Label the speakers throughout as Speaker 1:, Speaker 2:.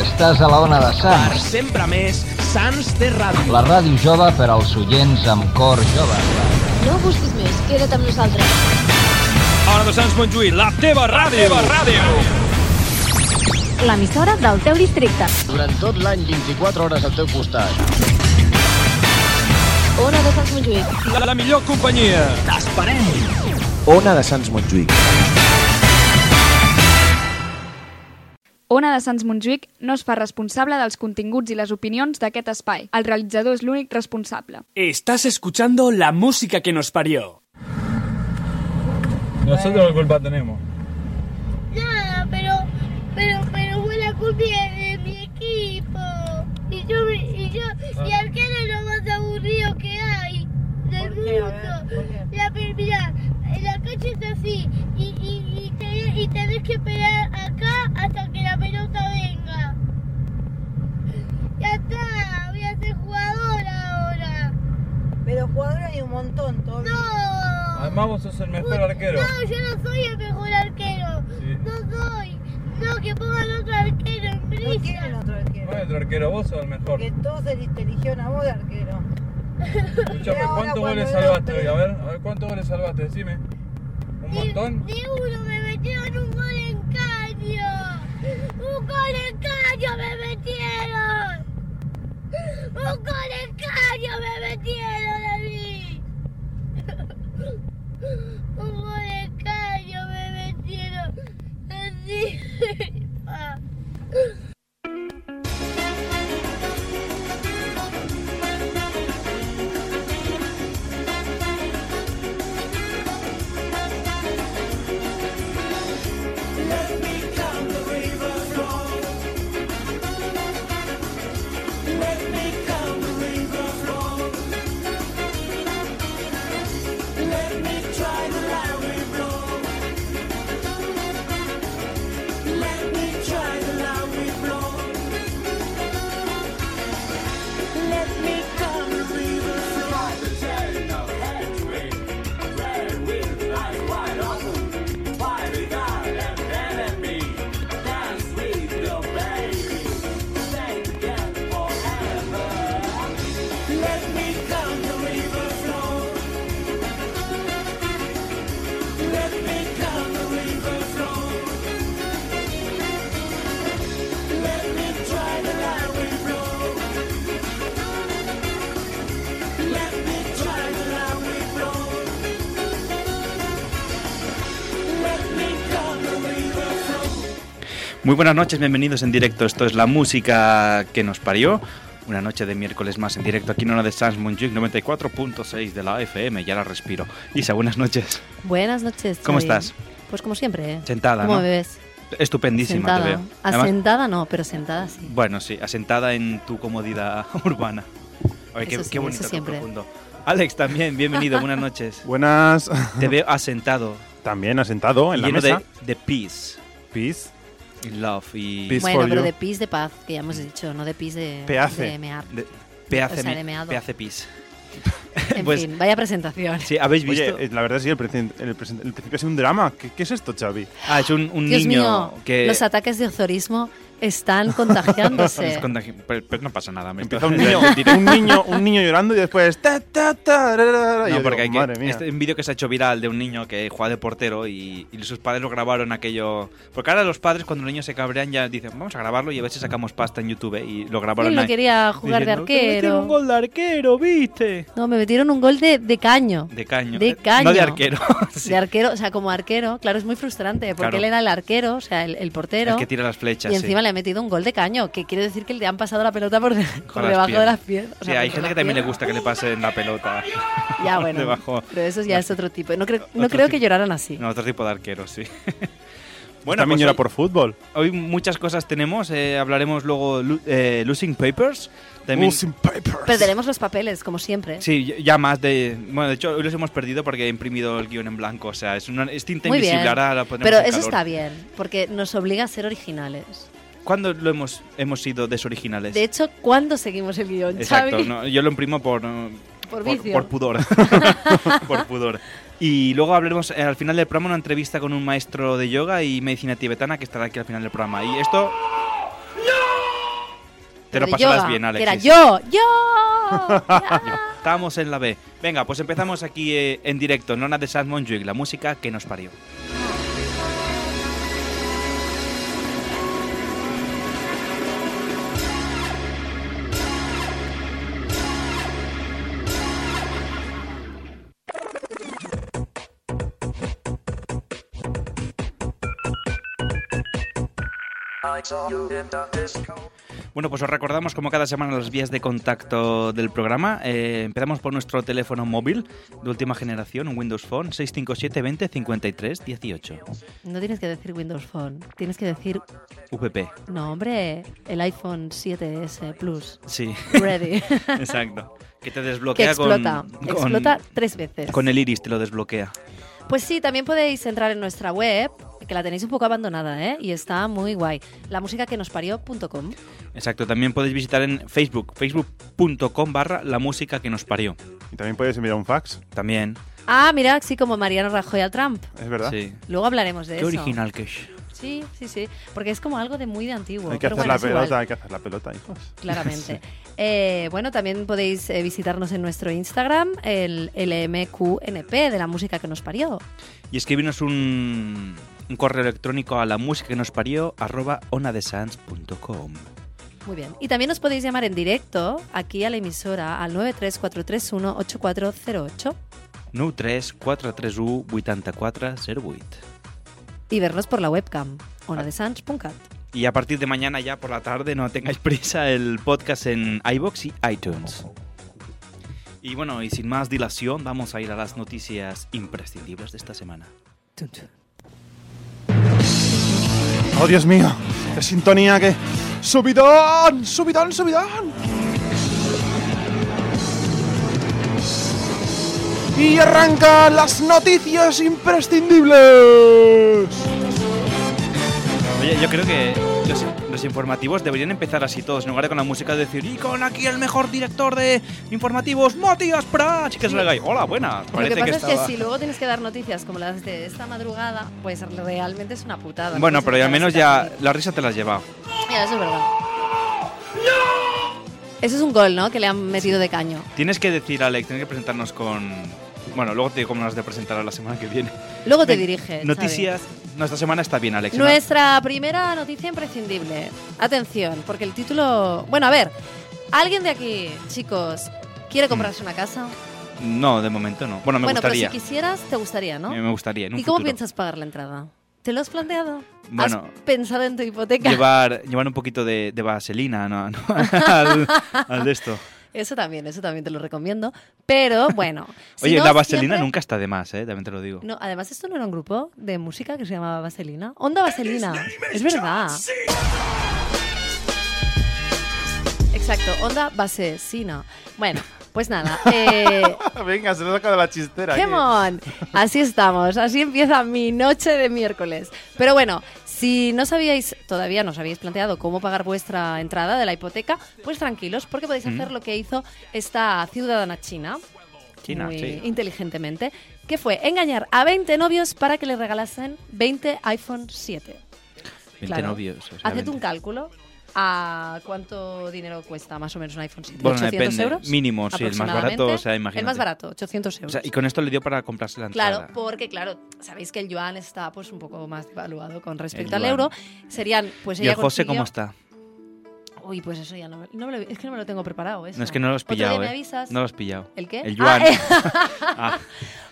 Speaker 1: Estàs a la ona de
Speaker 2: Per
Speaker 1: Sants,
Speaker 2: sempre més, Sants té ràdio.
Speaker 1: la ràdio jove per als oients amb cor jove.
Speaker 3: No busquis més, queda't amb nosaltres.
Speaker 2: Hora de Sants Montjuïc, la teva ràdio. La teva ràdio.
Speaker 4: l'emissora del teu districte.
Speaker 1: Durant tot l'any, 24 hores al teu costat.
Speaker 3: Ona de Sants Montjuïc.
Speaker 2: La, la millor companyia. T'esperem.
Speaker 5: Ona de Sants Montjuïc.
Speaker 6: Ona de Sants Montjuïc no es fa responsable dels continguts i les opinions d'aquest espai. El realitzador és l'únic responsable.
Speaker 7: Estás escuchando la música que nos parió.
Speaker 8: Nosotros qué culpa tenemos.
Speaker 9: Nada, pero, pero, pero fue la culpa de, de mi equipo. Y yo, me- y yo,
Speaker 8: Ah.
Speaker 9: y Arquero es lo más aburrido que hay del mundo. La, pe- mira, la cancha es así. Y, y, y, te- y tenés que esperar acá hasta que la pelota venga. Ya está, voy a ser jugador ahora.
Speaker 10: Pero jugadora hay un montón, todo.
Speaker 9: No.
Speaker 8: Además vos sos el mejor arquero.
Speaker 9: No, yo no soy el mejor arquero.
Speaker 8: Sí.
Speaker 9: No soy. No, que pongan otro arquero en
Speaker 10: No tienen
Speaker 9: brisa.
Speaker 10: otro arquero.
Speaker 8: No hay otro arquero, vos sos el mejor.
Speaker 10: Porque todos se te eligieron a vos de arquero.
Speaker 8: Escuchame,
Speaker 10: ahora
Speaker 8: ¿cuántos
Speaker 10: cuando
Speaker 8: goles
Speaker 10: veo
Speaker 8: salvaste hoy?
Speaker 10: tres.
Speaker 8: A ver, a ver, ¿cuántos goles salvaste? Decime. ¿Un
Speaker 9: Ni,
Speaker 8: montón?
Speaker 9: ni uno me metieron un gol en caño. Un gol en caño me metieron. Un gol en caño me metieron a mí. Un gol en caño me metieron. Encima.
Speaker 11: Muy buenas noches, bienvenidos en directo. Esto es la música que nos parió. Una noche de miércoles más en directo aquí en una de Sans Montjuic 94.6 de la FM. Ya la respiro. Isa, buenas noches.
Speaker 12: Buenas noches.
Speaker 11: ¿Cómo
Speaker 12: Xavi.
Speaker 11: estás?
Speaker 12: Pues como siempre. ¿eh?
Speaker 11: Sentada,
Speaker 12: ¿Cómo
Speaker 11: ¿no?
Speaker 12: me ves?
Speaker 11: Estupendísima,
Speaker 12: sentada.
Speaker 11: te veo. Además-
Speaker 12: Asentada no, pero sentada sí.
Speaker 11: bueno, sí, asentada en tu comodidad urbana. Oye, qué,
Speaker 12: Eso sí,
Speaker 11: qué bonito,
Speaker 12: eso
Speaker 11: qué
Speaker 12: siempre.
Speaker 11: profundo. Alex, también, bienvenido, buenas noches.
Speaker 13: Buenas.
Speaker 11: Te veo asentado.
Speaker 13: También asentado en la
Speaker 11: lleno
Speaker 13: mesa.
Speaker 11: De, de peace.
Speaker 13: Peace.
Speaker 11: Y love. Y...
Speaker 12: bueno, pero de pis de paz, que ya hemos dicho, no de pis de, de mear.
Speaker 11: De- peace,
Speaker 12: O sea,
Speaker 11: mi-
Speaker 12: de meado.
Speaker 11: peace peace.
Speaker 12: En
Speaker 11: Pues-
Speaker 12: fin, vaya presentación.
Speaker 11: Sí, ¿habéis
Speaker 13: Oye,
Speaker 11: visto?
Speaker 13: eh, la verdad sí, el, presen- el presen- el principio es un drama. ¿Qué, qué es esto, Xavi?
Speaker 11: Ah, es un, un
Speaker 12: Dios
Speaker 11: niño
Speaker 12: mío,
Speaker 11: que...
Speaker 12: los ataques de ozorismo están contagiándose.
Speaker 11: Es contagi- pero, pero no pasa nada. Me
Speaker 13: Empieza un niño, un niño, un niño llorando y después. Ta, ta, ta, ra, ra, ra, y
Speaker 11: No,
Speaker 13: yo digo,
Speaker 11: porque hay que-
Speaker 13: madre mía.
Speaker 11: este es un vídeo que se ha hecho viral de un niño que juega de portero y, y sus padres lo grabaron aquello. Porque ahora los padres, cuando los niños se cabrean, ya dicen, vamos a grabarlo y a ver si sacamos pasta en YouTube. Y lo grabaron
Speaker 12: Él no
Speaker 11: ahí.
Speaker 12: quería jugar de
Speaker 11: Diciendo, "Te metieron
Speaker 12: arquero.
Speaker 11: un gol de arquero, ¿viste?
Speaker 12: No, me metieron un gol de, de caño.
Speaker 11: De caño.
Speaker 12: De
Speaker 11: Eh,
Speaker 12: caño.
Speaker 11: No de arquero.
Speaker 12: De arquero, o sea, como arquero, claro, es muy frustrante, porque
Speaker 11: Claro.
Speaker 12: él era el arquero, o sea, el, el portero.
Speaker 11: El que tira las flechas.
Speaker 12: y
Speaker 11: sí.
Speaker 12: encima le ha metido un gol de caño, que quiere decir que le han pasado la pelota por, de- por
Speaker 11: Con las
Speaker 12: debajo de
Speaker 11: piernas.
Speaker 12: las piernas. O
Speaker 11: Sí,
Speaker 12: sea,
Speaker 11: hay
Speaker 12: por
Speaker 11: gente
Speaker 12: las
Speaker 11: que también le
Speaker 12: piernas.
Speaker 11: gusta que le pasen la pelota.
Speaker 12: Ya,
Speaker 11: por
Speaker 12: bueno.
Speaker 11: Debajo.
Speaker 12: Pero eso ya es otro tipo. No creo, no
Speaker 11: Otro
Speaker 12: creo que
Speaker 11: tipo.
Speaker 12: lloraran así.
Speaker 11: No, otro tipo de arquero, sí.
Speaker 13: También
Speaker 11: pues
Speaker 13: llora
Speaker 11: hoy-
Speaker 13: por fútbol.
Speaker 11: Hoy muchas cosas tenemos. eh, hablaremos luego lu- eh, Losing Papers. También,
Speaker 13: Losing Papers.
Speaker 12: Perderemos los papeles, como siempre.
Speaker 11: Sí, ya- ya más de. Bueno, de hecho, hoy los hemos perdido porque he imprimido el guión en blanco. O sea, es, una, es tinta
Speaker 12: Muy
Speaker 11: invisible.
Speaker 12: bien.
Speaker 11: Ahora la pondremos
Speaker 12: Pero
Speaker 11: en
Speaker 12: eso
Speaker 11: calor.
Speaker 12: está bien, porque nos obliga a ser originales.
Speaker 11: ¿Cuándo lo hemos, hemos sido desoriginales?
Speaker 12: De hecho, ¿cuándo seguimos el guión,
Speaker 11: Exacto.
Speaker 12: Xavi?
Speaker 11: no, yo lo imprimo por. eh,
Speaker 12: Por
Speaker 11: por,
Speaker 12: vicio.
Speaker 11: por pudor. por pudor. Y luego hablaremos eh, al final del programa una entrevista con un maestro de yoga y medicina tibetana que estará aquí al final del programa. Y esto. Te lo
Speaker 12: de
Speaker 11: pasabas
Speaker 12: yoga,
Speaker 11: bien, Alex.
Speaker 12: que era yo, yo.
Speaker 11: Estamos en la B. Venga, pues empezamos aquí eh, en directo. Nona de Sans Montjuic, la música que nos parió. Bueno, pues os recordamos como cada semana las vías de contacto del programa. Eh, empezamos por nuestro teléfono móvil de última generación, un Windows Phone 657 20 53 18.
Speaker 12: No tienes que decir Windows Phone, tienes que decir,
Speaker 11: VP.
Speaker 12: no hombre, el iPhone 7S Plus.
Speaker 11: Sí.
Speaker 12: Ready.
Speaker 11: Exacto. Que te
Speaker 12: que
Speaker 11: desbloquea
Speaker 12: explota,
Speaker 11: con,
Speaker 12: explota tres veces.
Speaker 11: Con el iris te lo desbloquea.
Speaker 12: Pues sí, también podéis entrar en nuestra web, que la tenéis un poco abandonada, ¿eh? Y está muy guay. La música que nos parió.com.
Speaker 11: Exacto, también podéis visitar en Facebook, facebook.com barra la música que nos parió.
Speaker 13: Y también podéis enviar un fax.
Speaker 11: También,
Speaker 12: Ah, mira, sí, como Mariano Rajoy al Trump.
Speaker 13: es verdad.
Speaker 11: sí.
Speaker 12: Luego hablaremos de
Speaker 11: Qué
Speaker 12: eso.
Speaker 11: original que es.
Speaker 12: Sí, sí, sí. Porque es como algo de muy de antiguo.
Speaker 13: Hay que
Speaker 12: pero
Speaker 13: hacer
Speaker 12: bueno,
Speaker 13: la
Speaker 12: es igual.
Speaker 13: pelota, hay que hacer la pelota, hijos.
Speaker 12: Claramente. Eh, bueno, también podéis eh, visitarnos en nuestro Instagram, el LMQNP, de la música que nos parió.
Speaker 11: Y escribirnos un, un correo electrónico a la música que nos parió arroba onadesans.com.
Speaker 12: Muy bien. Y también os podéis llamar en directo aquí a la emisora al 934318408
Speaker 11: 9 3 4 3 1 84 08.
Speaker 12: y vernos por la webcam onadesans.cat.
Speaker 11: Y a partir de mañana ya por la tarde, no tengáis prisa, el podcast en iBox y iTunes. Y bueno, y sin más dilación, vamos a ir a las noticias imprescindibles de esta semana.
Speaker 13: ¡Oh, Dios mío! ¡Qué sintonía que... ¡Subidón! ¡Subidón, subidón! Y arrancan las noticias imprescindibles.
Speaker 11: Oye, yo creo que los, los informativos deberían empezar así todos, en lugar de con la música de decir y con aquí el mejor director de informativos, Matías Prats, que se le diga, hola, buenas.
Speaker 12: Lo que
Speaker 11: Parece
Speaker 12: pasa es que
Speaker 11: estaba-
Speaker 12: si luego tienes que dar noticias como las de esta madrugada, pues realmente es una putada.
Speaker 11: Bueno,
Speaker 12: Entonces,
Speaker 11: pero ya al menos
Speaker 12: claro,
Speaker 11: ya la risa te la has llevado.
Speaker 12: está- Mira, eso es verdad. Eso es un gol, ¿no? Que le han metido de caño.
Speaker 11: Tienes que decir, Alex, tienes que presentarnos con... Bueno, luego te digo cómo nos has de presentar a la semana que viene.
Speaker 12: Luego te
Speaker 11: Ven,
Speaker 12: dirige. Xavi.
Speaker 11: Noticias. No, esta semana está bien, Alex. ¿no?
Speaker 12: Nuestra primera noticia imprescindible. Atención, porque el título. Bueno, a ver, ¿alguien de aquí, chicos, quiere
Speaker 11: Mm.
Speaker 12: comprarse una casa?
Speaker 11: No, de momento no. Bueno, me
Speaker 12: bueno,
Speaker 11: gustaría.
Speaker 12: pero si quisieras, te gustaría, ¿no?
Speaker 11: Eh, Me gustaría. en un
Speaker 12: ¿Y cómo
Speaker 11: futuro.
Speaker 12: piensas pagar la entrada? ¿Te lo has planteado?
Speaker 11: Bueno,
Speaker 12: ¿Has pensado en tu hipoteca?
Speaker 11: llevar, llevar un poquito de, de vaselina ¿no? ¿no? al, al de esto.
Speaker 12: Eso también, eso también te lo recomiendo. Pero bueno. si
Speaker 11: Oye,
Speaker 12: no,
Speaker 11: la vaselina
Speaker 12: siempre-
Speaker 11: nunca está de más, ¿eh? también te lo digo.
Speaker 12: No, además, esto no era un grupo de música que se llamaba Vaselina. Onda Vaselina. Es verdad. Exacto, Onda Vaselina. Bueno, pues nada. Eh,
Speaker 13: Venga, se lo saca de la chistera.
Speaker 12: Come on. Así estamos, así empieza mi noche de miércoles. Pero bueno, si no sabíais, todavía no os habéis planteado cómo pagar vuestra entrada de la hipoteca, pues tranquilos, porque podéis
Speaker 11: Mm.
Speaker 12: hacer lo que hizo esta ciudadana china,
Speaker 11: China,
Speaker 12: muy
Speaker 11: sí.
Speaker 12: inteligentemente, que fue engañar a 20 novios para que le regalasen 20 iPhone 7.
Speaker 11: 20
Speaker 12: Claro.
Speaker 11: novios. o sea,
Speaker 12: Haced
Speaker 11: 20.
Speaker 12: un cálculo. ¿A cuánto dinero cuesta más o menos un iPhone 7?
Speaker 11: Bueno,
Speaker 12: ¿800
Speaker 11: depende.
Speaker 12: euros?
Speaker 11: Mínimo, sí, el más barato, o sea,
Speaker 12: aproximadamente. El más
Speaker 11: imagínate.
Speaker 12: barato, 800 euros.
Speaker 11: O sea, y con esto le dio para comprarse la entrada.
Speaker 12: Claro, pues porque claro, sabéis que el yuan está pues un poco más devaluado con respecto al
Speaker 11: El yuan.
Speaker 12: euro. Serían, pues
Speaker 11: ¿Y
Speaker 12: ella
Speaker 11: el José
Speaker 12: consiguió-
Speaker 11: cómo está?
Speaker 12: Uy, pues eso ya no, me- no me lo- es que no me lo tengo preparado. Eso.
Speaker 11: No, es que no lo has
Speaker 12: Pues Otro
Speaker 11: pillado,
Speaker 12: día me
Speaker 11: ¿eh?
Speaker 12: avisas.
Speaker 11: No lo has pillado.
Speaker 12: ¿El qué?
Speaker 11: El
Speaker 12: Ah,
Speaker 11: yuan.
Speaker 12: eh.
Speaker 11: Ah,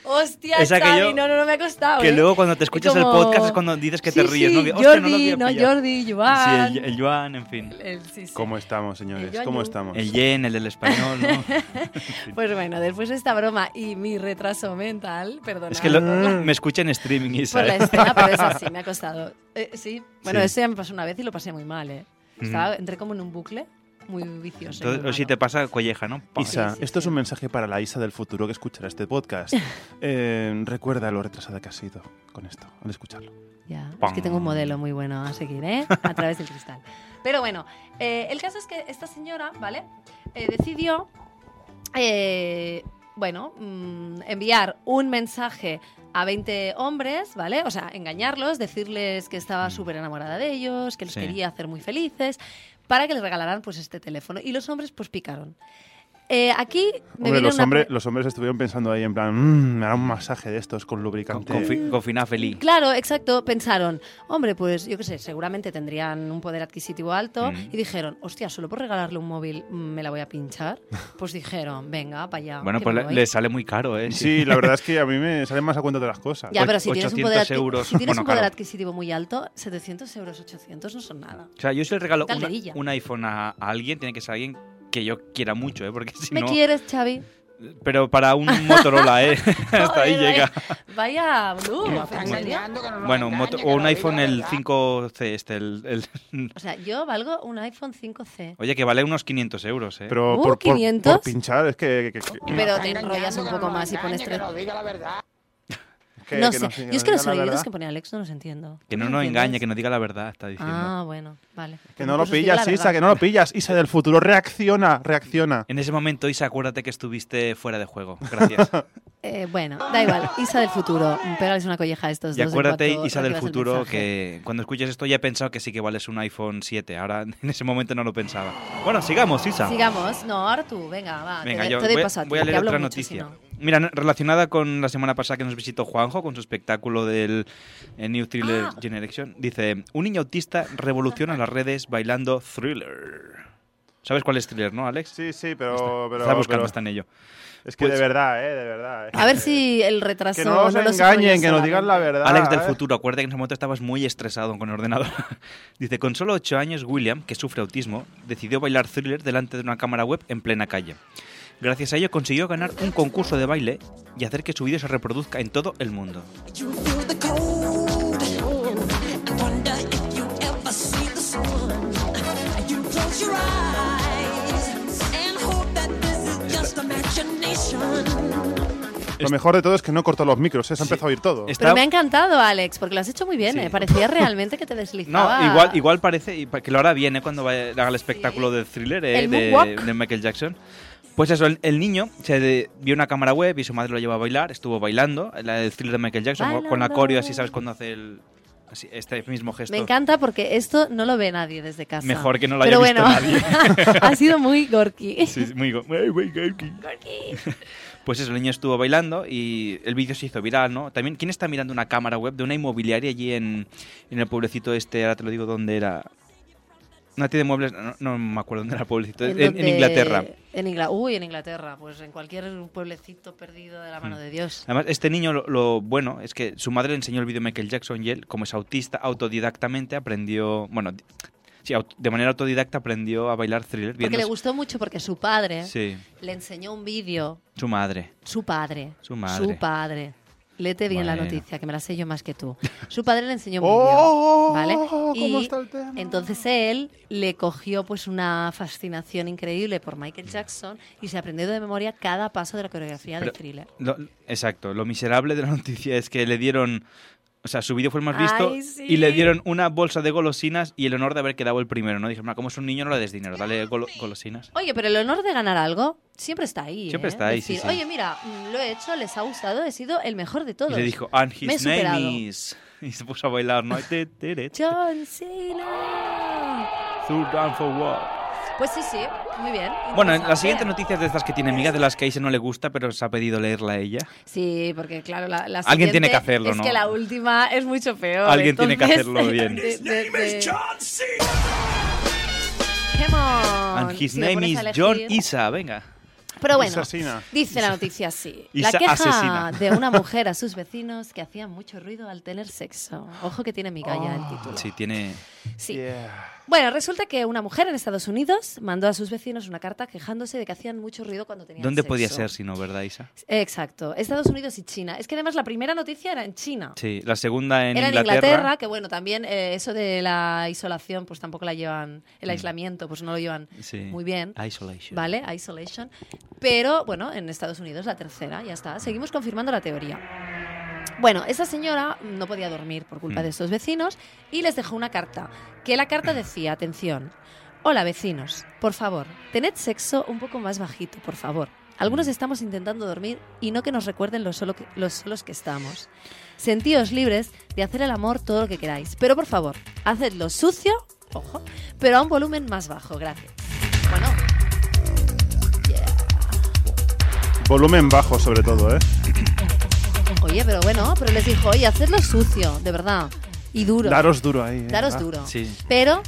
Speaker 12: Hostia,
Speaker 11: Es aquello
Speaker 12: Xavi, no, no, no me ha costado.
Speaker 11: que
Speaker 12: ¿eh?
Speaker 11: luego cuando te escuchas el
Speaker 12: Como-
Speaker 11: podcast es cuando dices que te
Speaker 12: Sí,
Speaker 11: ríes.
Speaker 12: sí,
Speaker 11: ¿no? Que,
Speaker 12: Jordi,
Speaker 11: "Hostia, no lo había
Speaker 12: no,
Speaker 11: pillado".
Speaker 12: Jordi, yuan.
Speaker 11: Sí, el, el yuan, en fin.
Speaker 12: El- sí, sí.
Speaker 13: ¿Cómo estamos, señores?
Speaker 12: El
Speaker 13: ¿Cómo
Speaker 12: yo-yo.
Speaker 13: estamos?
Speaker 11: El yen, el del español, ¿no?
Speaker 12: Pues bueno, después de esta broma y mi retraso mental, perdona.
Speaker 11: Es que lo- me escucha en streaming ¿eh? y
Speaker 12: por la
Speaker 11: sale.
Speaker 12: escena, pero es así, me ha costado. Eh, sí, bueno,
Speaker 11: Sí.
Speaker 12: eso ya me pasó una vez y lo pasé muy mal, ¿eh?
Speaker 11: Mm.
Speaker 12: Estaba, entré como en un bucle muy vicioso. y muy
Speaker 11: Entonces, o si te pasa colleja, ¿no? Pa.
Speaker 13: Isa, esto es un mensaje para la Isa del futuro que escuchará este podcast. Eh, recuerda lo retrasada que has sido con esto, al escucharlo.
Speaker 12: Ya,
Speaker 13: Pam.
Speaker 12: es que tengo un modelo muy bueno a seguir, ¿eh? A través del cristal. Pero bueno, eh, el caso es que esta señora, ¿vale? Eh, decidió, eh, bueno, mm, enviar un mensaje a 20 hombres, ¿vale?
Speaker 13: Mm.
Speaker 12: O sea, engañarlos, decirles que estaba súper enamorada de ellos, que les
Speaker 11: Sí.
Speaker 12: quería hacer muy felices, para que le regalaran pues este teléfono. Y los hombres pues picaron. Eh, aquí me
Speaker 13: Hombre,
Speaker 12: viene
Speaker 13: los,
Speaker 12: una...
Speaker 13: hombres, los hombres estuvieron pensando ahí en plan, "Mm, me hará un masaje de estos con lubricante.
Speaker 11: Con- con fi- con finafeli.
Speaker 12: Claro, exacto. Pensaron, hombre, pues yo qué sé, seguramente tendrían un poder adquisitivo alto.
Speaker 11: Mm.
Speaker 12: Y dijeron, hostia, solo por regalarle un móvil mm, me la voy a pinchar. Pues dijeron, venga, para allá.
Speaker 11: Bueno,
Speaker 12: que
Speaker 11: pues
Speaker 12: me
Speaker 11: le,
Speaker 12: voy".
Speaker 11: le sale muy caro, ¿eh?
Speaker 13: Sí, la verdad es que a mí me salen más a cuenta de las cosas.
Speaker 12: Ya, pero si tienes, un poder, adqui-
Speaker 11: 800 euros.
Speaker 12: si tienes
Speaker 11: Bueno,
Speaker 12: un poder
Speaker 11: claro.
Speaker 12: adquisitivo muy alto, 700 euros, 800 no son nada.
Speaker 11: O sea, yo si le regalo
Speaker 12: Tal
Speaker 11: una-
Speaker 12: guerrilla.
Speaker 11: un iPhone a, a alguien, tiene que ser alguien que yo quiera mucho, ¿eh? Porque si
Speaker 12: ¿Me
Speaker 11: no...
Speaker 12: quieres, Xavi?
Speaker 11: Pero para un Motorola, ¿eh? Hasta ahí
Speaker 12: Joder,
Speaker 11: llega.
Speaker 12: Vaya, Blue.
Speaker 11: Bueno, un moto- o un iPhone el 5C este, el... el-
Speaker 12: O sea, yo valgo un iPhone 5C.
Speaker 11: Oye, que vale unos 500 euros, ¿eh?
Speaker 13: Pero
Speaker 12: Uh,
Speaker 13: por, por-
Speaker 12: 500.
Speaker 13: por pinchar, es que... que- que-
Speaker 12: Pero te enrollas un poco más y pones tres.
Speaker 13: que-
Speaker 12: no
Speaker 13: que
Speaker 12: sé.
Speaker 13: que
Speaker 12: Yo es que
Speaker 13: diga
Speaker 12: los
Speaker 13: la
Speaker 12: sonidos
Speaker 13: verdad.
Speaker 12: que pone Alex no los entiendo.
Speaker 11: Que no
Speaker 12: ¿Tú
Speaker 11: nos
Speaker 12: entiendes?
Speaker 11: engañe, que nos diga la verdad, está diciendo.
Speaker 12: Ah, bueno, vale.
Speaker 13: Que no lo
Speaker 12: Pues os digo la
Speaker 13: pillas, Isa,
Speaker 12: verdad.
Speaker 13: que no lo pillas. Isa del futuro, reacciona, reacciona.
Speaker 11: En ese momento, Isa, acuérdate que estuviste fuera de juego. Gracias.
Speaker 12: Eh, bueno, da igual. Isa del futuro. Pégales una colleja a estos
Speaker 11: y
Speaker 12: dos. en
Speaker 11: acuérdate,
Speaker 12: cuanto
Speaker 11: Isa del
Speaker 12: recibas el
Speaker 11: futuro,
Speaker 12: mensaje.
Speaker 11: que cuando escuches esto ya he pensado que sí que vales un iPhone 7. Ahora, en ese momento no lo pensaba. Bueno, sigamos, Isa.
Speaker 12: Sigamos. No, Artu, venga, va.
Speaker 11: Venga,
Speaker 12: te,
Speaker 11: yo
Speaker 12: te doy
Speaker 11: voy,
Speaker 12: paso a ti,
Speaker 11: voy a
Speaker 12: que
Speaker 11: leer
Speaker 12: hablo
Speaker 11: otra
Speaker 12: mucho, si
Speaker 11: noticia.
Speaker 12: no.
Speaker 11: Mira, n- relacionada con la semana pasada que nos visitó Juanjo con su espectáculo del eh, New Thriller
Speaker 12: Ah.
Speaker 11: Generation, dice: Un niño autista revoluciona las redes bailando thriller. ¿Sabes cuál es thriller, no, Alex?
Speaker 13: Sí, sí, pero... pero
Speaker 11: está buscando,
Speaker 13: pero-
Speaker 11: está en ello. Pues
Speaker 13: Es que de verdad, eh, de verdad. eh.
Speaker 12: A ver si el retraso.
Speaker 13: Que no os engañen,
Speaker 12: los enrollo
Speaker 13: que nos
Speaker 12: solamente.
Speaker 13: digan la verdad.
Speaker 11: Alex del
Speaker 13: eh.
Speaker 11: futuro, acuérdate que en ese momento estabas muy estresado con el ordenador. Dice, con solo 8 años, William, que sufre autismo, decidió bailar thriller delante de una cámara web en plena calle. Gracias a ello consiguió ganar un concurso de baile y hacer que su vídeo se reproduzca en todo el mundo.
Speaker 13: Lo mejor de todo es que no cortó los micros, eh, se ha empezado a oír todo.
Speaker 12: Pero me ha encantado, Alex, porque lo has hecho muy bien.
Speaker 11: Sí.
Speaker 12: eh. Parecía realmente que te
Speaker 11: No,
Speaker 12: deslizaba.
Speaker 11: igual, igual parece y pa- que lo hará bien ¿eh? cuando vaya- haga el espectáculo de thriller eh,
Speaker 12: El
Speaker 11: de,
Speaker 12: moonwalk.
Speaker 11: de Michael Jackson. Pues eso, el, el niño se de- vio una cámara web y su madre lo llevó a bailar, estuvo bailando, la del thriller de Michael Jackson, con la
Speaker 12: Bailando.
Speaker 11: coreo, así sabes cuando hace el, así, este mismo gesto.
Speaker 12: Me encanta porque esto no lo ve nadie desde casa.
Speaker 11: Mejor que no lo haya
Speaker 12: Pero
Speaker 11: visto
Speaker 12: bueno,
Speaker 11: nadie.
Speaker 12: ha sido muy gorky.
Speaker 11: Sí, sí, muy go- Ay, güey, Gorky. Pues eso, el niño estuvo bailando y el vídeo se hizo viral, ¿no? También, ¿quién está mirando una cámara web de una inmobiliaria allí en, en el pueblecito este? Ahora te lo digo dónde era. Una tienda de muebles, no, no me acuerdo dónde era el pueblecito, en, en
Speaker 12: donde-
Speaker 11: Inglaterra.
Speaker 12: En Ingla- Uy, en Inglaterra, pues en cualquier pueblecito perdido de la mano de Dios.
Speaker 11: Además, este niño, lo, lo bueno es que su madre le enseñó el vídeo de Michael Jackson y él, como es autista, autodidactamente aprendió, bueno, di- sí, aut- de manera autodidacta aprendió a bailar thriller
Speaker 12: Porque
Speaker 11: viendo
Speaker 12: le ¿eh?
Speaker 11: su-
Speaker 12: gustó mucho porque su padre
Speaker 11: Sí.
Speaker 12: le enseñó un vídeo,
Speaker 11: su madre.
Speaker 12: su padre,
Speaker 11: Su madre.
Speaker 12: su padre. Léete bien la
Speaker 11: Bueno.
Speaker 12: noticia, que me la sé yo más que tú. Su padre le enseñó un
Speaker 13: Oh,
Speaker 12: vídeo, ¿vale?
Speaker 13: ¿cómo
Speaker 12: Y
Speaker 13: está el tema?
Speaker 12: entonces él le cogió pues una fascinación increíble por Michael Jackson y se aprendió de memoria cada paso de la coreografía
Speaker 11: Pero-
Speaker 12: del thriller.
Speaker 11: Lo- exacto. Lo miserable de la noticia es que le dieron. O sea, su vídeo fue el más visto
Speaker 12: Ay, sí.
Speaker 11: y le dieron una bolsa de golosinas y el honor de haber quedado el primero, ¿no? Dijeron, "Ma, como es un niño, no le des dinero, dale golo- golosinas.
Speaker 12: Oye, pero el honor de ganar algo siempre está ahí.
Speaker 11: Siempre
Speaker 12: ¿eh?
Speaker 11: está ahí, sí,
Speaker 12: Decir,
Speaker 11: sí.
Speaker 12: Oye, mira, mm, lo he hecho, les ha gustado, he sido el mejor de todos.
Speaker 11: Y le dijo, and
Speaker 12: Me he
Speaker 11: his
Speaker 12: superado.
Speaker 11: name is. Y se puso a bailar, ¿no? Te, te, te,
Speaker 12: John Cena.
Speaker 11: through down for what.
Speaker 12: Pues sí, sí, muy bien.
Speaker 11: Bueno,
Speaker 12: interesante.
Speaker 11: la siguiente noticia es de estas que tiene amiga, de las que a Isa no le gusta, pero se ha pedido leerla a ella.
Speaker 12: Sí, porque claro, la, la
Speaker 11: Alguien tiene
Speaker 12: siguiente
Speaker 11: que hacerlo,
Speaker 12: es
Speaker 11: ¿no?
Speaker 12: que la última es mucho peor.
Speaker 11: Alguien tiene que
Speaker 12: entonces-
Speaker 11: hacerlo bien.
Speaker 12: de- de- de- Come on.
Speaker 11: And his
Speaker 12: Si Oh, le
Speaker 11: name
Speaker 12: pones
Speaker 11: is
Speaker 12: a elegir-
Speaker 11: John Isa, venga.
Speaker 12: Pero bueno,
Speaker 11: Isasina.
Speaker 12: dice la noticia así.
Speaker 11: Isa
Speaker 12: la queja
Speaker 11: asesina.
Speaker 12: de una mujer a sus vecinos que hacía mucho ruido al tener sexo. Ojo que tiene migalla el título.
Speaker 11: Ah, Sí, tiene.
Speaker 12: Sí. Bueno, resulta que una mujer en Estados Unidos mandó a sus vecinos una carta quejándose de que hacían mucho ruido cuando tenían
Speaker 11: ¿Dónde
Speaker 12: sexo.
Speaker 11: podía ser si no, verdad, Isa?
Speaker 12: Exacto, Estados Unidos y China. Es que además la primera noticia era en China.
Speaker 11: Sí, la segunda en
Speaker 12: era
Speaker 11: Inglaterra.
Speaker 12: en Inglaterra, que bueno, también eh, eso de la isolación, pues tampoco la llevan, el aislamiento, pues no lo llevan
Speaker 11: Mm. Sí.
Speaker 12: muy bien.
Speaker 11: Isolation.
Speaker 12: ¿Vale? Isolation. Pero bueno, en Estados Unidos la tercera, ya está. Seguimos confirmando la teoría. Bueno, esa señora no podía dormir por culpa
Speaker 4: Mm.
Speaker 12: de estos vecinos y les dejó una carta. Que la carta decía, atención, hola vecinos, por favor, tened sexo un poco más bajito, por favor. Algunos estamos intentando dormir y no que nos recuerden lo, solo que- los solos que estamos. Sentíos libres de hacer el amor todo lo que queráis, pero por favor, hacedlo sucio ojo, pero a un volumen más bajo, gracias. Bueno,
Speaker 13: Volumen bajo, sobre todo, ¿eh?
Speaker 12: oye, pero bueno, pero les dijo, oye, hacedlo sucio, de verdad, y duro.
Speaker 13: Daros duro ahí. ¿eh?
Speaker 12: Daros
Speaker 13: Ah.
Speaker 12: duro. Pero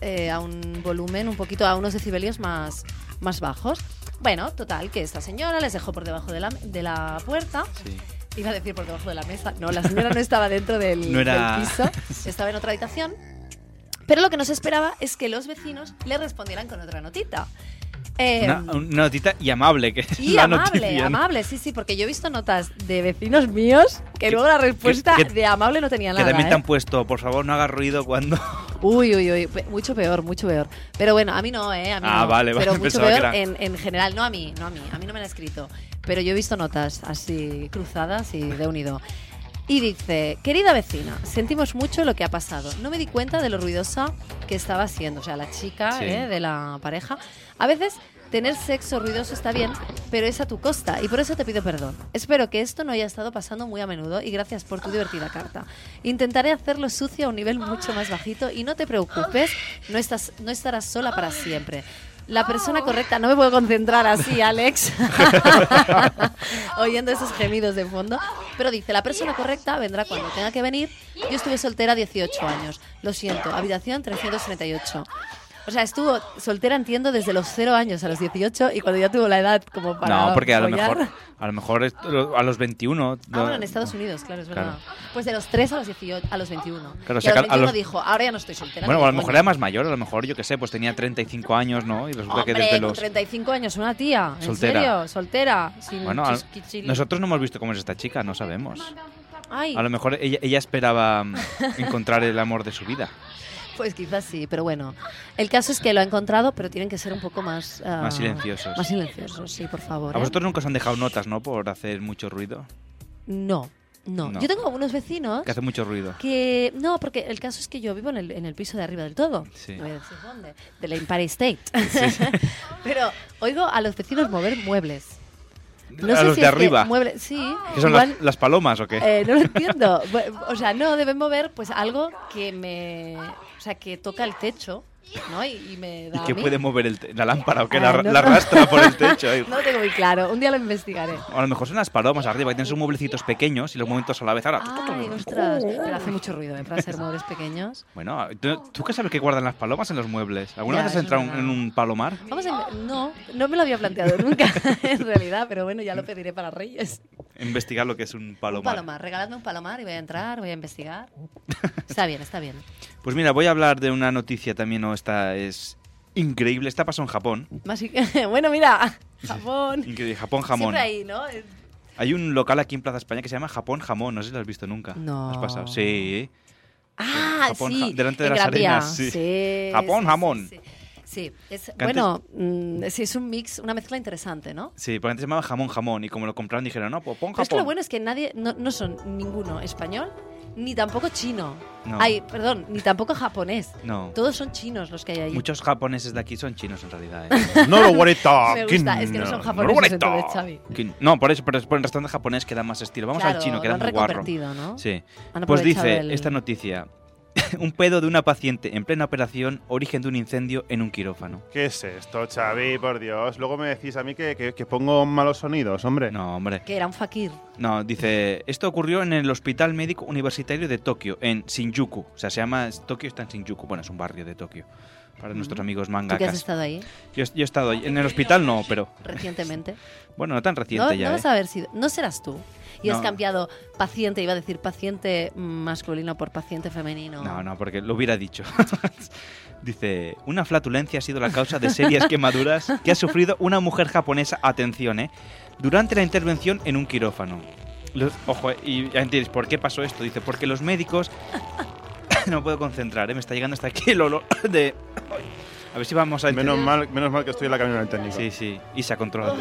Speaker 12: eh, a un volumen un poquito, a unos decibelios más, más bajos. Bueno, total, que esta señora les dejó por debajo de la, de la puerta. Iba a decir por debajo de la mesa. No, la señora no estaba dentro del,
Speaker 11: No era-
Speaker 12: del piso. Estaba en otra habitación. Pero lo que no se esperaba es que los vecinos le respondieran con otra notita. Eh,
Speaker 11: Una, una notita y amable, que es
Speaker 12: y
Speaker 11: la
Speaker 12: amable,
Speaker 11: noticia. ¿no?
Speaker 12: amable, sí, sí, porque yo he visto notas de vecinos míos que luego la respuesta
Speaker 11: que-
Speaker 12: de amable no tenía
Speaker 11: que
Speaker 12: nada.
Speaker 11: también
Speaker 12: ¿eh?
Speaker 11: te han puesto, por favor, no hagas ruido cuando...
Speaker 12: Uy, uy, uy, pe- mucho peor, mucho peor. Pero bueno, a mí no, ¿eh? A mí
Speaker 11: Ah,
Speaker 12: no.
Speaker 11: vale, vale,
Speaker 12: Pero mucho
Speaker 11: pensaba que
Speaker 12: peor
Speaker 11: era-
Speaker 12: en, en general, no a mí, no a mí, a mí no me han escrito. Pero yo he visto notas así cruzadas y de unido. Y dice, querida vecina, sentimos mucho lo que ha pasado. No me di cuenta de lo ruidosa que estaba siendo, o sea, la chica
Speaker 4: Sí.
Speaker 12: ¿eh? de la pareja. A veces tener sexo ruidoso está bien, pero es a tu costa y por eso te pido perdón. Espero que esto no haya estado pasando muy a menudo y gracias por tu divertida carta. Intentaré hacerlo sucio a un nivel mucho más bajito y no te preocupes, no, estás, no estarás sola para siempre. La persona correcta, no me puedo concentrar así, Alex. oyendo esos gemidos de fondo. Pero dice, la persona correcta vendrá cuando tenga que venir. Yo estuve soltera 18 años. Lo siento, habitación 338. O sea, estuvo soltera, entiendo, desde los 0 años a los 18 y cuando ya tuvo la edad como para...
Speaker 11: No, porque a lo
Speaker 12: follar.
Speaker 11: mejor, a lo mejor es- lo- a los 21...
Speaker 12: Ah,
Speaker 11: lo-
Speaker 12: bueno, en Estados Unidos, claro, es verdad.
Speaker 11: Claro.
Speaker 12: Pues de los 3 a los, 18, a los 21.
Speaker 11: Claro,
Speaker 12: y
Speaker 11: saca-
Speaker 12: a
Speaker 11: a
Speaker 12: los 21
Speaker 11: los-
Speaker 12: dijo, ahora ya no estoy soltera.
Speaker 11: Bueno, o a lo
Speaker 12: ni de
Speaker 11: mejor
Speaker 12: coña".
Speaker 11: era más mayor, a lo mejor, yo qué sé, pues tenía 35 años, ¿no? Y resulta que
Speaker 12: Hombre,
Speaker 11: desde
Speaker 12: con
Speaker 11: los...
Speaker 12: 35 años, una tía. ¿En
Speaker 11: Soltera.
Speaker 12: serio? Soltera. Sin
Speaker 11: Bueno, a-
Speaker 12: chisquichiri.
Speaker 11: nosotros no hemos visto cómo es esta chica, no sabemos.
Speaker 12: Ay.
Speaker 11: A lo mejor ella, ella esperaba mm, encontrar el amor de su vida.
Speaker 12: Pues quizás sí, pero bueno. El caso es que lo ha encontrado, pero tienen que ser un poco más... ah,
Speaker 11: Más silenciosos.
Speaker 12: Más silenciosos, sí, por favor.
Speaker 11: A
Speaker 12: ¿eh?
Speaker 11: vosotros nunca os han dejado notas, ¿no? Por hacer mucho ruido.
Speaker 12: No, no,
Speaker 11: No.
Speaker 12: Yo tengo algunos vecinos
Speaker 11: Que hace mucho ruido.
Speaker 12: que... No, porque el caso es que yo vivo en el, en el piso de arriba del todo.
Speaker 11: Sí.
Speaker 12: No voy a decir dónde. Del Empire State. pero oigo a los vecinos mover muebles. No
Speaker 11: a
Speaker 12: sé
Speaker 11: los
Speaker 12: si
Speaker 11: de
Speaker 12: es que
Speaker 11: arriba.
Speaker 12: mueble- sí.
Speaker 11: ¿Qué son
Speaker 12: igual-
Speaker 11: las, las palomas o qué?
Speaker 12: Eh, no lo entiendo. Bu- O sea, no, deben mover pues algo que me... O sea, que toca el techo, ¿no? Y, y me da
Speaker 11: ¿Y
Speaker 12: a
Speaker 11: que
Speaker 12: mí.
Speaker 11: puede mover el te- la lámpara o que
Speaker 12: Ah,
Speaker 11: la,
Speaker 12: no.
Speaker 11: la arrastra por el techo? ahí?
Speaker 12: No lo tengo muy claro. Un día lo investigaré.
Speaker 11: O a lo mejor son las palomas arriba, que tienen sus mueblecitos pequeños y los momentos a la vez. Ahora,
Speaker 12: Ay, ostras. Pero hace mucho ruido, ¿eh? Para ser muebles pequeños.
Speaker 11: bueno, ¿tú, tú qué sabes que guardan las palomas en los muebles? ¿Alguna
Speaker 12: Ya,
Speaker 11: vez has
Speaker 12: es
Speaker 11: entrado
Speaker 12: verdad.
Speaker 11: en un palomar?
Speaker 12: Vamos a... inve- No, no me lo había planteado nunca, en realidad. Pero bueno, ya lo pediré para Reyes.
Speaker 11: Investigar lo que es un
Speaker 12: Un
Speaker 11: palomar.
Speaker 12: palomar. Regaladme un palomar y voy a entrar, voy a investigar. Está bien, está bien.
Speaker 11: Pues mira, voy a hablar de una noticia también, ¿no? Esta es increíble. Esta pasó en Japón.
Speaker 12: Más y- Bueno, mira. Japón.
Speaker 11: Increíble, Japón jamón.
Speaker 12: Siempre ahí, ¿no? Eh,
Speaker 11: Hay un local aquí en Plaza España que se llama Japón Jamón, no sé si lo has visto nunca.
Speaker 12: No.
Speaker 11: ¿Has pasado? Sí.
Speaker 12: Ah,
Speaker 11: Japón,
Speaker 12: sí.
Speaker 11: ja- delante de
Speaker 12: en
Speaker 11: las
Speaker 12: Gran Vía.
Speaker 11: arenas, sí.
Speaker 12: sí.
Speaker 11: Japón
Speaker 12: sí,
Speaker 11: Jamón.
Speaker 12: Sí, sí. Sí, es,
Speaker 11: Que
Speaker 12: bueno, mm, sí, es un mix, una mezcla interesante, ¿no?
Speaker 11: Sí, porque antes se llamaba Jamón Jamón y como lo compraron dijeron, no, pues pon
Speaker 12: Pero
Speaker 11: Japón.
Speaker 12: es que lo bueno es que nadie, no, no son ninguno español ni tampoco chino.
Speaker 11: No.
Speaker 12: Ay, perdón, ni tampoco japonés.
Speaker 11: No.
Speaker 12: Todos son chinos los que hay ahí.
Speaker 11: Muchos japoneses de aquí son chinos en realidad. ¿eh?
Speaker 13: No lo worry
Speaker 12: Me
Speaker 13: talking.
Speaker 12: gusta, es que no son japoneses, entonces, Xavi.
Speaker 11: Que- No, por eso, pero es por el restaurante japonés que da más estilo. Vamos
Speaker 12: Claro,
Speaker 11: al chino, que
Speaker 12: lo
Speaker 11: da
Speaker 12: han
Speaker 11: muy guarro.
Speaker 12: reconvertido, ¿no?
Speaker 11: Sí.
Speaker 12: Han
Speaker 11: Pues
Speaker 12: aprovechado
Speaker 11: dice
Speaker 12: el-
Speaker 11: esta noticia. un pedo de una paciente en plena operación, origen de un incendio en un quirófano.
Speaker 13: ¿Qué es esto, Xavi? Por Dios. Luego me decís a mí que, que- que pongo malos sonidos, hombre.
Speaker 11: No, hombre.
Speaker 12: Que era un fakir.
Speaker 11: No, dice, esto ocurrió en el Hospital Médico Universitario de Tokio, en Shinjuku. O sea, se llama, Tokio está en Shinjuku, bueno, es un barrio de Tokio. Para
Speaker 12: Ujú.
Speaker 11: nuestros amigos
Speaker 12: ¿Tú que has
Speaker 11: mangakas.
Speaker 12: estado ahí
Speaker 11: Yo, yo he estado ahí. en el hospital, no, pero...
Speaker 12: recientemente?
Speaker 11: Bueno, no tan reciente
Speaker 12: no,
Speaker 11: ya.
Speaker 12: no
Speaker 11: ¿eh?
Speaker 12: vas a haber sido, no serás tú. Y has
Speaker 11: No.
Speaker 12: cambiado paciente, iba a decir paciente masculino por paciente femenino.
Speaker 11: No, no, porque lo hubiera dicho. Dice, una flatulencia ha sido la causa de serias quemaduras que ha sufrido una mujer japonesa, atención, ¿eh? Durante la intervención en un quirófano. Los- ojo, eh, y ya entiendes, ¿por qué pasó esto? Dice, porque los médicos... no me puedo concentrar, ¿eh? Me está llegando hasta aquí el olor de... A ver si vamos a...
Speaker 13: Menos mal, menos mal que estoy en la camioneta del técnico.
Speaker 11: Sí, sí, Isa, controlate.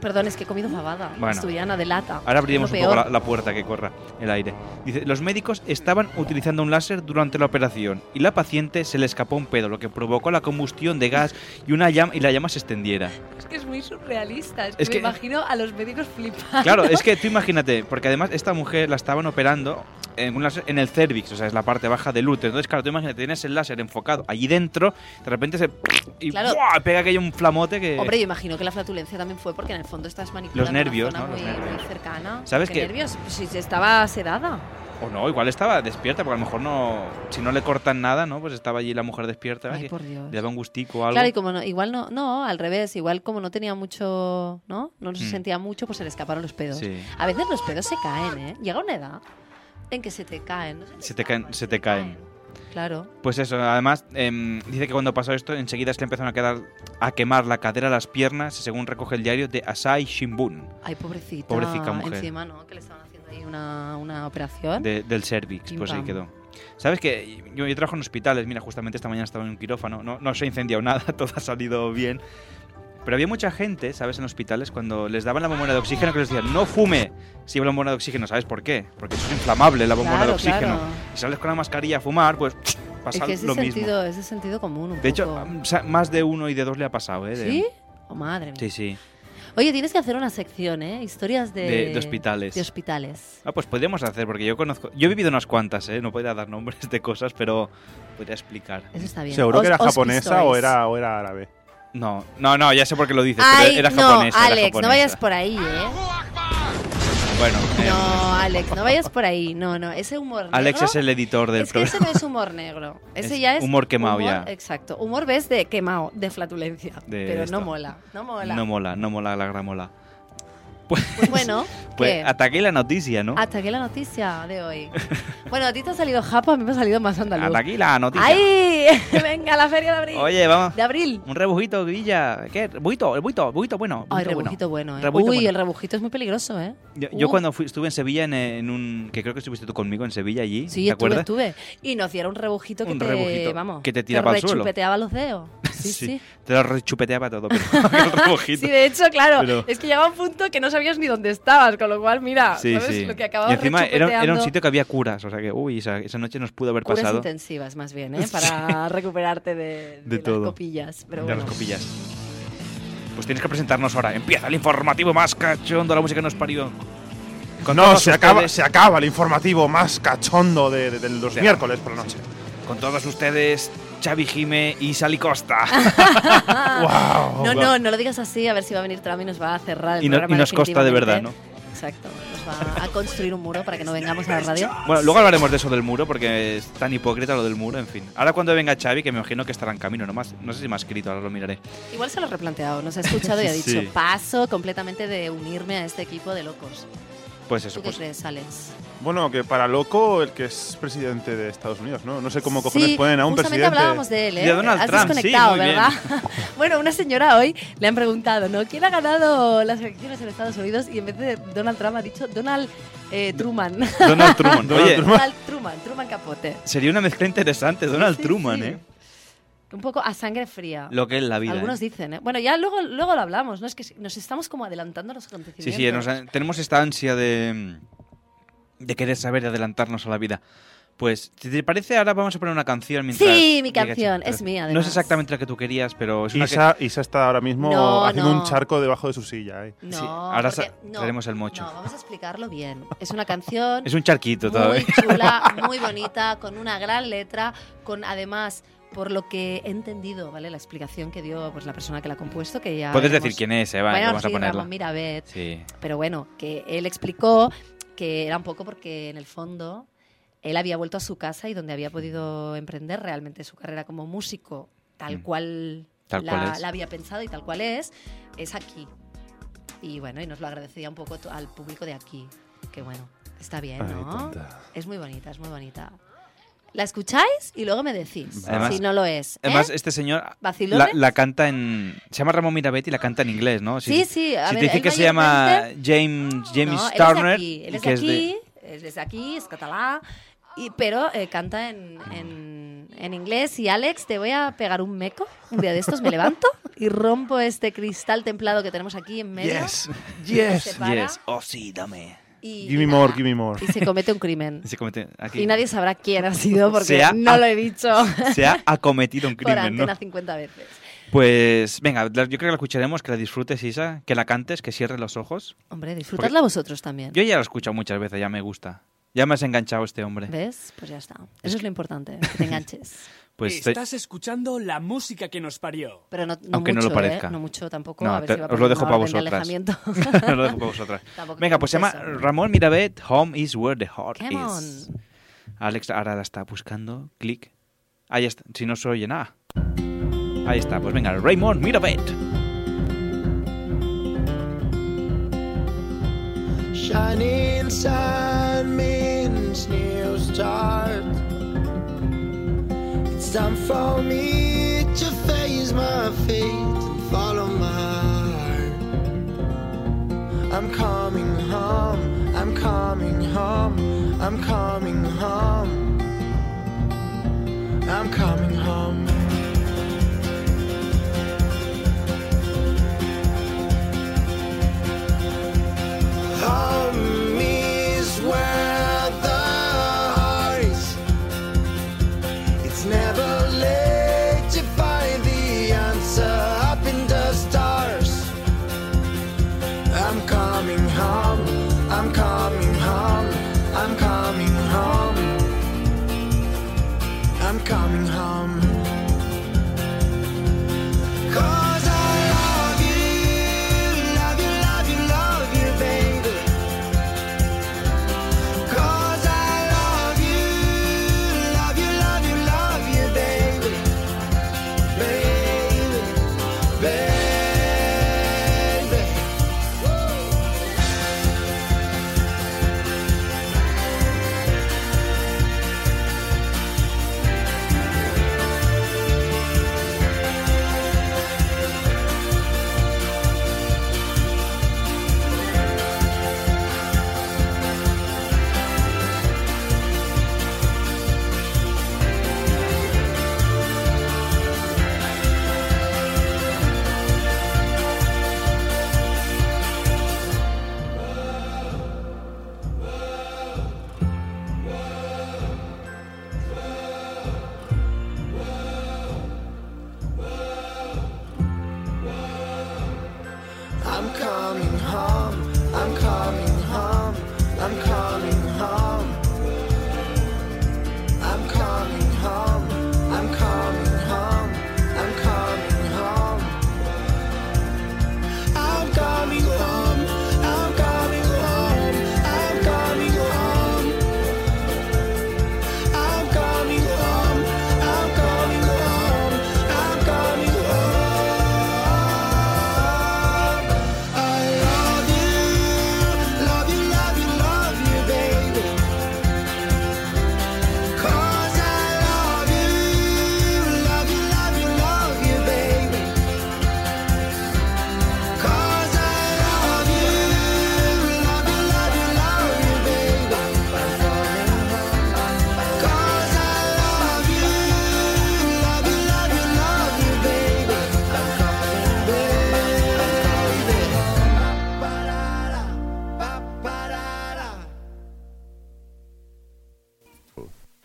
Speaker 12: Perdón, es que he comido fabada
Speaker 11: Bueno.
Speaker 12: asturiana de lata.
Speaker 11: Ahora abriremos
Speaker 12: Lo
Speaker 11: un poco
Speaker 12: peor.
Speaker 11: la, la puerta que corra el aire. Dice, los médicos estaban utilizando un láser durante la operación y la paciente se le escapó un pedo, lo que provocó la combustión de gas y, una llama, y la llama se extendiera.
Speaker 12: Es que es muy surrealista. Es,
Speaker 11: Es
Speaker 12: que
Speaker 11: que-
Speaker 12: me imagino a los médicos flipando.
Speaker 11: Claro, es que tú imagínate, porque además esta mujer la estaban operando en, un láser- en el cervix, o sea, es la parte baja del útero. Entonces, claro, tú imagínate, tienes el láser enfocado allí dentro, de repente se... Y
Speaker 12: Claro.
Speaker 11: ¡buah! pega aquello un flamote que...
Speaker 12: Hombre, yo imagino que la flatulencia también fue porque en el fondo estás manipulando
Speaker 11: Los nervios,
Speaker 12: una zona
Speaker 11: ¿no? Los
Speaker 12: muy,
Speaker 11: nervios.
Speaker 12: muy cercana.
Speaker 11: ¿Sabes
Speaker 12: ¿Qué
Speaker 11: qué?
Speaker 12: nervios? Pues si se estaba sedada.
Speaker 11: O no, igual estaba despierta, porque a lo mejor no... Si no le cortan nada, ¿no? Pues estaba allí la mujer despierta.
Speaker 12: Ay,
Speaker 11: que
Speaker 12: por Dios.
Speaker 11: Le daba un gustico o algo.
Speaker 12: Claro, y como no- igual no, no, al revés, igual como no tenía mucho, ¿no? No se
Speaker 11: Mm.
Speaker 12: sentía mucho, pues se le escaparon los pedos.
Speaker 11: Sí.
Speaker 12: A veces los pedos se caen, ¿eh? Llega una edad en que se te caen, no sé,
Speaker 11: Se te caen. Se te caen.
Speaker 12: claro.
Speaker 11: Pues eso, además, em, dice que cuando pasó esto, enseguida se le empezaron a, quedar, a quemar la cadera, las piernas, según recoge el diario de Asai Shimbun.
Speaker 12: Ay, pobrecita.
Speaker 11: Pobrecita mujer.
Speaker 12: Encima, ¿no? Que le estaban haciendo ahí una, una operación.
Speaker 11: de- del cervix,
Speaker 12: Pim,
Speaker 11: pues ahí
Speaker 12: pam.
Speaker 11: quedó. ¿Sabes que yo, yo trabajo en hospitales, mira, justamente esta mañana estaba en un quirófano, no, no se ha incendiado nada, todo ha salido bien. Pero había mucha gente, ¿sabes? En hospitales, cuando les daban la bombona de oxígeno, que les decían, no fume si lleva la bombona de oxígeno, ¿sabes por qué? Porque eso es inflamable la bombona
Speaker 12: Claro,
Speaker 11: de oxígeno.
Speaker 12: claro.
Speaker 11: Y sales con la mascarilla a fumar, pues pasa
Speaker 12: es que es de
Speaker 11: lo mismo.
Speaker 12: sentido, es de sentido común. Un
Speaker 11: De hecho,
Speaker 12: poco.
Speaker 11: o sea, más de uno y de dos le ha pasado, ¿eh? De-
Speaker 12: ¿Sí? Oh, madre mía.
Speaker 11: Sí, sí.
Speaker 12: Oye, tienes que hacer una sección, ¿eh? Historias de,
Speaker 11: De- de hospitales.
Speaker 12: De hospitales.
Speaker 11: Ah, pues podríamos hacer, porque yo conozco. Yo he vivido unas cuantas, ¿eh? No podría dar nombres de cosas, pero podría explicar.
Speaker 12: Eso está bien.
Speaker 13: Seguro que era
Speaker 12: Os- hospi
Speaker 13: japonesa o
Speaker 12: stories.
Speaker 13: era, o era árabe.
Speaker 11: No, no, no, ya sé por qué lo dices,
Speaker 12: Ay,
Speaker 11: pero era
Speaker 12: no,
Speaker 11: japonesa. era
Speaker 12: Alex, no
Speaker 11: japonesa.
Speaker 12: vayas por ahí, ¿eh?
Speaker 11: Bueno, eh,
Speaker 12: No, Alex, no vayas por ahí. No, no, ese humor negro.
Speaker 11: Alex es el editor del
Speaker 12: Es que
Speaker 11: programa.
Speaker 12: ese no es humor negro. Ese
Speaker 11: Es
Speaker 12: ya es.
Speaker 11: humor quemao
Speaker 12: humor-
Speaker 11: ya.
Speaker 12: Exacto. Humor ves de quemado, de flatulencia.
Speaker 11: De
Speaker 12: pero
Speaker 11: esto.
Speaker 12: no mola. No mola.
Speaker 11: No mola, no mola la gramola.
Speaker 12: Pues bueno,
Speaker 11: Pues
Speaker 12: ¿qué?
Speaker 11: ataqué la noticia, ¿no?
Speaker 12: Hasta aquí la noticia de hoy. Bueno, a ti te ha salido japa, a mí me ha salido más andaluz.
Speaker 11: Hasta aquí la noticia.
Speaker 12: ¡Ay! Venga, la feria de abril.
Speaker 11: Oye, vamos.
Speaker 12: De abril.
Speaker 11: Un rebujito, Guilla. ¿Qué? ¿Rebujito? ¿El buito? ¿Buito bueno?
Speaker 12: Ay,
Speaker 11: buito
Speaker 12: rebujito bueno, ¿eh?
Speaker 11: Rebujito
Speaker 12: Uy,
Speaker 11: bueno.
Speaker 12: el rebujito es muy peligroso, ¿eh?
Speaker 11: Yo, yo
Speaker 12: Uh.
Speaker 11: cuando fui- estuve en Sevilla, en, en un. que creo que estuviste tú conmigo en Sevilla allí.
Speaker 12: Sí, estuve,
Speaker 11: ¿Te acuerdas?
Speaker 12: estuve. Y nos dieron un rebujito que
Speaker 11: Un
Speaker 12: te,
Speaker 11: rebujito
Speaker 12: vamos,
Speaker 11: que te tiraba al suelo.
Speaker 12: rechupeteaba los dedos. Sí, sí.
Speaker 11: Sí, Te lo rechupeteaba todo, pero el rebujito.
Speaker 12: Sí, de hecho, claro,
Speaker 11: Pero-
Speaker 12: es que llegaba un punto que no sabías ni dónde estabas, con lo cual, mira,
Speaker 11: Sí,
Speaker 12: ¿sabes?
Speaker 11: sí.
Speaker 12: Lo que
Speaker 11: y
Speaker 12: acababas
Speaker 11: encima era, era un
Speaker 12: rechupeteando.
Speaker 11: sitio que había curas, o sea que, uy, esa, esa noche nos pudo haber
Speaker 12: Curas
Speaker 11: pasado.
Speaker 12: intensivas, más bien, ¿eh? Para recuperarte de, de
Speaker 11: De
Speaker 12: las
Speaker 11: todo.
Speaker 12: copillas. Pero
Speaker 11: de
Speaker 12: bueno.
Speaker 11: las copillas. Pues tienes que presentarnos ahora. Empieza el informativo más cachondo, la música que nos parió. Con
Speaker 13: No,
Speaker 11: todos
Speaker 13: se acaba,
Speaker 11: ustedes-
Speaker 13: se acaba el informativo más cachondo de, de- de los miércoles por la noche.
Speaker 11: Con todos ustedes, Xavi Jime y Sally Costa. Oh,
Speaker 13: ¡Wow!
Speaker 12: No, no, no lo digas así, a ver si va a venir Trump y nos va a cerrar el
Speaker 11: Y, no-
Speaker 12: programa
Speaker 11: y nos costa de verdad, ¿no?
Speaker 12: definitivamente. Exacto, nos va a construir un muro para que no vengamos a la radio.
Speaker 11: Bueno, luego hablaremos de eso del muro, porque es tan hipócrita lo del muro, en fin. Ahora cuando venga Xavi, que me imagino que estará en camino, no, más, no sé si me ha escrito, ahora lo miraré.
Speaker 12: Igual se lo ha replanteado, nos ha escuchado y ha dicho,
Speaker 11: Sí.
Speaker 12: paso completamente de unirme a este equipo de locos.
Speaker 11: Pues
Speaker 12: ¿Tú
Speaker 11: eso,
Speaker 12: qué
Speaker 11: pues.
Speaker 12: crees, Alex?
Speaker 13: Bueno, que para loco el que es presidente de Estados Unidos, ¿no? No sé cómo cojones
Speaker 12: sí,
Speaker 13: ponen a un
Speaker 12: justamente
Speaker 13: presidente.
Speaker 12: hablábamos de él, ¿eh?
Speaker 13: Y de Donald
Speaker 12: Has
Speaker 13: Trump, sí,
Speaker 12: desconectado,
Speaker 13: muy bien.
Speaker 12: ¿verdad? bueno, una señora hoy le han preguntado, ¿no? ¿Quién ha ganado las elecciones en Estados Unidos? Y en vez de Donald Trump ha dicho Donald eh, Truman.
Speaker 11: Donald Truman. Oye,
Speaker 12: Donald Truman, Truman Capote.
Speaker 11: sería una mezcla interesante, Donald Truman, ¿eh?
Speaker 12: Un poco a sangre fría.
Speaker 11: Lo que es la vida.
Speaker 12: Algunos
Speaker 11: ¿eh?
Speaker 12: dicen, ¿eh? Bueno, ya luego, luego lo hablamos, ¿no? Es que nos estamos como adelantando a los acontecimientos.
Speaker 11: Sí, sí, nos a- tenemos esta ansia de, de querer saber, de adelantarnos a la vida. Pues, si te parece, ahora vamos a poner una canción. Mientras
Speaker 12: Sí, mi
Speaker 11: llega
Speaker 12: canción,
Speaker 11: Chachi.
Speaker 12: es mía,
Speaker 11: No
Speaker 12: además.
Speaker 11: es exactamente la que tú querías, pero es una que-
Speaker 13: Isa, Isa está ahora mismo
Speaker 12: No,
Speaker 13: haciendo
Speaker 12: no.
Speaker 13: un charco debajo de su silla. ¿eh?
Speaker 12: No,
Speaker 11: Sí, ahora
Speaker 12: porque-
Speaker 11: sa-
Speaker 12: no,
Speaker 11: haremos el mocho.
Speaker 12: No, vamos a explicarlo bien. Es una canción
Speaker 11: Es un charquito
Speaker 12: muy
Speaker 11: todavía.
Speaker 12: chula, muy bonita, con una gran letra, con además, por lo que he entendido, ¿vale? La explicación que dio pues, la persona que la ha compuesto, que ya.
Speaker 11: Puedes
Speaker 12: veremos.
Speaker 11: decir quién es, eh, va,
Speaker 12: bueno,
Speaker 11: que vamos a
Speaker 12: sí,
Speaker 11: ponerla.
Speaker 12: Ramón Miravet.
Speaker 11: Sí.
Speaker 12: Pero bueno, que él explicó que era un poco porque en el fondo él había vuelto a su casa y donde había podido emprender realmente su carrera como músico, tal
Speaker 11: Mm.
Speaker 12: cual,
Speaker 11: Tal
Speaker 12: la,
Speaker 11: cual es.
Speaker 12: la había pensado y tal cual es, es aquí. Y bueno, y nos lo agradecía un poco to- al público de aquí, que bueno, está bien,
Speaker 11: Ay,
Speaker 12: ¿no?
Speaker 11: tonta.
Speaker 12: es muy bonita, es muy bonita. La escucháis y luego me decís
Speaker 11: Además-
Speaker 12: si no lo es. ¿eh?
Speaker 11: Además, este señor la,
Speaker 12: ¿Vacilones?
Speaker 11: la canta en... Se llama Ramón Mirabetti y la canta en inglés, ¿no?
Speaker 12: Sí, sí, a
Speaker 11: si
Speaker 12: ver,
Speaker 11: te dice
Speaker 12: él
Speaker 11: que se llama
Speaker 12: mayormente-
Speaker 11: James, James
Speaker 12: No, él es de
Speaker 11: Turner,
Speaker 12: aquí, él
Speaker 11: y
Speaker 12: es de
Speaker 11: que es de-
Speaker 12: aquí, es desde aquí, es catalán, y, pero eh, canta en, en- en inglés. Y Alex, te voy a pegar un meco un día de estos, me levanto y y rompo este cristal templado que tenemos aquí en medio.
Speaker 13: Yes,
Speaker 12: se
Speaker 13: yes,
Speaker 12: separa
Speaker 11: Oh, sí, dame.
Speaker 12: y
Speaker 13: Give me
Speaker 12: nada,
Speaker 13: more, give me more.
Speaker 12: Y se comete un crimen.
Speaker 11: Y se comete aquí.
Speaker 12: Y nadie sabrá quién ha sido porque
Speaker 11: Se ha-
Speaker 12: no lo he dicho
Speaker 11: Se ha acometido un
Speaker 12: por
Speaker 11: crimen, ¿no?
Speaker 12: antena 50 veces.
Speaker 11: Pues venga, la- yo creo que la escucharemos, que la disfrutes, Isa, que la cantes, que cierres los ojos.
Speaker 12: Hombre, disfrutadla
Speaker 11: Porque
Speaker 12: vosotros también.
Speaker 11: Yo ya la he escuchado muchas veces, ya me gusta. Ya me has enganchado este hombre.
Speaker 12: ¿Ves? Pues ya está. Eso es lo importante, que te enganches.
Speaker 11: Pues estoy-
Speaker 7: Estás escuchando la música que nos parió.
Speaker 12: Pero no, no
Speaker 11: Aunque no
Speaker 12: mucho,
Speaker 11: lo parezca.
Speaker 12: ¿eh? No mucho tampoco.
Speaker 11: No,
Speaker 12: a ver
Speaker 11: te-
Speaker 12: si va
Speaker 11: os lo dejo para
Speaker 12: poniendo una
Speaker 11: vosotras.
Speaker 12: orden de alejamiento.
Speaker 11: os lo dejo para vosotras.
Speaker 12: Tampoco
Speaker 11: Venga, pues se llama
Speaker 12: tanto eso.
Speaker 11: Ramón Miravet, Home is where the heart
Speaker 12: Come
Speaker 11: is. Alex ahora la está buscando. Clic. Ahí está. Si no se oye nada. Ahí está. Pues venga, Raymond Miravet.
Speaker 4: Shining sun means new start. It's time for me to face my fate and follow my heart. I'm coming home, I'm coming home, I'm coming home. I'm coming home. Home is where the heart is. It's never late to find the answer up in the stars. I'm coming home. I'm coming home. I'm coming home. I'm coming home. Cause I love you, love you, love you, love you, baby. Cause I love you, love you, love you, love you, baby. Baby, baby. I'm coming home. I'm coming home. I'm coming home. I'm coming home. I'm coming home. I'm coming home. I'm coming home. I'm coming home. I'm coming home. I'm coming home. I'm coming home. I'm coming home. I love you, love you, love you, love you, baby. 'Cause I love you, love you, love you, love you, baby. 'Cause I love you, love you, love you, love you, baby. 'Cause I love you, love you, love you, love you, baby. Baby.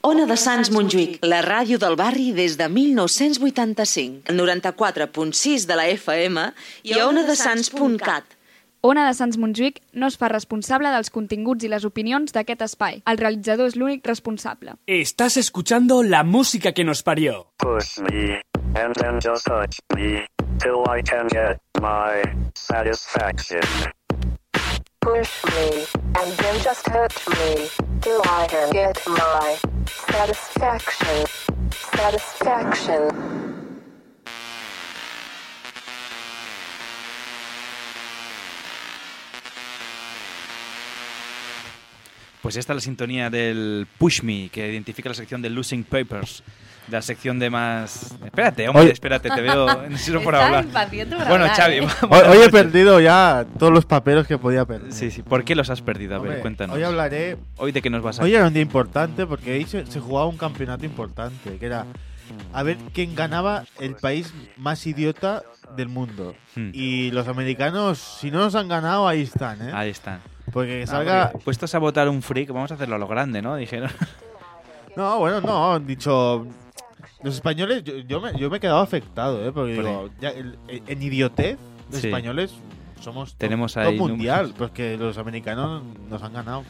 Speaker 14: Ona de Sants Montjuïc, la ràdio del barri des de 1985, 94.6 de la FM i a onadesans.cat.
Speaker 6: Ona de Sants Montjuïc no es fa responsable dels continguts i les opinions d'aquest espai. El realitzador és l'únic responsable.
Speaker 7: Estás escuchando la música que nos parió.
Speaker 15: Push me, and then just touch me, till I can get my satisfaction.
Speaker 16: Push me, and then just hurt me, till I can get my satisfaction. Satisfaction.
Speaker 11: Pues esta es la sintonía del Push Me, que identifica la sección de Losing Papers. La sección de más... Espérate, hombre,
Speaker 13: Oye.
Speaker 11: espérate, te veo... Necesito por
Speaker 12: Está
Speaker 11: hablar.
Speaker 12: impaciente por
Speaker 11: bueno,
Speaker 12: hablar,
Speaker 11: Xavi,
Speaker 12: ¿eh?
Speaker 11: buenas
Speaker 13: Hoy, hoy he
Speaker 11: noches.
Speaker 13: perdido ya todos los papeles que podía perder.
Speaker 11: pues, Sí, sí. ¿Por qué los has perdido? A ver,
Speaker 13: Hombre,
Speaker 11: cuéntanos.
Speaker 13: hoy hablaré-
Speaker 11: Hoy de qué nos vas a...
Speaker 13: Hoy era un día importante porque ahí se, se jugaba un campeonato importante, que era
Speaker 17: a ver quién ganaba el país más idiota del mundo.
Speaker 11: Hmm.
Speaker 17: Y los americanos, si no nos han ganado, ahí están, ¿eh?
Speaker 11: Ahí están. Ah,
Speaker 17: Porque salga-
Speaker 11: porque Puestos a votar un freak, vamos a hacerlo a lo grande, ¿no? Dijeron.
Speaker 17: No, bueno, no, han dicho... Los españoles, yo, yo me, yo me he quedado afectado, ¿eh? Porque
Speaker 11: Por
Speaker 17: digo, ya el- en idiotez, los
Speaker 11: Sí.
Speaker 17: españoles somos top-
Speaker 11: Tenemos
Speaker 17: top
Speaker 11: ahí
Speaker 17: mundial, porque los americanos nos han ganado.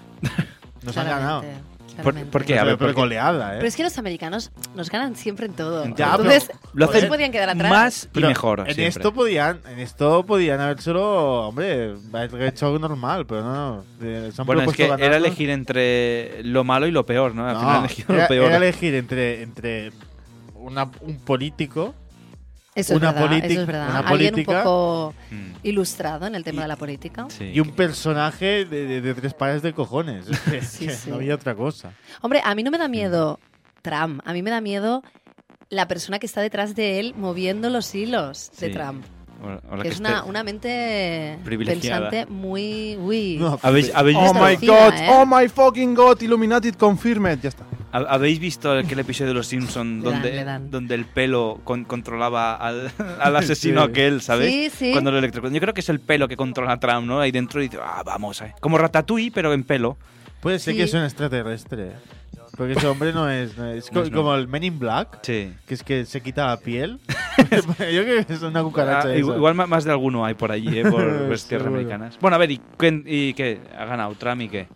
Speaker 17: Nos han ganado.
Speaker 12: Claramente,
Speaker 11: ¿Por,
Speaker 12: claramente.
Speaker 11: por qué? A
Speaker 17: Pero
Speaker 11: ver, porque-
Speaker 17: goleada, ¿eh?
Speaker 12: Pero es que los americanos nos ganan siempre en todo.
Speaker 17: Ya, pero-
Speaker 12: Entonces,
Speaker 17: lo
Speaker 12: no
Speaker 17: hacen
Speaker 12: se podían quedar atrás.
Speaker 11: más- y
Speaker 17: Pero
Speaker 11: mejor,
Speaker 17: En
Speaker 11: siempre.
Speaker 17: esto podían, en esto podían habérselo, hombre, haber hecho algo normal, pero no. eh, se han
Speaker 11: Bueno, es
Speaker 17: propuesto
Speaker 11: que
Speaker 17: ganarlo.
Speaker 11: era elegir entre lo malo y lo peor, ¿no? Al
Speaker 17: No,
Speaker 11: final han elegido
Speaker 17: era-
Speaker 11: lo peor.
Speaker 17: era elegir entre, entre una- un político,
Speaker 12: Eso es
Speaker 17: una,
Speaker 12: verdad,
Speaker 17: politi-
Speaker 12: eso es verdad.
Speaker 17: una
Speaker 12: Alguien un
Speaker 17: política
Speaker 12: poco
Speaker 11: Mm.
Speaker 12: ilustrado en el tema de la política.
Speaker 17: y un personaje de, de- de tres pares de cojones. Es que-
Speaker 12: Sí,
Speaker 17: que
Speaker 12: sí.
Speaker 17: No había otra cosa.
Speaker 12: Hombre, a mí no me
Speaker 11: Mm.
Speaker 12: da miedo Trump, a mí me da miedo la persona que está detrás de él moviendo los hilos de
Speaker 11: Sí.
Speaker 12: Trump.
Speaker 11: O- o la
Speaker 12: que
Speaker 11: que
Speaker 12: es una,
Speaker 11: esté-
Speaker 12: una mente
Speaker 11: Privilegiada.
Speaker 12: pensante muy... Uy,
Speaker 11: No, Habéis- habéis-
Speaker 12: Está
Speaker 13: Oh my
Speaker 12: fina,
Speaker 13: god,
Speaker 12: ¿eh?
Speaker 13: oh my fucking god, Illuminated confirmed. Ya está.
Speaker 11: ¿Ha- ¿Habéis visto aquel episodio de Los
Speaker 12: Le
Speaker 11: Simpsons
Speaker 12: dan,
Speaker 11: donde,
Speaker 12: le dan.
Speaker 11: donde el pelo con- controlaba al, al asesino
Speaker 13: Sí.
Speaker 11: aquel, ¿sabéis?
Speaker 12: Sí, sí.
Speaker 11: Cuando lo electrocutan. Yo creo que es el pelo que controla a Trump, ¿no? Ahí dentro dice, ah, vamos, eh. como Ratatouille, pero en pelo.
Speaker 17: Puede ser
Speaker 11: Sí.
Speaker 17: que es un extraterrestre. ¿eh? Porque ese hombre no es. no es
Speaker 11: No
Speaker 17: co-
Speaker 11: es, no.
Speaker 17: como el Men in Black, que es que se quita la piel. Yo creo que es una cucaracha.
Speaker 11: Ah,
Speaker 17: esa.
Speaker 11: igual, igual ma- más de alguno hay por allí, ¿eh? por pues, tierras
Speaker 17: Seguro.
Speaker 11: americanas. Bueno, a ver, ¿y, quién- y qué? ¿Ha ganado Trump y qué?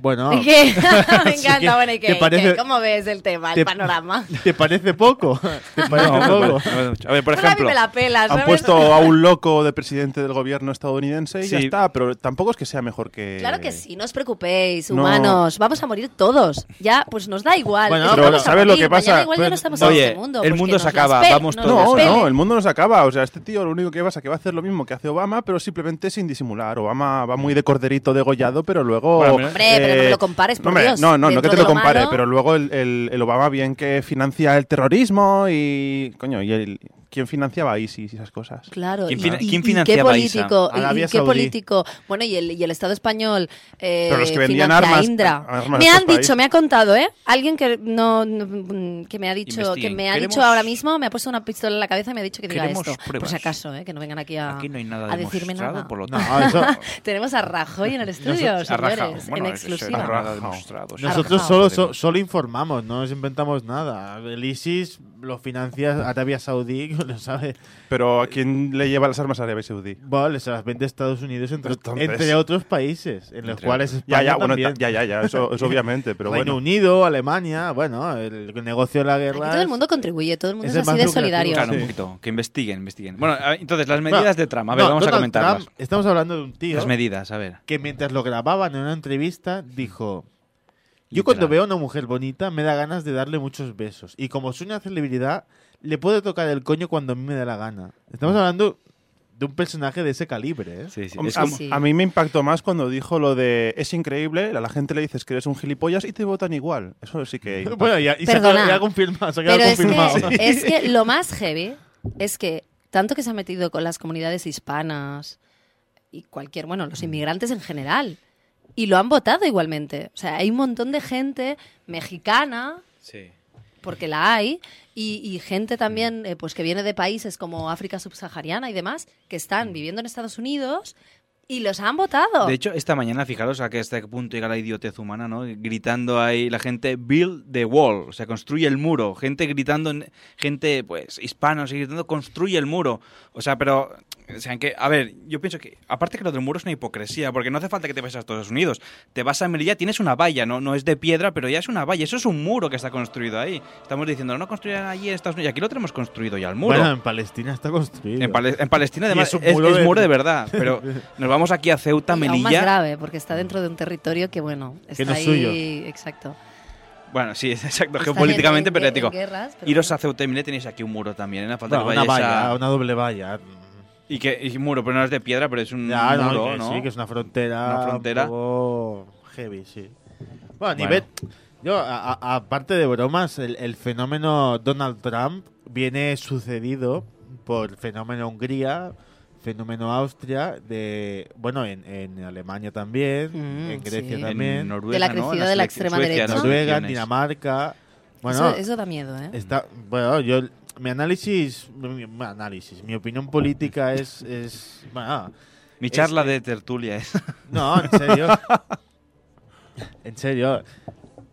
Speaker 17: Bueno.
Speaker 12: ¿Y qué? me
Speaker 17: Sí,
Speaker 12: encanta,
Speaker 17: que-
Speaker 12: bueno, ¿y qué?
Speaker 17: ¿te
Speaker 12: ¿Y qué?
Speaker 17: parece-
Speaker 12: ¿Cómo ves el tema, el
Speaker 17: te-
Speaker 12: panorama?
Speaker 17: ¿Te parece poco? ¿Te parece
Speaker 11: No,
Speaker 17: poco?
Speaker 11: no, no, no. A ver, por
Speaker 12: Ahora a mí me la pela,
Speaker 13: Han
Speaker 12: ¿sabes?
Speaker 13: puesto a un loco de presidente del gobierno estadounidense y ya
Speaker 11: Sí.
Speaker 13: está, pero tampoco es que sea mejor que.
Speaker 12: Claro que sí, no os preocupéis,
Speaker 13: No.
Speaker 12: humanos. Vamos a morir todos. Ya, pues nos da igual.
Speaker 13: Bueno,
Speaker 12: Es que
Speaker 13: pero
Speaker 12: vamos a
Speaker 13: ¿sabes lo
Speaker 12: morir,
Speaker 13: que pasa?
Speaker 12: mañana igual ya
Speaker 13: Pero-
Speaker 12: no estamos
Speaker 13: Oye,
Speaker 12: en este mundo.
Speaker 11: el
Speaker 12: pues
Speaker 11: mundo
Speaker 12: que
Speaker 11: se
Speaker 12: nos las
Speaker 11: acaba,
Speaker 12: pele-
Speaker 11: vamos
Speaker 12: nos
Speaker 11: todos.
Speaker 12: las
Speaker 13: No,
Speaker 12: pele.
Speaker 13: no, el mundo no se acaba. O sea, este tío lo único que pasa es que va a hacer lo mismo que hace Obama, pero simplemente sin disimular. Obama va muy de corderito degollado, pero luego.
Speaker 11: Bueno, mira.
Speaker 12: Hombre, pero no me lo compares, por
Speaker 13: no, hombre,
Speaker 12: Dios.
Speaker 13: No, no, no que
Speaker 12: Dentro
Speaker 13: te
Speaker 12: de
Speaker 13: lo
Speaker 12: lo
Speaker 13: compare,
Speaker 12: malo-
Speaker 13: pero luego el, el- el Obama bien que financia el terrorismo y. Coño, y el. ¿Quién financiaba ISIS y esas cosas?
Speaker 12: Claro,
Speaker 13: ¿Quién
Speaker 12: y-
Speaker 13: fina-
Speaker 12: y-
Speaker 13: quién
Speaker 12: y qué
Speaker 13: financiaba ISA?
Speaker 12: político, y- y,
Speaker 13: Arabia
Speaker 12: qué
Speaker 13: Saudí.
Speaker 12: político, bueno, y el, y el Estado español eh,
Speaker 13: Pero los que vendían
Speaker 12: financia a
Speaker 13: armas-
Speaker 12: Indra.
Speaker 13: armas
Speaker 12: me
Speaker 13: a
Speaker 12: han
Speaker 13: estos
Speaker 12: dicho,
Speaker 13: países.
Speaker 12: me ha contado, ¿eh? Alguien que no, no- que me ha dicho, que
Speaker 11: Investiguen.
Speaker 12: me ha
Speaker 11: Queremos-
Speaker 12: dicho ahora mismo, me ha puesto una pistola en la cabeza y me ha dicho que diga
Speaker 11: Queremos
Speaker 12: esto, por
Speaker 11: pruebas.
Speaker 12: si acaso, ¿eh? Que no vengan aquí a,
Speaker 11: Aquí no hay nada
Speaker 12: a decirme
Speaker 11: demostrado,
Speaker 12: nada.
Speaker 11: por lo
Speaker 17: No, tanto. eso-
Speaker 12: Tenemos a Rajoy en el estudio,
Speaker 11: Nosotros- a
Speaker 12: señores,
Speaker 11: Rajao. Bueno,
Speaker 12: en
Speaker 11: eso será
Speaker 12: exclusiva.
Speaker 11: nada demostrado.
Speaker 17: Nosotros
Speaker 11: Arrojado
Speaker 17: solo,
Speaker 11: podemos.
Speaker 17: so- solo informamos, no nos inventamos nada. El ISIS lo financia Arabia Saudí, lo sabe.
Speaker 13: Pero ¿a quién le lleva las armas a Arabia Saudí?
Speaker 17: Vale, se las vende Estados Unidos entre,
Speaker 13: Entonces-
Speaker 17: entre otros países, en los
Speaker 13: Entre
Speaker 17: cuales
Speaker 13: otros.
Speaker 17: España
Speaker 13: Ya, ya, bueno,
Speaker 17: también.
Speaker 13: ta- ya, ya, ya, eso- eso obviamente, pero
Speaker 17: Reino
Speaker 13: bueno.
Speaker 17: Unido, Alemania, bueno, el negocio de la
Speaker 12: Aquí
Speaker 17: guerra.
Speaker 12: todo el
Speaker 17: es-
Speaker 12: mundo contribuye, todo el mundo
Speaker 17: es
Speaker 12: es,
Speaker 17: el
Speaker 12: así
Speaker 17: más
Speaker 12: de
Speaker 17: lucrativo.
Speaker 12: solidario.
Speaker 11: Claro, un
Speaker 17: Sí.
Speaker 11: poquito. Que investiguen, investiguen. Bueno, a ver, entonces, las medidas de Trump. A ver,
Speaker 17: No,
Speaker 11: vamos a
Speaker 17: Donald
Speaker 11: comentarlas.
Speaker 17: Trump, estamos hablando de un tío.
Speaker 11: Las medidas, a ver.
Speaker 17: Que mientras lo grababan en una entrevista, dijo: Yo cuando veo a una mujer bonita, me da ganas de darle muchos besos. Y como soy una celebridad, le puedo tocar el coño cuando a mí me da la gana. Estamos hablando de un personaje de ese calibre, ¿eh?
Speaker 11: Mm. Sí, sí.
Speaker 13: Hombre, a, a mí me impactó más cuando dijo lo de es increíble, a la gente le dices que eres un gilipollas y te votan igual. Eso sí que. impacta.
Speaker 17: Bueno, ya- y se ha
Speaker 12: Perdona.
Speaker 17: quedado- ya ha confirmado, se ha quedado
Speaker 12: Pero es
Speaker 17: confirmado.
Speaker 12: que, es que lo más heavy es que tanto que se ha metido con las comunidades hispanas y cualquier, bueno, los inmigrantes en general, y lo han votado igualmente. O sea, hay un montón de gente mexicana,
Speaker 11: Sí.
Speaker 12: porque la hay, y, y gente también eh, pues que viene de países como África subsahariana y demás, que están viviendo en Estados Unidos y los han votado.
Speaker 11: De hecho, esta mañana, fijaros a que hasta qué punto llega la idiotez humana, ¿no? Gritando ahí la gente, build the wall, o sea, construye el muro. Gente gritando, en- gente, pues, hispanos y gritando, construye el muro. O sea, pero, o sea, que, a ver, yo pienso que, aparte que lo del muro es una hipocresía, porque no hace falta que te vayas a Estados Unidos. Te vas a Melilla, tienes una valla, ¿no? No es de piedra, pero ya es una valla. Eso es un muro que está construido ahí. Estamos diciendo, no construyan allí en Estados Unidos. Y Aquí lo tenemos construido ya, el muro.
Speaker 17: Bueno, en Palestina está construido.
Speaker 11: En, Pale- en
Speaker 17: Y
Speaker 11: Palestina, además,
Speaker 17: es
Speaker 11: es,
Speaker 17: un muro
Speaker 11: es
Speaker 17: de-
Speaker 11: muro de verdad. Pero nos vamos aquí a Ceuta,
Speaker 12: Y aún más
Speaker 11: Melilla.
Speaker 12: grave, porque está dentro de un territorio que, bueno, está
Speaker 11: no es
Speaker 12: ahí.
Speaker 11: suyo.
Speaker 12: Exacto.
Speaker 11: Bueno, sí, exacto,
Speaker 12: Está
Speaker 11: geopolíticamente,
Speaker 12: en-
Speaker 11: pero
Speaker 12: en-
Speaker 11: ya digo,
Speaker 12: en guerras, pero
Speaker 11: iros a Ceuta y Melilla, tenéis aquí un muro también, ¿eh? a falta
Speaker 17: Bueno,
Speaker 11: que
Speaker 17: una
Speaker 11: vayáis a-
Speaker 17: valla, una doble valla.
Speaker 11: Y que y muro, pero no es de piedra, pero es un
Speaker 17: Ya, no,
Speaker 11: muro,
Speaker 17: que
Speaker 11: ¿no?
Speaker 17: sí, que es una frontera.
Speaker 11: Una frontera.
Speaker 17: un poco heavy, sí. Bueno, a nivel. Yo, a- a- aparte de bromas, el, el fenómeno Donald Trump viene sucedido por fenómeno Hungría, fenómeno Austria, de bueno, en, en Alemania también,
Speaker 12: Mm,
Speaker 17: en Grecia
Speaker 12: sí.
Speaker 17: también.
Speaker 11: En Noruega,
Speaker 12: De la
Speaker 11: ¿no?
Speaker 12: crecida
Speaker 11: Las
Speaker 12: de la
Speaker 11: elec-
Speaker 12: extrema
Speaker 11: Suecia,
Speaker 12: derecha.
Speaker 11: las
Speaker 17: Noruega,
Speaker 11: elecciones.
Speaker 17: Dinamarca.
Speaker 12: Eso- eso da miedo, ¿eh?
Speaker 17: está- bueno, yo. Mi análisis. Mi, mi análisis. Mi opinión política es. es bueno, ah,
Speaker 11: Mi
Speaker 17: es-
Speaker 11: charla de tertulia es.
Speaker 17: No, en serio. en serio.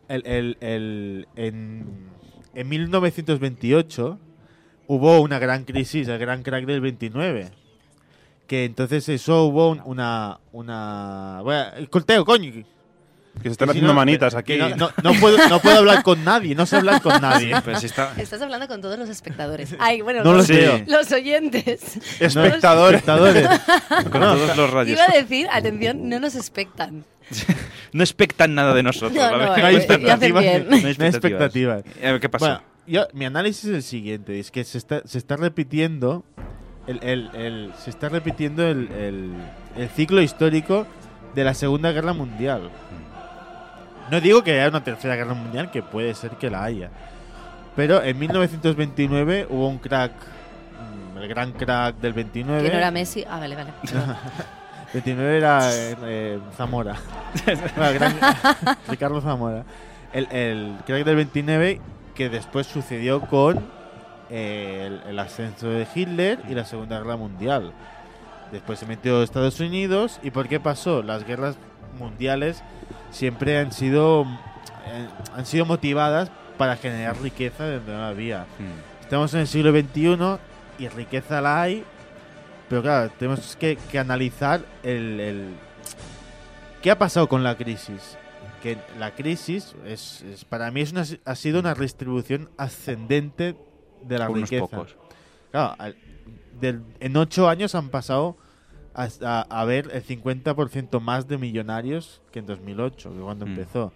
Speaker 17: El, el- el- en, en 1928 hubo una gran crisis, el gran crack del 29. Que entonces eso hubo un- una... una bueno, el corteo, coño.
Speaker 13: Que se están haciendo manitas aquí.
Speaker 17: No, no- no puedo, no puedo hablar con nadie, no sé hablar con nadie.
Speaker 13: Sí, pero si está-
Speaker 12: Estás hablando con todos los espectadores. Ay, bueno,
Speaker 17: No
Speaker 12: los,
Speaker 17: los veo.
Speaker 12: los oyentes.
Speaker 17: Espectadores.
Speaker 11: Con todos los radios.
Speaker 12: Iba a decir, atención, no nos expectan.
Speaker 11: No expectan nada de nosotros.
Speaker 12: No,
Speaker 11: ¿vale?
Speaker 12: no, eh, y hacen bien.
Speaker 11: No hay
Speaker 17: No hay
Speaker 11: expectativas.
Speaker 17: expectativas.
Speaker 11: Eh, ¿Qué pasó?
Speaker 17: Bueno, yo- mi análisis es el siguiente: es que se está, se está repitiendo. El, el- el- se está repitiendo el, el- el ciclo histórico de la Segunda Guerra Mundial. No digo que haya una tercera guerra mundial, que puede ser que la haya. Pero en 1929 hubo un crack, mm, el gran crack del 29.
Speaker 12: Que no era Messi. Ah, vale, vale. perdón.
Speaker 17: 29 era eh, eh, Zamora. Bueno, gran- Ricardo Zamora. El, el crack del 29 que después sucedió con eh, el, el ascenso de Hitler y la Segunda Guerra Mundial. Después se metió Estados Unidos. ¿Y por qué pasó? Las guerras mundiales siempre han sido, eh, han sido motivadas para generar riqueza donde no había. Estamos en el siglo XXI y riqueza la hay, pero claro, tenemos que, que analizar el, el- ¿Qué ha pasado con la crisis? Que la crisis, es, es- para mí, es una- ha sido una distribución ascendente de la
Speaker 11: Unos
Speaker 17: riqueza.
Speaker 11: pocos.
Speaker 17: Claro, al- del- en ocho años han pasado a, a- a ver el 50% más de millonarios que en 2008, que
Speaker 11: Mm.
Speaker 17: cuando empezó.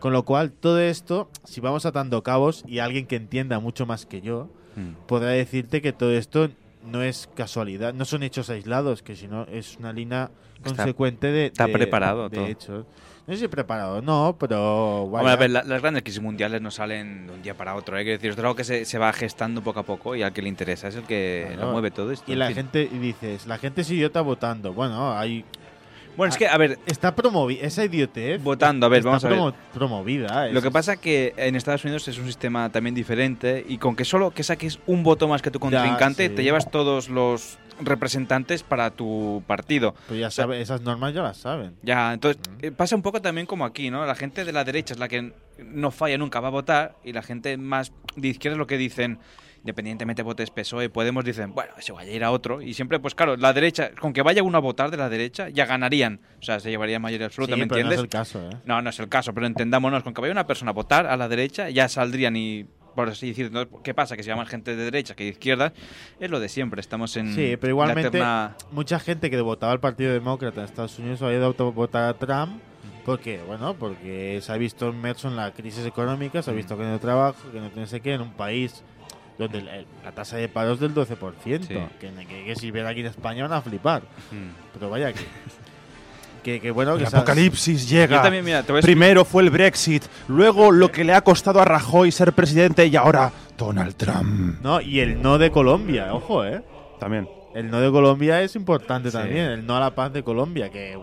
Speaker 17: Con lo cual, todo esto, si vamos atando cabos y alguien que entienda mucho más que yo,
Speaker 11: Mm.
Speaker 17: podrá decirte que todo esto no es casualidad, no son hechos aislados, que sino es una línea
Speaker 11: Está-
Speaker 17: consecuente de,
Speaker 11: está
Speaker 17: de-
Speaker 11: preparado
Speaker 17: de
Speaker 11: todo.
Speaker 17: hechos. No sé si preparado, no, pero vaya.
Speaker 11: Hombre, a ver, la- las grandes crisis mundiales no salen de un día para otro. Hay que decir, es algo que se, se va gestando poco a poco y al que le interesa es el que
Speaker 17: Claro.
Speaker 11: eh, lo mueve todo esto.
Speaker 17: Y
Speaker 11: en
Speaker 17: la
Speaker 11: fin.
Speaker 17: gente y dices, la gente es idiota votando. Bueno, hay
Speaker 11: Bueno, es que, a ver.
Speaker 17: Está promovida. Esa idiotez.
Speaker 11: Votando, a ver,
Speaker 17: E está
Speaker 11: vamos a ver.
Speaker 17: promo- promovida.
Speaker 11: Lo
Speaker 17: Ah, es-
Speaker 11: que pasa que en Estados Unidos es un sistema también diferente y con que solo que saques un voto más que tu contrincante
Speaker 17: sí.
Speaker 11: te llevas todos los representantes para tu partido.
Speaker 17: Pues ya
Speaker 11: O sea,
Speaker 17: sabe, esas normas ya las saben.
Speaker 11: Ya, entonces eh, pasa un poco también como aquí, ¿no? La gente de la derecha es la que no falla nunca, va a votar, y la gente más de izquierda es lo que dicen, independientemente votes PSOE, E, Podemos, dicen, bueno, se vaya a ir a otro, y siempre, pues claro, la derecha, con que vaya uno a votar de la derecha, ya ganarían, o sea, se llevaría mayoría absoluta,
Speaker 17: Sí,
Speaker 11: ¿me
Speaker 17: pero no es
Speaker 11: entiendes?
Speaker 17: el caso, ¿eh?
Speaker 11: No, no es el caso, pero entendámonos, con que vaya una persona a votar a la derecha, ya saldrían y, por así decir, ¿no? ¿qué pasa? Que si va más gente de derecha que de izquierda, es lo de siempre, estamos en
Speaker 17: Sí, pero
Speaker 11: Mm, la
Speaker 17: igualmente
Speaker 11: terna-
Speaker 17: mucha gente que votaba al Partido Demócrata en Estados Unidos ha ido a auto- votar a Trump porque, bueno, porque se ha visto inmerso en la crisis económica, se ha
Speaker 11: Mm.
Speaker 17: visto que no hay trabajo, que no tiene sé qué, en un país donde el- el- la tasa de paro es del 12%,
Speaker 11: Sí. Mm.
Speaker 17: que, que- que si viera aquí en España van a flipar. Pero vaya que... que, que bueno, que
Speaker 13: El
Speaker 17: se ha-
Speaker 13: apocalipsis llega.
Speaker 11: Yo también, mira, te voy a-
Speaker 13: Primero fue el Brexit, luego lo que le ha costado a Rajoy ser presidente y ahora Donald Trump.
Speaker 17: No, y el no de Colombia, ojo, ¿eh?
Speaker 13: También.
Speaker 17: El no de Colombia es importante también, el no a la paz de Colombia, que...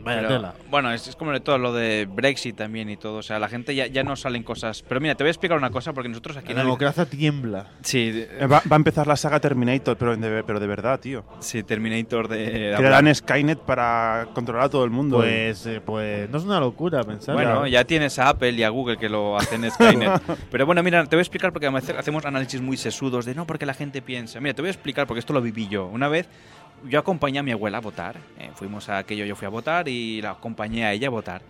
Speaker 17: mm, Vaya
Speaker 11: Pero,
Speaker 17: tela.
Speaker 11: Bueno, es, es como de todo lo de Brexit también y todo. O sea, la gente ya, ya no salen cosas. Pero mira, te voy a explicar una cosa porque nosotros aquí
Speaker 17: La
Speaker 11: analiz-
Speaker 17: democracia tiembla.
Speaker 11: Sí,
Speaker 13: Eh, Va, va a empezar la saga Terminator, pero de, pero de verdad, tío.
Speaker 11: sí, Terminator de.
Speaker 13: Que le dan Skynet para controlar a todo el mundo.
Speaker 17: Pues, eh, pues no es una locura pensar.
Speaker 11: Bueno, ya tienes a Apple y a Google que lo hacen Skynet. Pero bueno, mira, te voy a explicar porque hace- hacemos análisis muy sesudos de no, porque la gente piensa. Mira, te voy a explicar porque esto lo viví yo. Una vez yo acompañé a mi abuela a votar. eh, fuimos a aquello, yo fui a votar y la acompañé a ella a votar.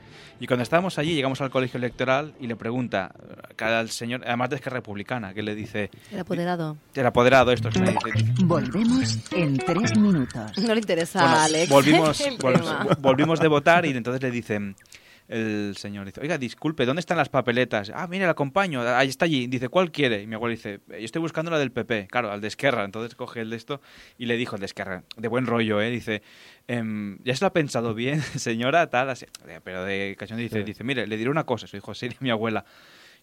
Speaker 11: Y cuando estábamos allí, llegamos al colegio electoral y le pregunta al señor, además de que es republicana, que le dice.
Speaker 12: El apoderado.
Speaker 11: El apoderado, esto que me dice.
Speaker 18: Volvemos en tres minutos.
Speaker 12: No le interesa
Speaker 11: Bueno,
Speaker 12: a Alex.
Speaker 11: Volvimos,
Speaker 12: el
Speaker 11: vol-
Speaker 12: tema.
Speaker 11: volvimos de votar y entonces le dicen el señor dice, oiga, disculpe, ¿dónde están las papeletas? Ah, mira, la acompaño, ahí está allí. Dice, ¿cuál quiere? Y mi abuelo dice, yo estoy buscando la del PP, claro, al de Esquerra. Entonces coge el de esto y le dijo el de Esquerra, de buen rollo, ¿eh? Dice, "Em, ¿ya se lo ha pensado Eh, bien, señora? Tal, así. Pero de cachón dice, dice, mire, le diré una cosa, eso dijo, sí, mi abuela.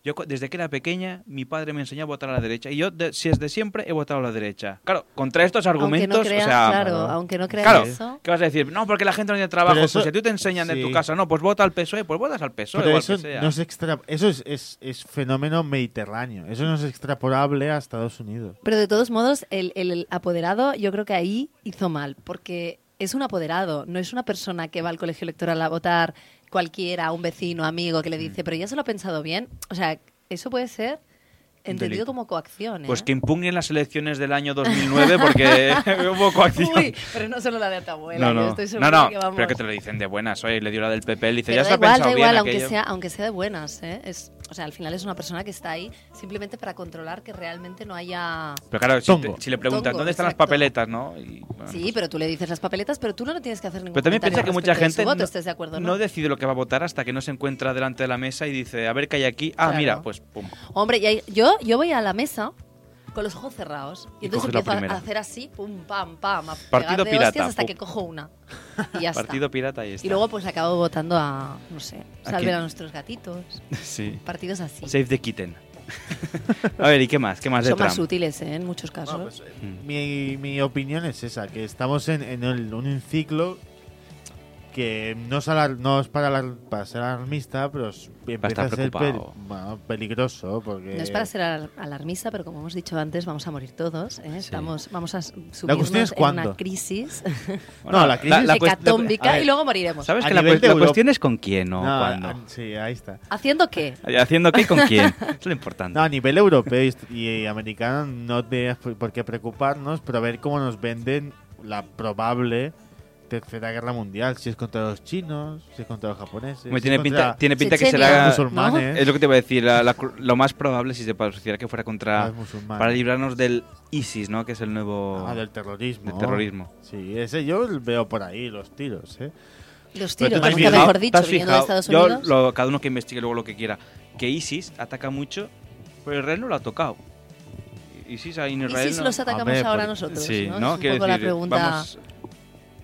Speaker 11: Yo cu- desde que era pequeña, mi padre me enseñó a votar a la derecha. Y yo, de- si es de siempre, he votado a la derecha. Claro, contra estos argumentos, o
Speaker 12: creas,
Speaker 11: sea,
Speaker 12: claro, aunque no creas
Speaker 11: claro,
Speaker 12: eso.
Speaker 11: ¿Qué vas a decir? No, porque la gente no tiene trabajo.
Speaker 17: Pero eso-
Speaker 11: pues si a ti te enseñan en tu
Speaker 17: sí.
Speaker 11: casa, no, pues vota al PSOE, pues votas al PSOE.
Speaker 17: Pero
Speaker 11: o al
Speaker 17: eso
Speaker 11: que sea.
Speaker 17: no es extra, eso es, es- es fenómeno mediterráneo. Eso no es extrapolable a Estados Unidos.
Speaker 12: Pero de todos modos, el, el apoderado yo creo que ahí hizo mal, porque es un apoderado, no es una persona que va al colegio electoral a votar cualquiera, un vecino, amigo, que
Speaker 11: Mm.
Speaker 12: le dice, pero ya se lo ha pensado bien. O sea, eso puede ser entendido
Speaker 11: delito.
Speaker 12: como coacción. ¿eh?
Speaker 11: Pues que impugnen las elecciones del año 2009 porque hubo coacción.
Speaker 12: Uy, pero no solo la de tu abuela, yo
Speaker 11: no, no,
Speaker 12: estoy segura
Speaker 11: no, no,
Speaker 12: que vamos.
Speaker 11: pero que te lo dicen de buenas. Oye, le dio la del PP, le dice,
Speaker 12: Pero
Speaker 11: ya
Speaker 12: da
Speaker 11: se ha
Speaker 12: igual,
Speaker 11: pensado
Speaker 12: da
Speaker 11: bien
Speaker 12: igual, aunque
Speaker 11: aquello.
Speaker 12: sea, aunque sea de buenas. ¿eh? Es, o sea, al final es una persona que está ahí simplemente para controlar que realmente no haya...
Speaker 11: Pero claro, si,
Speaker 17: Tongo.
Speaker 11: te- si le preguntan,
Speaker 12: Tongo,
Speaker 11: ¿dónde están las
Speaker 12: exacto.
Speaker 11: papeletas, no? Y, bueno. pues
Speaker 12: Sí, pero tú le dices las papeletas, pero tú no le tienes que hacer ningún
Speaker 11: Pero también
Speaker 12: comentario
Speaker 11: piensa que
Speaker 12: respecto
Speaker 11: mucha
Speaker 12: de su
Speaker 11: gente
Speaker 12: voto,
Speaker 11: no,
Speaker 12: estés de acuerdo, o
Speaker 11: no decide lo que va a votar hasta que no se encuentra delante de la mesa y dice, a ver qué hay aquí. Ah,
Speaker 12: Claro.
Speaker 11: mira, pues pum.
Speaker 12: Hombre, y ahí- yo, yo voy a la mesa con los ojos cerrados y,
Speaker 11: Y
Speaker 12: entonces
Speaker 11: coges la
Speaker 12: empiezo a-
Speaker 11: primera.
Speaker 12: a hacer así, pum, pam, pam, a pegar de
Speaker 11: Partido pirata,
Speaker 12: hostias hasta
Speaker 11: pum.
Speaker 12: que cojo una. Y ya
Speaker 11: Partido
Speaker 12: está.
Speaker 11: pirata y está.
Speaker 12: Y luego pues acabo votando a, no sé,
Speaker 11: ¿A
Speaker 12: salven
Speaker 11: quién?
Speaker 12: a, nuestros gatitos.
Speaker 11: Sí.
Speaker 12: Partidos así.
Speaker 11: Save the kitten. a ver, ¿y qué más? ¿Qué más de
Speaker 12: Son más
Speaker 11: Trump?
Speaker 12: útiles ¿eh? en muchos casos.
Speaker 17: Mi, mi opinión es esa, que estamos en, en el- un ciclo que no es, alar- no es para, alar- para ser alarmista, pero es- empieza
Speaker 11: estar
Speaker 17: a ser
Speaker 11: preocupado.
Speaker 17: pel- bueno, peligroso. Porque
Speaker 12: No es para ser al- alarmista, pero como hemos dicho antes, vamos a morir todos. ¿eh? Estamos, vamos a subirnos
Speaker 17: cuestión es
Speaker 12: en
Speaker 17: cuándo.
Speaker 12: una crisis
Speaker 17: No, la crisis- la- la cuest-
Speaker 12: hecatómbica
Speaker 17: a ver,
Speaker 12: y luego moriremos.
Speaker 11: ¿Sabes
Speaker 17: A
Speaker 11: que la,
Speaker 17: nivel
Speaker 11: cuest-
Speaker 17: de
Speaker 11: la
Speaker 17: Europa-
Speaker 11: cuestión es con quién, no,
Speaker 17: No,
Speaker 11: cuándo?
Speaker 17: a- Sí, ahí está.
Speaker 12: ¿Haciendo qué?
Speaker 11: ¿Haciendo qué y con quién? es lo importante.
Speaker 17: No, a nivel europeo y, est- y eh, americano no tenemos por por qué preocuparnos, pero a ver cómo nos venden la probable tercera guerra mundial, si es contra los chinos, si es contra los japoneses.
Speaker 11: Hombre,
Speaker 17: si
Speaker 11: tiene
Speaker 17: es
Speaker 11: pinta,
Speaker 17: contra
Speaker 11: tiene pinta que
Speaker 17: Chechenia.
Speaker 11: será.
Speaker 17: los musulmanes.
Speaker 11: Es lo que te iba a decir. la- la cru- lo más probable si se pareciera que fuera contra.
Speaker 17: Los musulmanes.
Speaker 11: Para librarnos del ISIS, ¿no? Que es el nuevo.
Speaker 17: Ah, del terrorismo.
Speaker 11: Del terrorismo.
Speaker 17: Sí, ese yo veo por ahí los tiros, ¿eh?
Speaker 12: Los tiros,
Speaker 11: Pero tú te has
Speaker 12: nunca
Speaker 11: fijado-
Speaker 12: mejor
Speaker 11: ¿te
Speaker 12: dicho,
Speaker 11: has
Speaker 12: viniendo de
Speaker 11: fijado?
Speaker 12: Estados
Speaker 11: Yo,
Speaker 12: Unidos.
Speaker 11: lo- cada uno que investigue luego lo que quiera. Que ISIS ataca mucho, pero Israel no lo ha tocado. ISIS ahí en Israel.
Speaker 12: ISIS
Speaker 11: no-
Speaker 12: los atacamos A ver, ahora por- nosotros,
Speaker 11: Sí,
Speaker 12: ¿no?
Speaker 11: ¿no?
Speaker 12: Es un
Speaker 11: Quiero
Speaker 12: poco la
Speaker 11: decir,
Speaker 12: pregunta-
Speaker 11: vamos-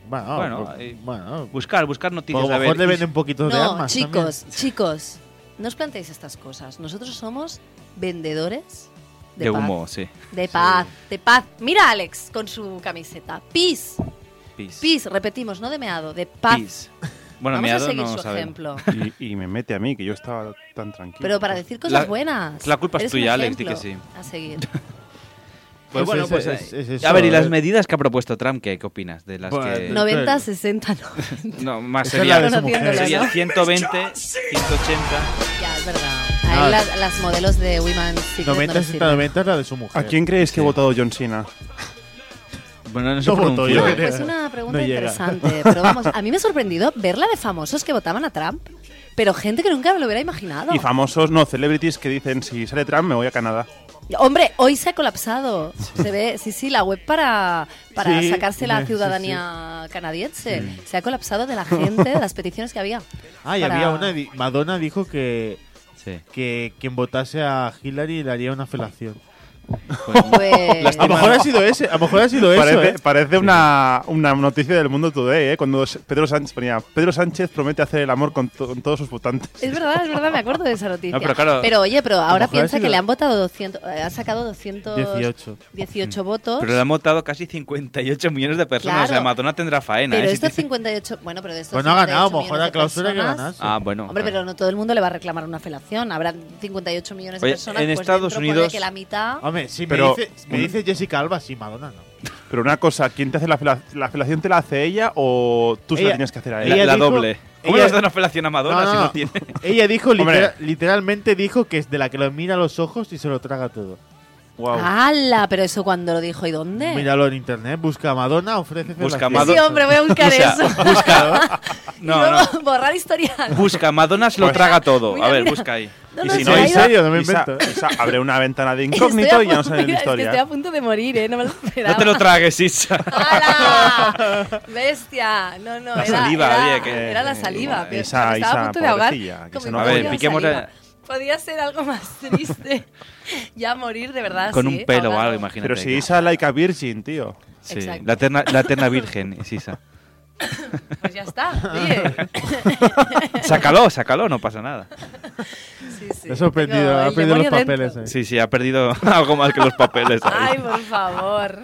Speaker 17: Bueno,
Speaker 11: Bueno,
Speaker 17: pues-
Speaker 11: eh,
Speaker 17: bueno,
Speaker 11: buscar, buscar
Speaker 17: a
Speaker 11: noticias.
Speaker 17: lo
Speaker 11: a
Speaker 17: mejor
Speaker 11: ver,
Speaker 17: le
Speaker 11: ISIS-
Speaker 17: venden un poquito de
Speaker 12: No,
Speaker 17: armas.
Speaker 12: chicos, chicos, no os planteéis estas cosas. Nosotros somos vendedores de,
Speaker 11: De
Speaker 12: paz.
Speaker 11: humo, sí.
Speaker 12: De paz, de paz. Mira a Alex con su camiseta. Peace,
Speaker 11: Peace.
Speaker 12: peace, repetimos, no de meado, de paz.
Speaker 11: Peace. Bueno,
Speaker 12: Vamos a
Speaker 11: meado
Speaker 12: seguir
Speaker 11: no
Speaker 12: su
Speaker 11: sabemos.
Speaker 12: ejemplo.
Speaker 13: Y, y me mete a mí, que yo estaba tan tranquilo.
Speaker 12: Pero para decir cosas
Speaker 13: La-
Speaker 12: buenas.
Speaker 13: la culpa es
Speaker 12: Eres un
Speaker 13: tuya, Alex, di
Speaker 12: ejemplo
Speaker 13: que sí.
Speaker 12: A seguir.
Speaker 11: Pues
Speaker 17: Pues
Speaker 11: bueno,
Speaker 17: es-
Speaker 11: pues.
Speaker 17: es-
Speaker 11: eh,
Speaker 17: es eso,
Speaker 11: a ver, ¿y
Speaker 17: a
Speaker 11: las
Speaker 17: ver.
Speaker 11: medidas que ha propuesto Trump? ¿Qué, qué opinas? De las
Speaker 17: Bueno,
Speaker 11: que.
Speaker 12: 90, 60, 90.
Speaker 11: No, más
Speaker 17: Esa
Speaker 11: sería,
Speaker 17: es la de su mujer.
Speaker 11: sería
Speaker 17: ¿no?
Speaker 11: 120, 180.
Speaker 12: Ya, es verdad.
Speaker 17: No,
Speaker 12: Ahí
Speaker 17: es-
Speaker 12: las, las modelos de Women's Secret no
Speaker 17: 90,
Speaker 12: les
Speaker 17: 60,
Speaker 12: sirven.
Speaker 17: 90 es la de su mujer.
Speaker 13: ¿A quién crees que ha votado John Cena?
Speaker 11: Bueno, no
Speaker 13: se
Speaker 17: votó yo.
Speaker 12: Bueno, pues una pregunta interesante. Pero vamos, a mí me ha sorprendido ver la de famosos que votaban a Trump, pero gente que nunca me lo hubiera imaginado.
Speaker 13: Y famosos, no, celebrities que dicen, si sale Trump me voy a Canadá.
Speaker 12: Hombre, hoy se ha colapsado. Se ve, sí, sí, la web para, para
Speaker 13: Sí,
Speaker 12: sacarse
Speaker 13: sí,
Speaker 12: la
Speaker 13: sí,
Speaker 12: ciudadanía canadiense.
Speaker 13: Mm.
Speaker 12: Se ha colapsado de la gente, de las peticiones que había.
Speaker 17: Ah, y
Speaker 12: para-
Speaker 17: había una. di- Madonna dijo que.
Speaker 11: Sí.
Speaker 17: Que quien votase a Hillary le haría una felación.
Speaker 12: Pues-
Speaker 17: A lo mejor ha sido ese, a lo mejor ha sido eso.
Speaker 13: parece,
Speaker 17: ¿eh?
Speaker 13: parece una, una noticia del mundo today, ¿eh? Cuando s- Pedro Sánchez ponía, Pedro Sánchez promete hacer el amor con, to- con todos sus votantes.
Speaker 12: Es verdad, es verdad, me acuerdo de esa noticia.
Speaker 13: No, pero claro-
Speaker 12: oye, pero
Speaker 13: A lo
Speaker 12: ahora
Speaker 13: mejor ha
Speaker 12: piensa que
Speaker 13: sido-
Speaker 12: le han votado 200, eh, ha sacado 218
Speaker 11: 18.
Speaker 12: votos.
Speaker 11: Pero le han votado casi 58 millones de personas.
Speaker 12: Claro.
Speaker 11: O sea, Madonna tendrá faena.
Speaker 12: Pero
Speaker 11: ¿eh?
Speaker 12: estos 58, bueno, pero de estos
Speaker 17: Pues no ha ganado,
Speaker 12: 58
Speaker 17: a lo mejor
Speaker 12: millones
Speaker 17: la
Speaker 12: de
Speaker 17: clausura que
Speaker 12: personas-
Speaker 17: ganase.
Speaker 11: Ah, bueno.
Speaker 12: Hombre, pero no todo el mundo le va a reclamar una felación. Habrá 58 millones de
Speaker 11: Oye,
Speaker 12: personas.
Speaker 11: en
Speaker 12: pues
Speaker 11: Estados
Speaker 12: dentro, ponle
Speaker 11: Unidos-
Speaker 12: que la mitad.
Speaker 17: Hombre, si me,
Speaker 13: Pero-
Speaker 17: dice, me dice Jessica Alba, sí, Madonna no.
Speaker 13: Pero una cosa, ¿quién te hace la, fela- la felación? ¿Te la hace ella o tú se la
Speaker 17: Ella-
Speaker 13: tienes que hacer a
Speaker 11: La,
Speaker 13: ella?
Speaker 11: la doble. ¿Cómo le
Speaker 17: ella-
Speaker 11: vas a dar una apelación a Madonna
Speaker 17: No, no,
Speaker 11: si no
Speaker 17: no.
Speaker 11: tiene?
Speaker 17: Ella dijo,
Speaker 13: Hombre.
Speaker 17: litera- literalmente dijo que es de la que lo mira a los ojos y se lo traga todo. Ah,
Speaker 13: Wow.
Speaker 12: ¡Hala! Pero eso cuando lo dijo y dónde.
Speaker 17: Míralo en internet, busca a Madonna, ofrece
Speaker 11: Busca
Speaker 17: felación.
Speaker 11: Madonna.
Speaker 12: Eh. Sí, hombre, voy a buscar
Speaker 11: O sea,
Speaker 12: eso.
Speaker 11: busca-
Speaker 12: Y
Speaker 11: No,
Speaker 12: luego
Speaker 11: no.
Speaker 12: borrar historial.
Speaker 11: Busca, Madonna se lo
Speaker 13: Pues,
Speaker 11: traga todo.
Speaker 12: Mira,
Speaker 11: A ver,
Speaker 12: mira.
Speaker 11: busca ahí.
Speaker 12: No,
Speaker 13: Y
Speaker 12: no,
Speaker 13: si
Speaker 12: se
Speaker 13: no,
Speaker 12: me ha
Speaker 13: Isa,
Speaker 12: ido-
Speaker 13: yo no me
Speaker 12: Isa-
Speaker 13: invento. Isa, abre una ventana de
Speaker 12: Estoy a
Speaker 13: incógnito y ya no
Speaker 12: punto-
Speaker 13: sale la
Speaker 12: mira, es que
Speaker 13: historia.
Speaker 12: estoy a punto de morir, ¿eh? No me lo esperaba.
Speaker 11: No te lo tragues, Isa.
Speaker 12: ¡Hala! ¡Bestia! No, no,
Speaker 11: La
Speaker 12: era,
Speaker 11: saliva,
Speaker 12: era,
Speaker 11: oye, que-
Speaker 12: era la saliva.
Speaker 13: Isa,
Speaker 12: pero estaba a
Speaker 13: Isa,
Speaker 12: punto de ahogar.
Speaker 13: pobrecilla, que
Speaker 12: con
Speaker 13: se
Speaker 12: mi
Speaker 13: no
Speaker 11: A
Speaker 12: propia
Speaker 11: ver, piquemos
Speaker 12: saliva.
Speaker 11: la-
Speaker 12: Podía ser algo más triste. ya morir de verdad.
Speaker 11: con
Speaker 12: sí,
Speaker 11: un pelo o
Speaker 12: ahogado.
Speaker 11: algo, imagínate.
Speaker 13: Pero si Isa like a virgin, tío.
Speaker 11: Sí,
Speaker 12: Exacto.
Speaker 11: la eterna, la eterna virgen es Isa.
Speaker 12: Pues ya está. Oye.
Speaker 11: sácalo, sácalo, no pasa nada.
Speaker 12: Sí, sí.
Speaker 17: Le has sorprendido,
Speaker 12: Tengo
Speaker 17: ha
Speaker 12: el
Speaker 17: perdido los
Speaker 12: demonio
Speaker 17: papeles.
Speaker 12: dentro.
Speaker 17: eh.
Speaker 11: Sí, sí, ha perdido algo más que los papeles. ahí.
Speaker 12: Ay, por favor.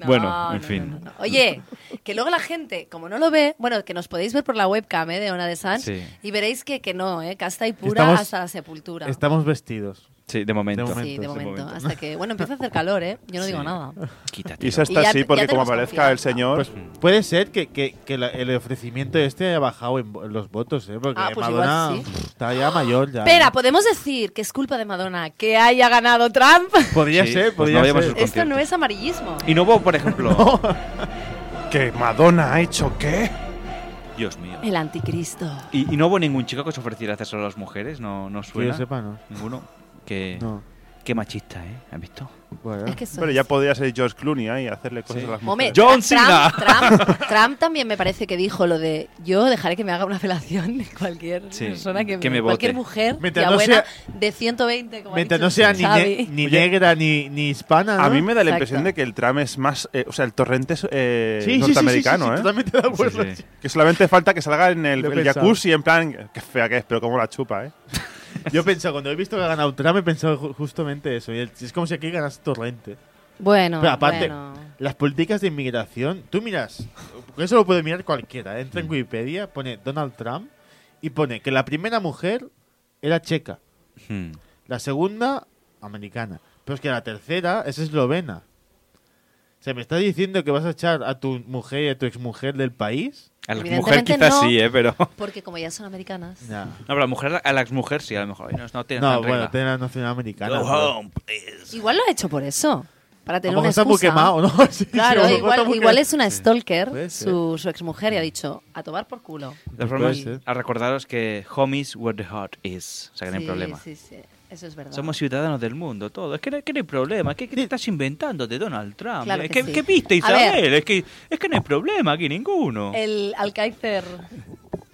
Speaker 12: No,
Speaker 11: bueno, en
Speaker 12: no,
Speaker 11: fin.
Speaker 12: no. Oye, que luego la gente, como no lo ve, bueno, que nos podéis ver por la webcam ¿eh? de Ona de Sans
Speaker 11: Sí.
Speaker 12: y veréis que, que no, ¿eh? casta y pura
Speaker 17: Estamos-
Speaker 12: hasta la sepultura.
Speaker 17: Estamos vestidos.
Speaker 11: Sí, de momento.
Speaker 12: sí, de momento, Hasta que, bueno, empieza a hacer calor, ¿eh? Yo no digo nada.
Speaker 13: Y se está
Speaker 12: Y ya-
Speaker 13: así porque
Speaker 12: ya
Speaker 13: como
Speaker 12: tenemos
Speaker 13: aparezca el señor...
Speaker 11: Pues,
Speaker 17: Puede ser que, que- que la- el ofrecimiento este haya bajado en, vo- en los votos, ¿eh? Porque
Speaker 12: Ah, pues igual
Speaker 17: Madonna
Speaker 12: sí.
Speaker 17: pff, está ya mayor. Ya,
Speaker 12: Espera, ¿podemos decir que es culpa de Madonna que haya ganado Trump?
Speaker 17: Podría
Speaker 11: Sí,
Speaker 17: ser,
Speaker 11: pues
Speaker 17: podría
Speaker 11: no vayamos
Speaker 17: ser.
Speaker 11: al
Speaker 12: Esto no es amarillismo.
Speaker 11: Y no hubo, por ejemplo.
Speaker 13: ¿Que Madonna ha hecho qué?
Speaker 11: Dios mío.
Speaker 12: El anticristo.
Speaker 11: Y, y no hubo ningún chico que se ofreciera a hacerlo a las mujeres, no, no suena.
Speaker 17: yo sepa, no.
Speaker 11: Ninguno. Que, Qué machista, ¿eh? ¿Has visto?
Speaker 12: Es que sois-
Speaker 13: Pero ya podría ser George Clooney ahí, hacerle cosas a las
Speaker 12: Hombre,
Speaker 13: mujeres.
Speaker 12: Tra- Trump, Trump, Trump también me parece que dijo lo de yo dejaré que me haga una felación de cualquier
Speaker 11: Sí,
Speaker 12: persona que,
Speaker 11: que me
Speaker 12: cualquier
Speaker 11: vote.
Speaker 12: mujer
Speaker 17: Mientras
Speaker 12: y
Speaker 17: no
Speaker 12: abuela
Speaker 17: sea-
Speaker 12: de 120 como ha
Speaker 17: Mientras
Speaker 12: dicho
Speaker 17: no sea ni,
Speaker 12: Xavi.
Speaker 17: ne- ni negra ni, ni hispana. ¿no?
Speaker 13: A mí me da la
Speaker 12: Exacto.
Speaker 13: impresión de que el Trump es más. eh, o sea, el torrente es eh,
Speaker 17: Sí, sí, sí,
Speaker 13: norteamericano,
Speaker 17: sí, sí,
Speaker 13: ¿eh?
Speaker 17: sí, totalmente de acuerdo. Sí, sí.
Speaker 13: Que solamente falta que salga en el,
Speaker 17: Lo he
Speaker 13: el
Speaker 17: pensado.
Speaker 13: jacuzzi, en plan. Qué fea que es, pero cómo la chupa, ¿eh?
Speaker 17: Yo he pensado, cuando he visto que ha ganado Trump, he pensado ju- justamente eso. Y el- es como si aquí ganas torrente.
Speaker 12: Bueno,
Speaker 17: Pero aparte,
Speaker 12: bueno.
Speaker 17: las políticas de inmigración, tú miras, porque eso lo puede mirar cualquiera. ¿eh? Entra
Speaker 11: Mm.
Speaker 17: en Wikipedia, pone Donald Trump y pone que la primera mujer era checa,
Speaker 11: Hmm.
Speaker 17: la segunda americana, pero es que la tercera es eslovena. Se me está diciendo que vas a echar a tu mujer y a tu exmujer del país.
Speaker 11: A la mujer
Speaker 12: Evidentemente
Speaker 11: quizás
Speaker 12: no,
Speaker 11: sí, ¿eh? Pero. No,
Speaker 12: Porque como ya son americanas.
Speaker 17: Ya.
Speaker 11: pero a la mujer, a la exmujer sí, a lo mejor. Ay, No, no tiene
Speaker 17: No,
Speaker 11: tan
Speaker 17: bueno,
Speaker 11: regla.
Speaker 17: tiene la nacional americana.
Speaker 11: Go
Speaker 17: pero-
Speaker 11: home.
Speaker 12: Igual lo ha hecho por eso. Para tener
Speaker 17: A lo
Speaker 12: una
Speaker 17: mejor está muy
Speaker 12: excusa.
Speaker 17: quemado, ¿no? Sí,
Speaker 12: claro,
Speaker 17: sí, a lo mejor está
Speaker 12: igual,
Speaker 17: muy
Speaker 12: igual
Speaker 17: quemado.
Speaker 12: es una stalker,
Speaker 17: ser.
Speaker 12: su, su exmujer, y ha dicho, a tomar por culo.
Speaker 11: De todas formas,
Speaker 17: Puede ser.
Speaker 11: a recordaros que homies where the heart is. O sea, que no hay
Speaker 12: Sí,
Speaker 11: problema.
Speaker 12: sí, sí, eso es verdad.
Speaker 11: Somos ciudadanos del mundo, todo. Es que no, que no hay problema. ¿Qué, qué te estás inventando de Donald Trump?
Speaker 12: Claro
Speaker 11: es
Speaker 12: que
Speaker 11: que,
Speaker 12: sí.
Speaker 11: ¿qué viste,
Speaker 12: A ver. Eh,
Speaker 11: Isabel? Es que, es que no hay problema aquí, ninguno.
Speaker 12: El Alcácer.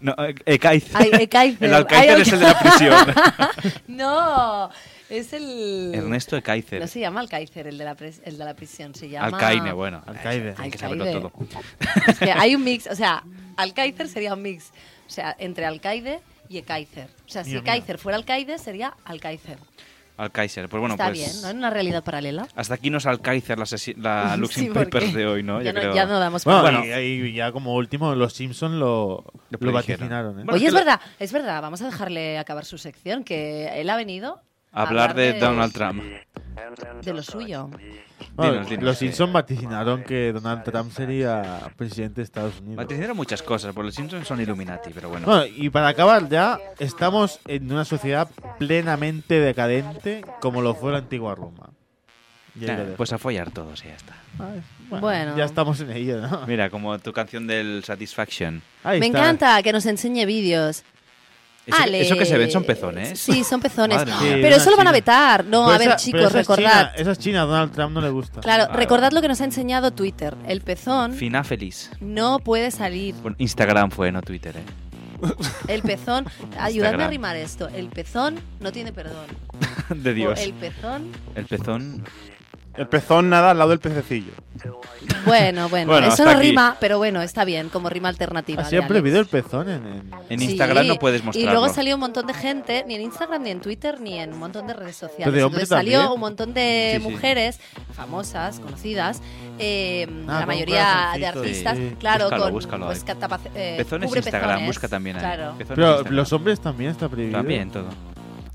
Speaker 11: No, eh, eh, Kaiser.
Speaker 12: Ay, eh, Kaiser.
Speaker 11: El
Speaker 12: Ay,
Speaker 11: Alcácer
Speaker 12: Alcácer.
Speaker 11: es el de la prisión.
Speaker 12: no, es el...
Speaker 11: Ernesto Ekaizer.
Speaker 12: No se llama Alcácer, el de la, pres- el de la prisión. Se llama...
Speaker 11: Alcaine, bueno. Alcaide. Hay que saberlo
Speaker 12: Alcaide.
Speaker 11: todo.
Speaker 12: Es que hay un mix, o sea, Alcácer sería un mix. O sea, entre Alcaide y Ekaizer. O sea, si
Speaker 11: Dios mío.
Speaker 12: Ekaizer fuera Alcaide, sería Alcácer.
Speaker 11: Alcácer. Pues bueno,
Speaker 12: Está
Speaker 11: pues.
Speaker 12: bien, ¿no? En una realidad paralela.
Speaker 11: Hasta aquí nos Alcácer la, sesi- la Luxing
Speaker 12: porque
Speaker 11: Papers de hoy, ¿no?
Speaker 12: ya
Speaker 11: Yo
Speaker 12: no-
Speaker 11: creo.
Speaker 12: ya no damos
Speaker 17: Bueno,
Speaker 12: Bueno.
Speaker 17: y, y ya como último, los Simpsons lo, lo
Speaker 11: predijeron.
Speaker 17: vaticinaron. ¿eh?
Speaker 12: Oye, es verdad, es verdad, vamos a dejarle acabar su sección, que él ha venido a
Speaker 11: Hablar de Donald Trump.
Speaker 12: de lo suyo.
Speaker 17: Bueno,
Speaker 11: Dinos, dinos.
Speaker 17: los Simpsons vaticinaron que Donald Trump sería presidente de Estados Unidos.
Speaker 11: Vaticinaron muchas cosas, por los Simpsons son Illuminati, pero bueno.
Speaker 17: Bueno, y para acabar ya, estamos en una sociedad plenamente decadente como lo fue la antigua Roma. Y ahí
Speaker 11: Nah,
Speaker 17: lo dejo.
Speaker 11: pues a follar todos y ya está.
Speaker 17: Bueno,
Speaker 12: Bueno.
Speaker 17: ya estamos en ello, ¿no?
Speaker 11: Mira, como tu canción del Satisfaction.
Speaker 17: Ahí
Speaker 12: Me
Speaker 17: está.
Speaker 12: encanta que nos enseñe vídeos.
Speaker 11: Eso,
Speaker 12: Ale.
Speaker 11: eso que se ven son pezones.
Speaker 12: Sí, son pezones.
Speaker 11: Madre mía.
Speaker 17: Sí,
Speaker 12: pero eso
Speaker 17: una
Speaker 12: lo van a
Speaker 17: china.
Speaker 12: vetar. No,
Speaker 17: Pero
Speaker 12: a ver,
Speaker 17: esa-
Speaker 12: chicos,
Speaker 17: pero esa es
Speaker 12: recordad.
Speaker 17: china- Esa es China, a Donald Trump no le gusta.
Speaker 11: Ah.
Speaker 12: Claro, recordad lo que nos ha enseñado Twitter. El pezón
Speaker 11: Fina feliz.
Speaker 12: no puede salir.
Speaker 11: Bueno, Instagram fue, no Twitter, ¿eh?
Speaker 12: El pezón. Ayudadme a
Speaker 11: Instagram.
Speaker 12: rimar esto. El pezón no tiene perdón.
Speaker 11: De Dios.
Speaker 12: O el pezón.
Speaker 11: El pezón.
Speaker 13: El pezón nada al lado del pececillo.
Speaker 12: Bueno, bueno.
Speaker 13: Bueno, hasta
Speaker 12: eso no
Speaker 13: aquí.
Speaker 12: rima, pero bueno, está bien, como rima alternativa.
Speaker 17: Así ha
Speaker 12: de
Speaker 17: prohibido el pezón en, Ah, en-
Speaker 11: En
Speaker 12: Sí.
Speaker 11: Instagram no puedes mostrarlo.
Speaker 12: Y luego salió un montón de gente, ni en Instagram, ni en Twitter, ni en un montón de redes sociales.
Speaker 17: Pero de hombres
Speaker 12: Entonces salió
Speaker 17: también.
Speaker 12: un montón de
Speaker 17: Sí, sí.
Speaker 12: mujeres famosas, conocidas, eh,
Speaker 17: Ah,
Speaker 12: la
Speaker 17: con
Speaker 12: mayoría de
Speaker 17: corazoncitos.
Speaker 12: artistas,
Speaker 17: Sí.
Speaker 12: claro,
Speaker 11: Búscalo,
Speaker 12: con
Speaker 11: búscalo
Speaker 12: pues,
Speaker 11: ahí.
Speaker 12: catapace- eh,
Speaker 11: Pezones
Speaker 12: cubre
Speaker 11: Instagram,
Speaker 12: pezones.
Speaker 11: busca también ahí.
Speaker 12: Claro.
Speaker 11: Pezones
Speaker 17: Pero
Speaker 11: Instagram.
Speaker 17: los hombres también está prohibido.
Speaker 11: También todo.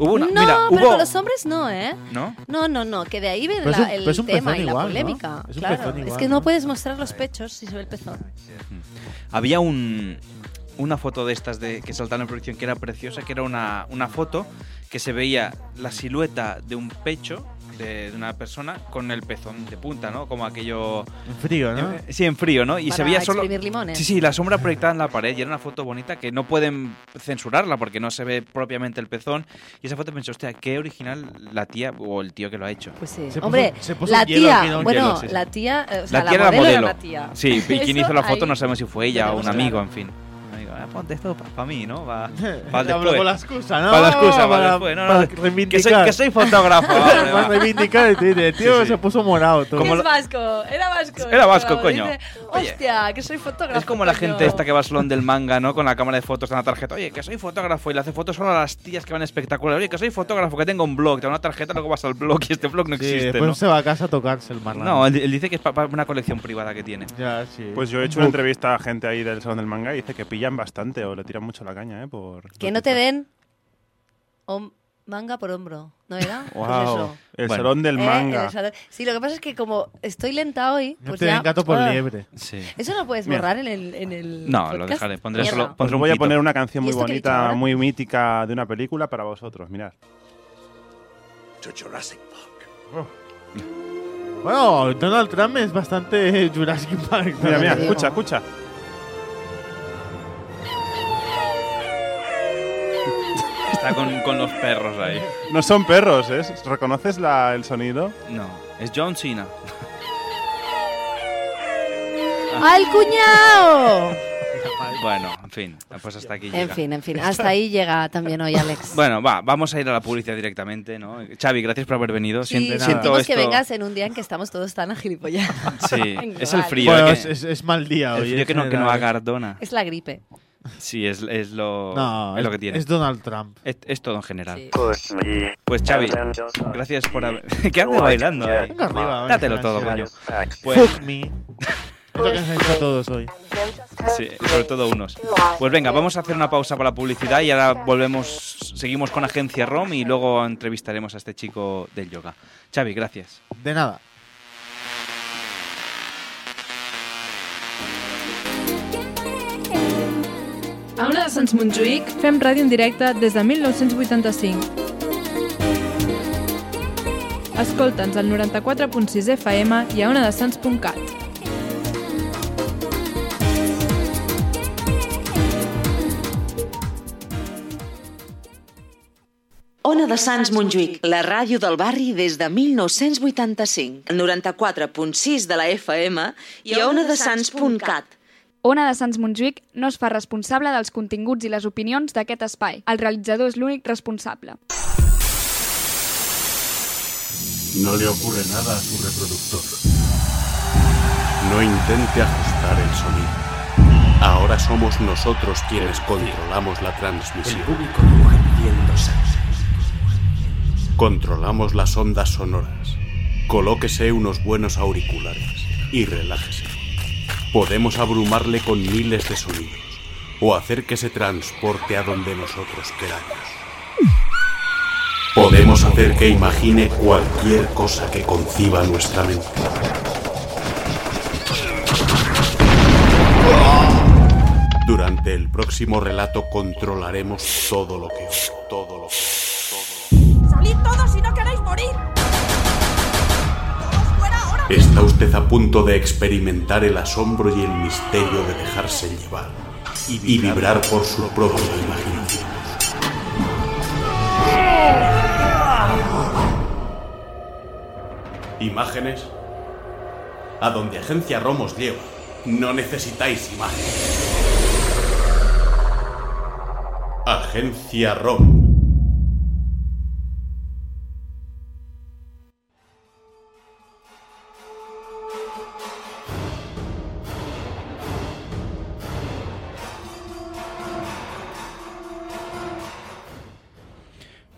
Speaker 11: Hubo una,
Speaker 12: no,
Speaker 11: mira,
Speaker 12: pero
Speaker 11: hubo.
Speaker 12: con los hombres no, ¿eh?
Speaker 11: ¿No?
Speaker 12: No, no, no, que de ahí viene
Speaker 17: Pero es
Speaker 12: la-
Speaker 17: un-
Speaker 12: el
Speaker 17: pero es un
Speaker 12: tema
Speaker 17: pezón
Speaker 12: y
Speaker 17: igual,
Speaker 12: la
Speaker 17: ¿no?
Speaker 12: polémica.
Speaker 17: Es un
Speaker 12: claro,
Speaker 17: pezón
Speaker 12: es
Speaker 17: igual,
Speaker 12: que no
Speaker 17: ¿no?
Speaker 12: puedes mostrar los pechos si se ve el pezón.
Speaker 11: Había un, una foto de estas de, que saltaron en producción que era preciosa, que era una, una foto que se veía la silueta de un pecho de, de una persona con el pezón de punta, ¿no? Como aquello...
Speaker 17: En frío, ¿no?
Speaker 11: Eh, Sí, en frío, ¿no? Y
Speaker 12: Para
Speaker 11: se veía solo...
Speaker 12: exprimir limones.
Speaker 11: Sí, sí, la sombra proyectada en la pared y era una foto bonita que no pueden censurarla porque no se ve propiamente el pezón. Y esa foto pensé, hostia, qué original la tía o el tío que lo ha hecho.
Speaker 12: Pues sí.
Speaker 11: Se puso-
Speaker 12: Hombre,
Speaker 11: se puso
Speaker 12: la
Speaker 11: un hielo
Speaker 12: tía,
Speaker 11: aquí, ¿no? Un
Speaker 12: bueno,
Speaker 11: hielo, sí, sí.
Speaker 12: la tía, eh, o sea,
Speaker 11: La
Speaker 12: la,
Speaker 11: tía era
Speaker 12: modelo era
Speaker 11: modelo.
Speaker 12: una tía.
Speaker 11: Sí, y quien
Speaker 12: Eso
Speaker 11: hizo la foto
Speaker 12: ahí
Speaker 11: no sabemos si fue ella
Speaker 12: lo
Speaker 11: o un
Speaker 12: tenemos
Speaker 11: amigo,
Speaker 12: claro.
Speaker 11: en fin. Amigo, ah, ponte esto para mí, ¿no? Para
Speaker 17: Hablo con la excusa, ¿no?
Speaker 11: Para la excusa, para,
Speaker 17: Para-
Speaker 11: después. No,
Speaker 17: para
Speaker 11: no, que, soy,
Speaker 17: reivindicar.
Speaker 11: que soy fotógrafo.
Speaker 17: Para
Speaker 11: vale, va.
Speaker 17: reivindicar el Twitter. El tío
Speaker 11: Sí, sí.
Speaker 17: se puso morado. todo.
Speaker 11: Como
Speaker 12: es
Speaker 11: la-
Speaker 12: vasco, era vasco.
Speaker 11: Era vasco,
Speaker 12: Dice,
Speaker 11: coño.
Speaker 12: Hostia, que soy fotógrafo.
Speaker 11: Es como la
Speaker 12: coño".
Speaker 11: gente esta que va al salón del manga, ¿no? Con la cámara de fotos en la tarjeta. Oye, que soy fotógrafo y le hace fotos solo a las tías que van espectaculares. Oye, que soy fotógrafo, que tengo un blog, te da una tarjeta, luego vas al blog y este blog no
Speaker 17: Sí,
Speaker 11: existe,
Speaker 17: después
Speaker 11: ¿no?
Speaker 17: se va a casa a tocarse el marrano.
Speaker 11: No, él, él dice que es para una colección privada que tiene.
Speaker 17: Ya, sí.
Speaker 13: Pues yo he hecho una entrevista a gente ahí del Salón del Manga y dice que pillan bastante o le tiran mucho la caña, ¿eh? Por...
Speaker 12: Que no te den hom- manga por hombro, ¿no era? Pues
Speaker 13: Guau,
Speaker 12: eso. Eh,
Speaker 13: el Salón del Manga.
Speaker 12: el salón- Sí, lo que pasa es que como estoy lenta hoy,
Speaker 17: No
Speaker 12: pues
Speaker 17: te
Speaker 12: ya-
Speaker 17: den gato por
Speaker 12: Ah.
Speaker 17: liebre.
Speaker 11: Sí.
Speaker 12: Eso lo puedes
Speaker 13: Mira.
Speaker 12: borrar en el, en el
Speaker 11: No, lo
Speaker 12: podcast?
Speaker 11: dejaré. Pondré
Speaker 12: Mierda.
Speaker 11: solo-
Speaker 13: Os
Speaker 11: Pondré un
Speaker 13: voy a
Speaker 11: pito.
Speaker 13: poner una canción
Speaker 12: ¿Y
Speaker 13: muy
Speaker 12: esto qué he dicho
Speaker 13: bonita,
Speaker 12: ahora?
Speaker 13: muy mítica de una película para vosotros, mirad.
Speaker 19: To Jurassic
Speaker 17: Oh. Bueno, Donald Trump es bastante Jurassic Park.
Speaker 13: Mira, mira,
Speaker 17: Digo.
Speaker 13: escucha, escucha.
Speaker 11: Está con, con los perros ahí.
Speaker 13: No son perros, ¿eh? ¿Reconoces la- el sonido?
Speaker 11: No, es John Cena.
Speaker 12: ¡Al cuñado!
Speaker 11: Bueno, en fin, pues hasta aquí.
Speaker 12: en
Speaker 11: llega.
Speaker 12: fin, en fin. Hasta ahí llega también hoy Alex.
Speaker 11: Bueno, va, vamos a ir a la publicidad directamente, ¿no? Xavi, gracias por haber venido.
Speaker 12: Sí,
Speaker 11: Siento- siento
Speaker 12: sentimos
Speaker 11: esto.
Speaker 12: que vengas en un día en que estamos todos tan agilipollados.
Speaker 11: Sí,
Speaker 12: En
Speaker 11: es
Speaker 12: global.
Speaker 11: el frío.
Speaker 17: Bueno,
Speaker 11: eh,
Speaker 17: es- es- es mal día
Speaker 11: el
Speaker 17: hoy,
Speaker 11: frío
Speaker 17: en
Speaker 11: que no, que no
Speaker 17: general.
Speaker 11: Gardona.
Speaker 12: Es la gripe.
Speaker 11: Sí, es, es lo,
Speaker 17: No,
Speaker 11: Oh, es lo que tiene.
Speaker 17: es Donald Trump.
Speaker 11: Es, es todo en general.
Speaker 15: Push me.
Speaker 11: Pues Xavi,
Speaker 15: and then just a
Speaker 11: gracias por haber... ¿Qué haces bailando ahí?
Speaker 17: Venga arriba, venga,
Speaker 11: Dátelo todo, coño.
Speaker 15: gracias.
Speaker 11: Pues,
Speaker 17: Fuck me. Es lo que han
Speaker 12: Pues
Speaker 17: hecho todos hoy.
Speaker 11: sí, sobre todo unos. Pues venga, vamos a hacer una pausa para la publicidad y ahora volvemos, seguimos con Agencia ROM y luego entrevistaremos a este chico del yoga. Xavi, gracias.
Speaker 17: De nada.
Speaker 20: A Ona de Sants Montjuïc fem ràdio en directe des de 1985. Escolta'ns al 94.6 FM i a onadesans.cat.
Speaker 14: Ona de Sants Montjuïc, la ràdio del barri des de 1985, 94.6 de la FM i a onadesans.cat.
Speaker 6: Ona de Sants Montjuïc no es fa responsable dels continguts i les opinions d'aquest espai. El realitzador és l'únic responsable.
Speaker 21: No le ocurre nada a su reproductor. No intente ajustar el sonido. Ahora somos nosotros quienes controlamos la transmisión. Controlamos las ondas sonoras. Colóquese unos buenos auriculares y relájese. Podemos abrumarle con miles de sonidos o hacer que se transporte a donde nosotros queramos. Podemos hacer que imagine cualquier cosa que conciba nuestra mente. Durante el próximo relato controlaremos todo lo que oigo, todo lo que
Speaker 22: ¡Salid todos si no queréis morir!
Speaker 21: Está usted a punto de experimentar el asombro y el misterio de dejarse llevar y vibrar por su propia imaginación. Imágenes. A donde Agencia Romos lleva, no necesitáis imágenes. Agencia Rom.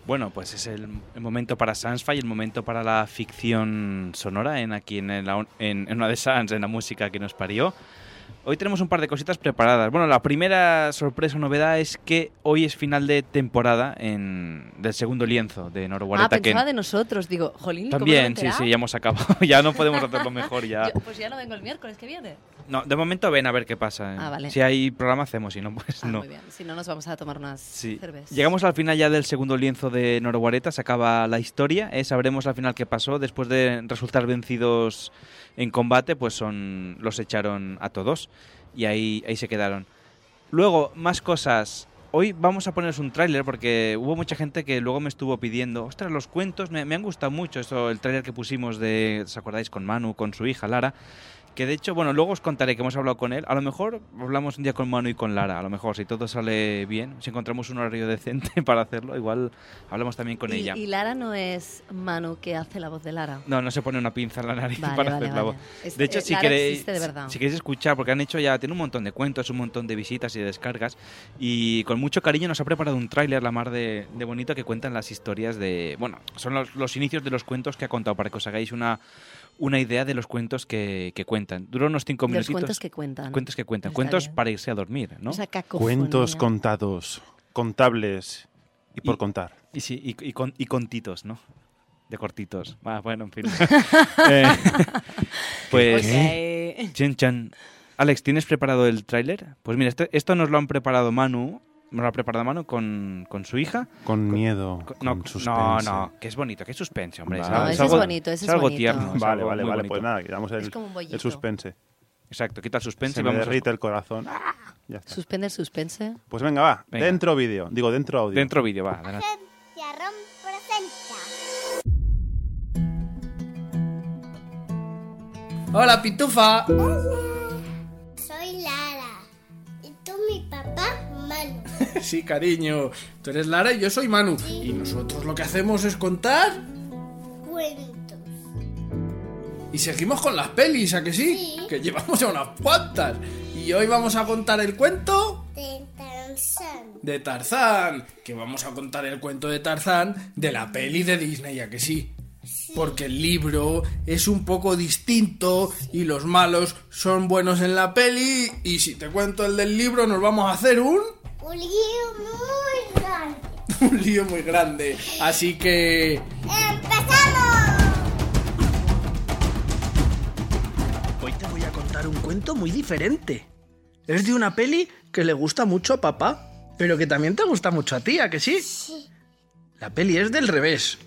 Speaker 11: Bueno, pues es el, el momento para Sansfy, el momento para la ficción sonora en aquí en, el- en- en una de Sans, en la música que nos parió. Hoy tenemos un par de cositas preparadas. Bueno, la primera sorpresa o novedad es que hoy es final de temporada en, del segundo lienzo de
Speaker 12: Ah,
Speaker 11: Norwareta
Speaker 12: pensaba de nosotros. Digo, jolín, ¿cómo
Speaker 11: También,
Speaker 12: no
Speaker 11: sí,
Speaker 12: me he
Speaker 11: sí,
Speaker 12: enterado?
Speaker 11: ya hemos acabado. ya no podemos hacerlo mejor. Ya.
Speaker 12: Yo- pues ya no vengo el miércoles que viene.
Speaker 11: No, de momento ven a ver qué pasa.
Speaker 12: Ah, vale. Ah,
Speaker 11: Si hay programa hacemos, si no, pues no.
Speaker 12: Muy bien, si no nos vamos a tomar unas
Speaker 11: Sí.
Speaker 12: cervezas.
Speaker 11: Llegamos al final ya del segundo lienzo de Noroguareta, se acaba la historia, eh, sabremos al final qué pasó, después de resultar vencidos en combate, pues son los echaron a todos y ahí, ahí se quedaron. Luego, más cosas. Hoy vamos a poneros un tráiler porque hubo mucha gente que luego me estuvo pidiendo, ostras, los cuentos me, me han gustado mucho, eso, el tráiler que pusimos de, ¿os acordáis? Con Manu, con su hija Lara, Que de hecho, bueno, luego os contaré que hemos hablado con él. A lo mejor hablamos un día con Manu y con Lara. A lo mejor, si todo sale bien, si encontramos un horario decente para hacerlo, igual hablamos también con
Speaker 12: y,
Speaker 11: ella.
Speaker 12: y Lara no es Manu que hace la voz de Lara.
Speaker 11: No, no se pone una pinza en la nariz
Speaker 12: Vale,
Speaker 11: para
Speaker 12: vale,
Speaker 11: hacer la voz.
Speaker 12: vale. Es-
Speaker 11: de hecho,
Speaker 12: eh,
Speaker 11: si
Speaker 12: Lara
Speaker 11: queréis,
Speaker 12: existe de verdad.
Speaker 11: si queréis escuchar, porque han hecho ya, tiene un montón de cuentos, un montón de visitas y de descargas, y con mucho cariño nos ha preparado un tráiler, la mar de, de bonito, que cuentan las historias de, bueno, son los, los inicios de los cuentos que ha contado, para que os hagáis una, una idea de los cuentos que, que cuentan. Duró unos cinco
Speaker 12: De los cuentos
Speaker 11: minutitos.
Speaker 12: que cuentan.
Speaker 11: Cuentos que cuentan.
Speaker 12: Está
Speaker 11: Cuentos
Speaker 12: bien.
Speaker 11: para irse a dormir, ¿no?
Speaker 12: Esa cacofonía.
Speaker 13: Cuentos contados, contables y por contar.
Speaker 11: Y sí, y, y con, y contitos, ¿no? De cortitos. Ah, bueno, en fin. Eh, pues.
Speaker 13: eh?
Speaker 12: ¿Qué?
Speaker 11: Chin chan. Alex, ¿tienes preparado el tráiler? Pues mira, este- esto nos lo han preparado Manu. Nos lo ha preparado Manu con, con su hija.
Speaker 13: Con miedo,
Speaker 11: con-
Speaker 13: no,
Speaker 11: no, no, no, que es bonito, que es suspense, hombre.
Speaker 13: Vale. No, ese es
Speaker 12: bonito, ese es
Speaker 11: algo
Speaker 12: bonito.
Speaker 11: tierno. es
Speaker 13: Vale,
Speaker 11: algo
Speaker 13: vale,
Speaker 11: muy
Speaker 13: vale.
Speaker 11: bonito.
Speaker 13: Pues nada, quitamos
Speaker 12: Es
Speaker 13: el,
Speaker 12: como un bollito.
Speaker 13: el suspense.
Speaker 11: Exacto, quita el suspense
Speaker 13: Se
Speaker 11: y
Speaker 13: me
Speaker 11: vamos a-
Speaker 13: derrite el corazón. ¡Ah! Ya está.
Speaker 12: Suspende el suspense.
Speaker 13: Pues venga, va.
Speaker 11: Venga.
Speaker 13: Dentro vídeo. Digo, dentro audio.
Speaker 11: Dentro vídeo, va. adelante.
Speaker 1: Hola, Pitufa.
Speaker 9: Soy Lara. ¿Y tú, mi papá, Manu?
Speaker 1: Sí, cariño. Tú eres Lara y yo soy Manu. Y nosotros lo que hacemos es contar
Speaker 9: Cuento.
Speaker 1: y seguimos con las pelis, ¿a que sí? Que llevamos ya unas cuantas. Y hoy vamos a contar el cuento
Speaker 9: Te Tarzán.
Speaker 1: de Tarzán. Que vamos a contar el cuento de Tarzán de la peli de Disney, ¿a que sí? Porque el libro es un poco distinto y los malos son buenos en la peli. Y si te cuento el del libro, nos vamos a hacer un.
Speaker 9: Un lío muy grande.
Speaker 1: un lío muy grande. Así que.
Speaker 3: Hoy te voy a contar un cuento muy diferente. Es de una peli que le gusta mucho a papá, pero que también te gusta mucho a ti, ¿a que sí? La peli es del revés.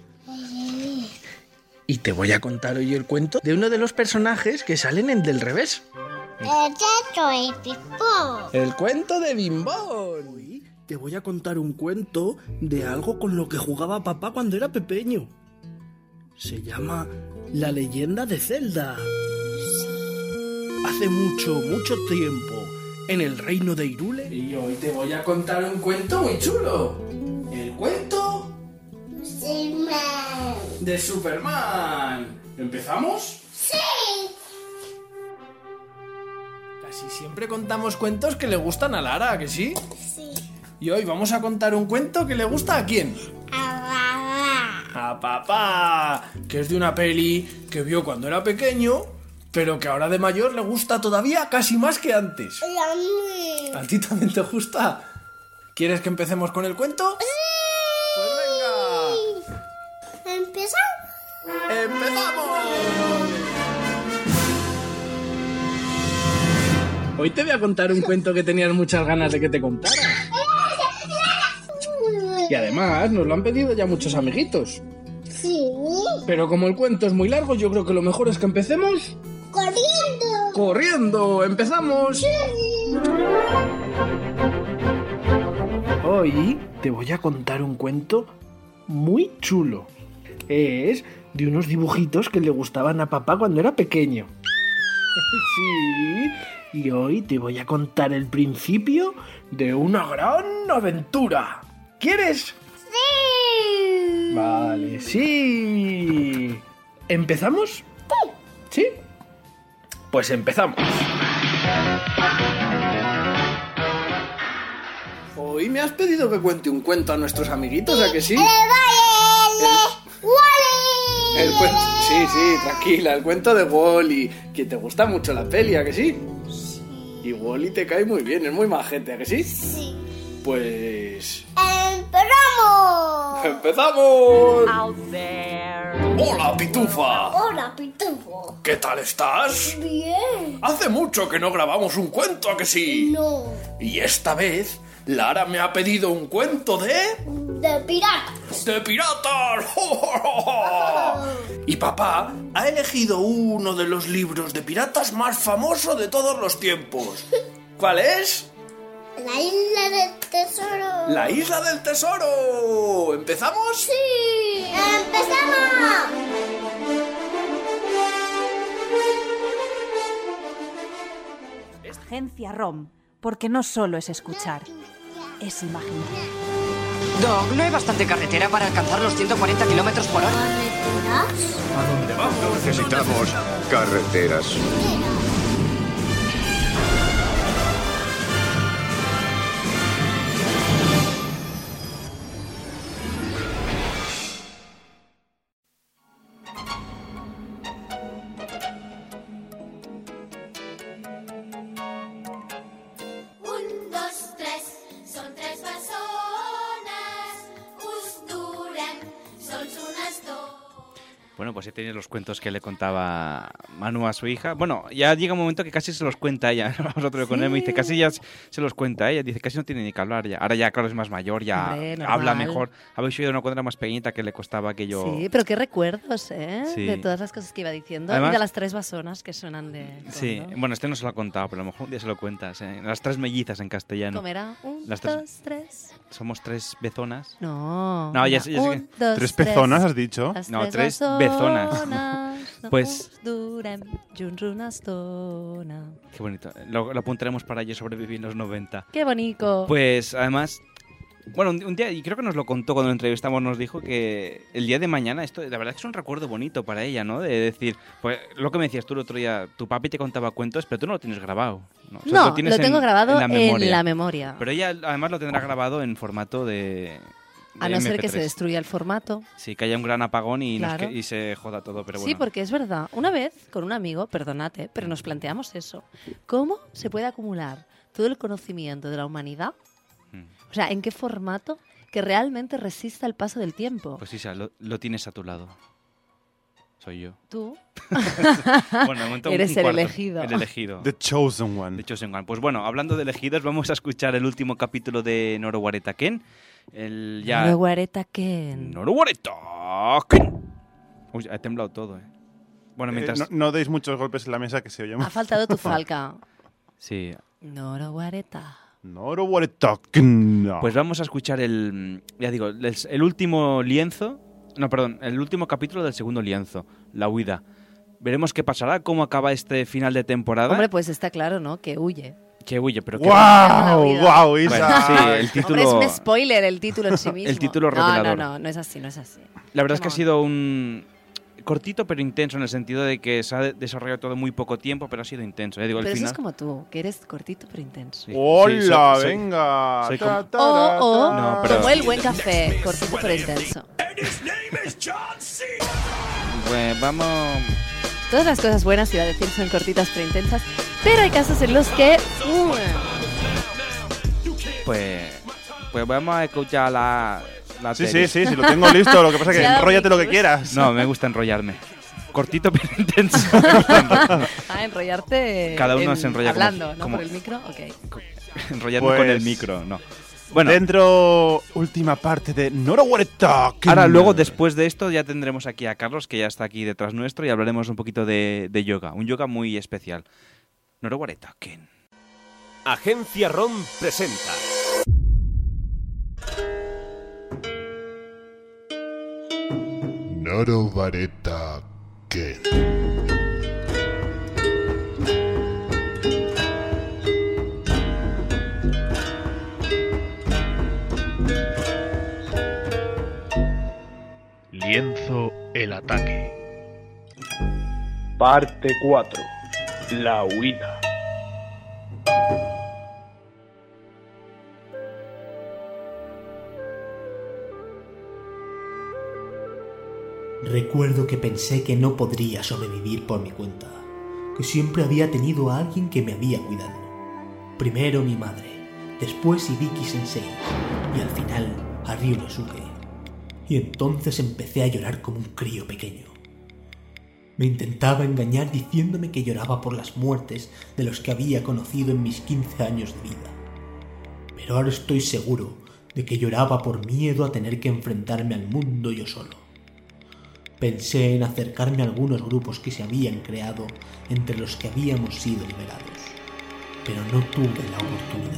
Speaker 3: Y te voy a contar hoy el cuento de uno de los personajes que salen en del revés.
Speaker 9: El chacho y Pipó.
Speaker 1: El cuento de Bimbo.
Speaker 3: Hoy te voy a contar un cuento de algo con lo que jugaba papá cuando era pequeño. Se llama La leyenda de Zelda. Hace mucho, mucho tiempo, en el reino de Irule.
Speaker 1: Y hoy te voy a contar un cuento muy chulo. El cuento
Speaker 9: Sí, ma.
Speaker 1: de Superman. ¿Empezamos?
Speaker 9: Sí.
Speaker 1: Casi siempre contamos cuentos que le gustan a Lara, ¿a que sí?
Speaker 9: Sí.
Speaker 1: Y hoy vamos a contar un cuento que le gusta a quién?
Speaker 9: Ah,
Speaker 1: A papá, que es de una peli que vio cuando era pequeño, pero que ahora de mayor le gusta todavía casi más que antes.
Speaker 9: La mía.
Speaker 1: ¿A ti también te gusta? ¿Quieres que empecemos con el cuento?
Speaker 9: ¿Empezamos?
Speaker 1: Hoy te voy a contar un cuento que tenías muchas ganas de que te contara. Y además nos lo han pedido ya muchos amiguitos.
Speaker 9: Sí.
Speaker 1: Pero como el cuento es muy largo, yo creo que lo mejor es que empecemos
Speaker 9: Corriendo.
Speaker 1: corriendo. ¡Empezamos! Hoy Oh, te voy a contar un cuento muy chulo. Es de unos dibujitos que le gustaban a papá cuando era pequeño. Sí, y hoy te voy a contar el principio de una gran aventura. ¿Quieres?
Speaker 9: Sí.
Speaker 1: Vale, sí. ¿Empezamos? Sí. ¿Sí? Pues empezamos. Hoy me has pedido que cuente un cuento a nuestros amiguitos, ¿a que sí? El cuento, sí, sí, tranquila, el cuento de Wally, que te gusta mucho la peli, ¿a que sí? Y Wally te cae muy bien, es muy majete, ¿a que sí?
Speaker 9: Sí.
Speaker 1: Pues...
Speaker 9: ¡Empezamos!
Speaker 1: ¡Empezamos!
Speaker 9: Out there.
Speaker 1: ¡Hola, Pitufa!
Speaker 9: Hola, Pitufo.
Speaker 1: ¿Qué tal estás?
Speaker 9: Bien.
Speaker 1: Hace mucho que no grabamos un cuento, ¿a que sí?
Speaker 9: No.
Speaker 1: Y esta vez, Lara me ha pedido un cuento de...
Speaker 9: De pirata.
Speaker 1: ¡De piratas! Y papá ha elegido uno de los libros de piratas más famoso de todos los tiempos. ¿Cuál es?
Speaker 9: La isla del tesoro.
Speaker 1: La isla del tesoro. ¿Empezamos?
Speaker 9: Sí. ¡Empezamos!
Speaker 2: agencia ROM, porque no solo es escuchar, es imaginar.
Speaker 5: Doc, ¿no hay bastante carretera para alcanzar los 140 kilómetros por hora?
Speaker 19: ¿A dónde vamos? No necesitamos carreteras.
Speaker 23: Un, dos, tres, són tres persones, us durem, sols unes dos.
Speaker 11: Bueno, pues ahí tenéis los cuentos que le contaba Manu a su hija. Bueno, ya llega un momento que casi se los cuenta ella. Vamos otro con él me dice, casi ya se los cuenta ella. Dice, casi no tiene ni que hablar ya. Ahora ya, claro, es más mayor, ya
Speaker 12: Hombre, normal.
Speaker 11: habla mejor. Habéis oído una cuadra más pequeñita que le costaba que yo...
Speaker 12: Sí, pero qué recuerdos, ¿eh?
Speaker 11: Sí.
Speaker 12: De todas las cosas que iba diciendo.
Speaker 11: Además-
Speaker 12: y de las tres basonas que suenan de.
Speaker 11: Sí, bueno, este no se lo ha contado, pero a lo mejor un día se lo cuentas. ¿eh? Las tres mellizas en castellano.
Speaker 12: ¿Cómo era? Un,
Speaker 11: Las tres-
Speaker 12: dos, tres.
Speaker 11: Somos tres bezonas.
Speaker 12: No.
Speaker 11: No, ya
Speaker 12: Era
Speaker 11: sé, ya sé
Speaker 12: un,
Speaker 11: que-
Speaker 12: dos,
Speaker 11: ¿Tres pezonas has dicho?
Speaker 12: Las
Speaker 11: No, tres bezonas. Pues-
Speaker 12: us durem junts una estona.
Speaker 11: Qué bonito. Lo, lo apuntaremos para yo sobrevivir los 90.
Speaker 12: Qué bonito.
Speaker 11: Pues además, bueno, un, un día, y creo que nos lo contó cuando lo entrevistamos, nos dijo que el día de mañana, esto la verdad que es un recuerdo bonito para ella, ¿no? De decir, pues lo que me decías tú el otro día, tu papi te contaba cuentos, pero tú no lo tienes grabado. No, O sea,
Speaker 12: no,
Speaker 11: tienes
Speaker 12: lo tengo
Speaker 11: en-
Speaker 12: grabado
Speaker 11: en la memoria.
Speaker 12: memoria.
Speaker 11: Pero ella además lo tendrá grabado en formato de...
Speaker 12: A
Speaker 11: de
Speaker 12: no ser que
Speaker 11: MP3.
Speaker 12: se destruya el formato.
Speaker 11: Sí, que haya un gran apagón y, nos
Speaker 12: Claro.
Speaker 11: que- y se joda todo, pero bueno.
Speaker 12: Sí, porque es verdad. Una vez, con un amigo, perdonate, pero nos planteamos eso. ¿Cómo se puede acumular todo el conocimiento de la humanidad?
Speaker 11: Mm.
Speaker 12: O sea, ¿en qué formato que realmente resista el paso del tiempo?
Speaker 11: Pues Isa, lo, lo tienes a tu lado. Soy yo.
Speaker 12: Tú.
Speaker 11: Bueno, de momento un-
Speaker 12: Eres
Speaker 11: un
Speaker 12: el
Speaker 11: cuarto.
Speaker 12: elegido.
Speaker 11: El elegido.
Speaker 13: The Chosen One.
Speaker 11: The Chosen One. Pues bueno, hablando de elegidos, vamos a escuchar el último capítulo de Noro Wareta Ken. El ya...
Speaker 12: Pero Guareta Ken.
Speaker 11: Noro Wareta Ken. Ah, Uy, ha temblado todo, eh. Bueno,
Speaker 13: Eh,
Speaker 11: mientras...
Speaker 13: no, no deis muchos golpes en la mesa que se oye
Speaker 12: Ha faltado tu falca.
Speaker 11: Sí.
Speaker 12: Noro Guareta.
Speaker 13: Noro Waretokna.
Speaker 11: Pues vamos a escuchar el... mm, Ya digo, el, el último lienzo... No, perdón, el último capítulo del segundo lienzo, La Huida. Veremos qué pasará, cómo acaba este final de temporada.
Speaker 12: Hombre, pues está claro, ¿no? Que huye.
Speaker 11: Que huye, pero que...
Speaker 13: ¡Guau! Oh,
Speaker 12: Huida.
Speaker 13: ¡Guau, Isa!
Speaker 11: Bueno, sí, el
Speaker 12: Hombre, es
Speaker 11: título...
Speaker 12: un spoiler el título en sí mismo.
Speaker 11: título
Speaker 12: no, no,
Speaker 11: revelador.
Speaker 12: no, no es así, no es así.
Speaker 11: La verdad es que ha sido un cortito pero intenso en el sentido de que se ha de- desarrollado todo muy poco tiempo, pero ha sido intenso. Ya digo, el
Speaker 12: Pero eso
Speaker 11: final.
Speaker 12: es como tú, que eres cortito pero intenso.
Speaker 11: Sí,
Speaker 13: ¡Hola,
Speaker 11: sí, soy-
Speaker 13: venga!
Speaker 11: soy
Speaker 13: Ta,
Speaker 11: como-
Speaker 13: ta,
Speaker 12: O,
Speaker 13: ra,
Speaker 12: o,
Speaker 13: ta.
Speaker 11: No, pero-
Speaker 12: Oh, como el buen café, cortito pero intenso.
Speaker 11: Pues vamos.
Speaker 12: Todas las cosas buenas, iba a decir, son cortitas pero intensas, pero hay casos en los que... uh,
Speaker 11: Pues, pues vamos a escuchar la. la
Speaker 13: Sí,
Speaker 11: tele.
Speaker 13: sí, sí, sí, lo tengo listo. Lo que pasa es que
Speaker 12: Ya lo
Speaker 13: enróllate lo que
Speaker 12: tienes.
Speaker 13: quieras.
Speaker 11: No, me gusta enrollarme. Cortito pero intenso. Me gusta enrollar-
Speaker 12: ah, enrollarte...
Speaker 11: Cada uno
Speaker 12: en-
Speaker 11: se enrolla como-
Speaker 12: Hablando, ¿no?
Speaker 11: como-
Speaker 12: Por el micro, ok.
Speaker 11: Enrollarme con
Speaker 13: Pues
Speaker 11: el micro, no. Bueno.
Speaker 13: Bueno. Dentro, última parte de Noro Waretokna.
Speaker 11: Ahora, luego, después de esto, ya tendremos aquí a Carlos, que ya está aquí detrás nuestro, y hablaremos un poquito de, de yoga. Un yoga muy especial. Norowareta, Ken.
Speaker 24: Agencia ROM presenta.
Speaker 25: Noro Vareta Ken.
Speaker 26: Lienzo el ataque. Parte 4. La huida.
Speaker 27: Recuerdo que pensé que no podría sobrevivir por mi cuenta, que siempre había tenido a alguien que me había cuidado. Primero mi madre, después Ibiki Sensei y al final a Ryunosuke. Y entonces empecé a llorar como un crío pequeño. Me intentaba engañar diciéndome que lloraba por las muertes de los que había conocido en mis 15 años de vida. Pero ahora estoy seguro de que lloraba por miedo a tener que enfrentarme al mundo yo solo. Pensé en acercarme a algunos grupos que se habían creado entre los que habíamos sido liberados, pero no tuve la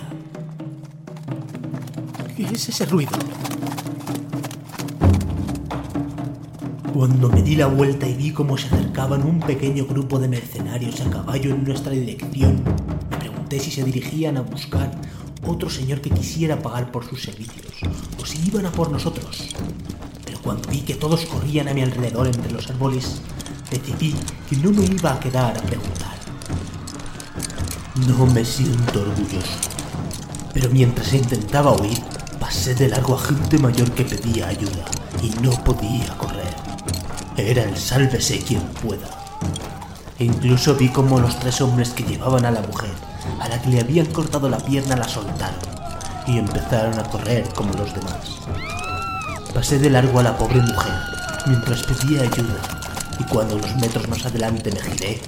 Speaker 27: oportunidad. ¿Qué es ese ruido? Cuando me di la vuelta y vi cómo se acercaban un pequeño grupo de mercenarios a caballo en nuestra dirección, me pregunté, Cortés y se dirigían a buscar otro señor que quisiera pagar por sus servicios, o si iban a por nosotros. Pero cuando vi que todos corrían a mi alrededor entre los árboles, decidí que no me iba a quedar a preguntar. No me siento orgulloso. Pero mientras intentaba huir, pasé de largo a gente mayor que pedía ayuda y no podía correr. Era el sálvese quien pueda. E incluso vi cómo los tres hombres que llevaban a la mujer, a la que le habían cortado la pierna, la soltaron y empezaron a correr como los demás. Pasé de largo a la pobre mujer mientras pedía ayuda y cuando unos metros más adelante me giré,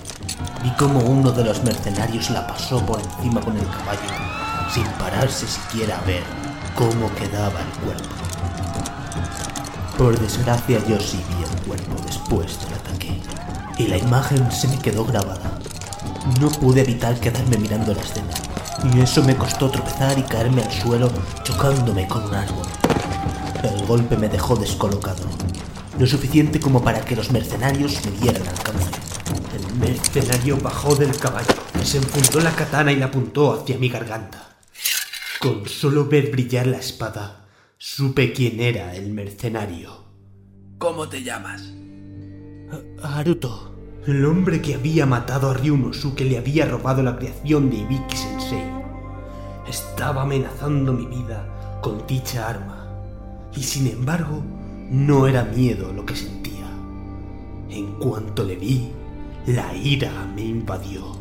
Speaker 27: vi cómo uno de los mercenarios la pasó por encima con el caballo, sin pararse siquiera a ver cómo quedaba el cuerpo. Por desgracia yo sí vi el cuerpo después del ataque y la imagen se me quedó grabada. No pude evitar quedarme mirando la escena y eso me costó tropezar y caerme al suelo chocándome con un árbol. El golpe me dejó descolocado, lo suficiente como para que los mercenarios me dieran alcance. El mercenario bajó del caballo, desenfundó la katana y la apuntó hacia mi garganta. Con solo ver brillar la espada, supe quién era el mercenario.
Speaker 3: ¿Cómo te llamas?
Speaker 27: Haruto, el hombre que había matado a Ryunosu que le había robado la creación de Ibiki Sensei, estaba amenazando mi vida con dicha arma. Y sin embargo, no era miedo lo que sentía. En cuanto le vi, la ira me invadió.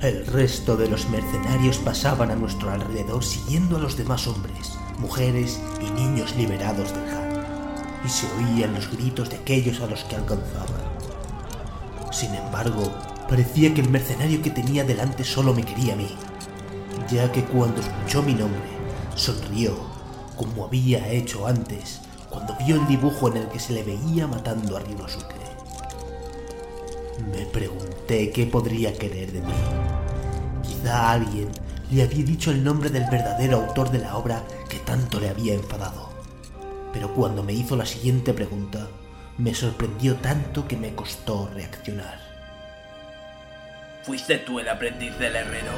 Speaker 27: El resto de los mercenarios pasaban a nuestro alrededor siguiendo a los demás hombres, mujeres y niños liberados del Han, y se oían los gritos de aquellos a los que alcanzaban. Sin embargo, parecía que el mercenario que tenía delante solo me quería a mí, ya que cuando escuchó mi nombre, sonrió, como había hecho antes, cuando vio el dibujo en el que se le veía matando a Ryunosuke. Me pregunté qué podría querer de mí. Quizá alguien le había dicho el nombre del verdadero autor de la obra que tanto le había enfadado. Pero cuando me hizo la siguiente pregunta, me sorprendió tanto que me costó reaccionar.
Speaker 3: Fuiste tú el aprendiz del herrero.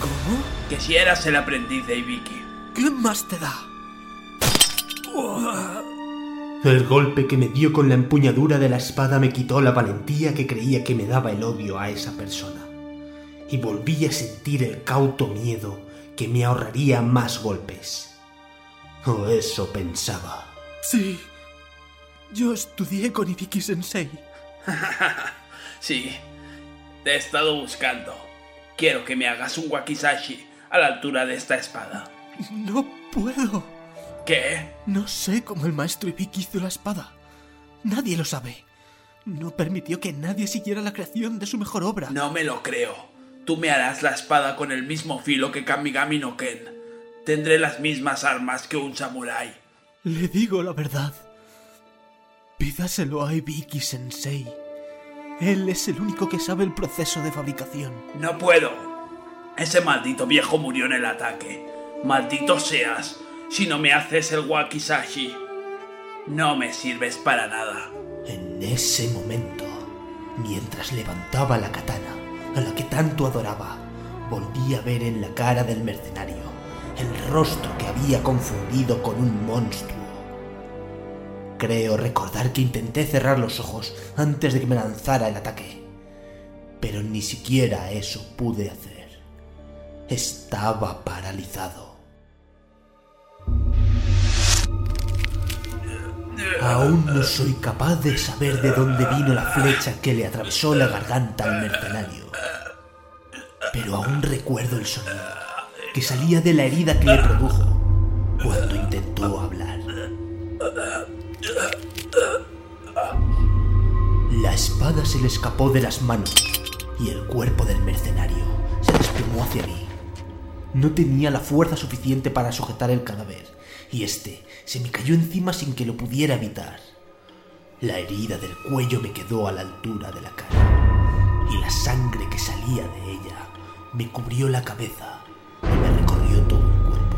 Speaker 3: ¿Cómo? Que si eras el aprendiz de Ibiki.
Speaker 27: ¿Qué más te da? El golpe que me dio con la empuñadura de la espada me quitó la valentía que creía que me daba el odio a esa persona. Y volví a sentir el cauto miedo que me ahorraría más golpes. O eso pensaba.
Speaker 4: Sí. Yo estudié con Ibiki Sensei.
Speaker 3: sí. Te he estado buscando. Quiero que me hagas un wakizashi a la altura de esta espada.
Speaker 4: No puedo.
Speaker 3: ¿Qué?
Speaker 4: No sé cómo el maestro Ibiki hizo la espada. Nadie lo sabe. No permitió que nadie siguiera la creación de su mejor obra.
Speaker 3: No me lo creo. Tú me harás la espada con el mismo filo que Kamigami no Ken. Tendré las mismas armas que un samurái.
Speaker 4: Le digo la verdad. Pídaselo a Ibiki Sensei. Él es el único que sabe el proceso de fabricación.
Speaker 3: No puedo. Ese maldito viejo murió en el ataque. Maldito seas si no me haces el wakizashi. No me sirves para nada.
Speaker 27: En ese momento, mientras levantaba la katana, a la que tanto adoraba, volví a ver en la cara del mercenario el rostro que había confundido con un monstruo. Creo recordar que intenté cerrar los ojos antes de que me lanzara el ataque, pero ni siquiera eso pude hacer. Estaba paralizado. Aún no soy capaz de saber de dónde vino la flecha que le atravesó la garganta al mercenario. Pero aún recuerdo el sonido que salía de la herida que le produjo cuando intentó hablar. La espada se le escapó de las manos y el cuerpo del mercenario se desplomó hacia mí. No tenía la fuerza suficiente para sujetar el cadáver y este se me cayó encima sin que lo pudiera evitar. La herida del cuello me quedó a la altura de la cara y la sangre que salía de ella me cubrió la cabeza y me recorrió todo el cuerpo.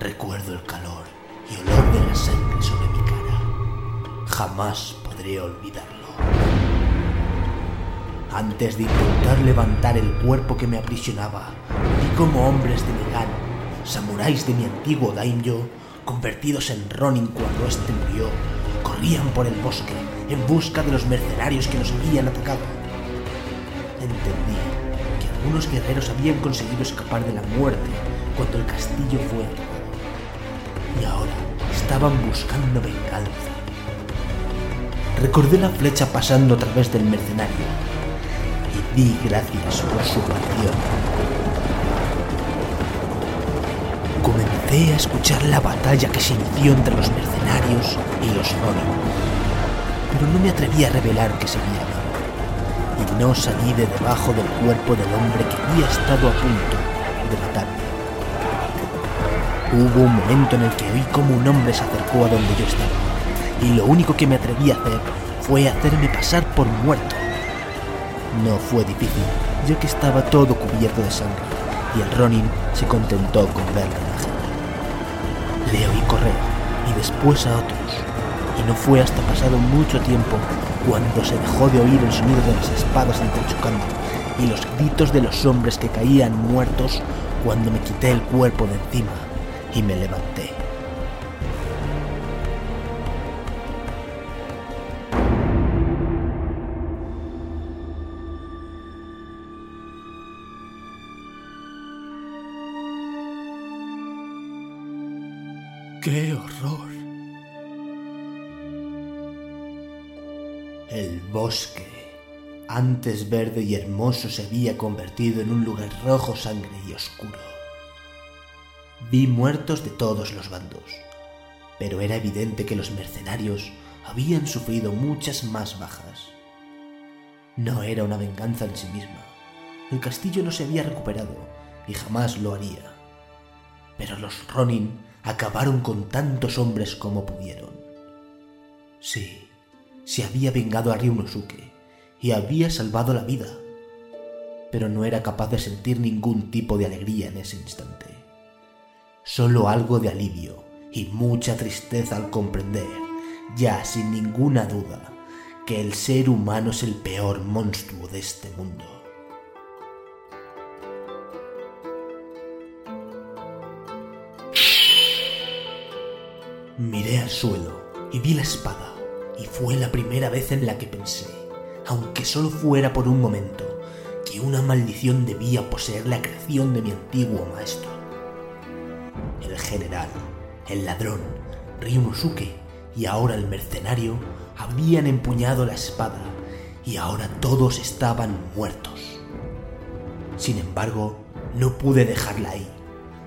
Speaker 27: Recuerdo el calor y olor de la sangre sobre mi cara. Jamás podré olvidarlo. Antes de intentar levantar el cuerpo que me aprisionaba, vi como hombres de Negan, samuráis de mi antiguo daimyo, convertidos en Ronin cuando este murió, corrían por el bosque en busca de los mercenarios que nos habían atacado. Entendí que algunos guerreros habían conseguido escapar de la muerte cuando el castillo fue atacado. Y ahora estaban buscando venganza. Recordé la flecha pasando a través del mercenario y di gracias por su traición. Comencé a escuchar la batalla que se inició entre los mercenarios y los Ronin, pero no me atreví a revelar que seguía vivo y no salí de debajo del cuerpo del hombre que había estado a punto de matarme. Hubo un momento en el que oí como un hombre se acercó a donde yo estaba y lo único que me atreví a hacer fue hacerme pasar por muerto. No fue difícil, ya que estaba todo cubierto de sangre y el Ronin se contentó con ver la imagen. Le oí correr y después a otros, y no fue hasta pasado mucho tiempo cuando se dejó de oír el sonido de las espadas entrechocando y los gritos de los hombres que caían muertos cuando me quité el cuerpo de encima y me levanté.
Speaker 4: ¡Qué horror!
Speaker 27: El bosque, antes verde y hermoso, se había convertido en un lugar rojo, sangre y oscuro. Vi muertos de todos los bandos, pero era evidente que los mercenarios habían sufrido muchas más bajas. No era una venganza en sí misma. El castillo no se había recuperado y jamás lo haría. Pero los Ronin acabaron con tantos hombres como pudieron. Sí, se había vengado a Ryunosuke y había salvado la vida, pero no era capaz de sentir ningún tipo de alegría en ese instante. Solo algo de alivio y mucha tristeza al comprender, ya sin ninguna duda, que el ser humano es el peor monstruo de este mundo. Miré al suelo y vi la espada, y fue la primera vez en la que pensé, aunque solo fuera por un momento, que una maldición debía poseer la creación de mi antiguo maestro. El general, el ladrón, Ryunosuke y ahora el mercenario habían empuñado la espada y ahora todos estaban muertos. Sin embargo, no pude dejarla ahí.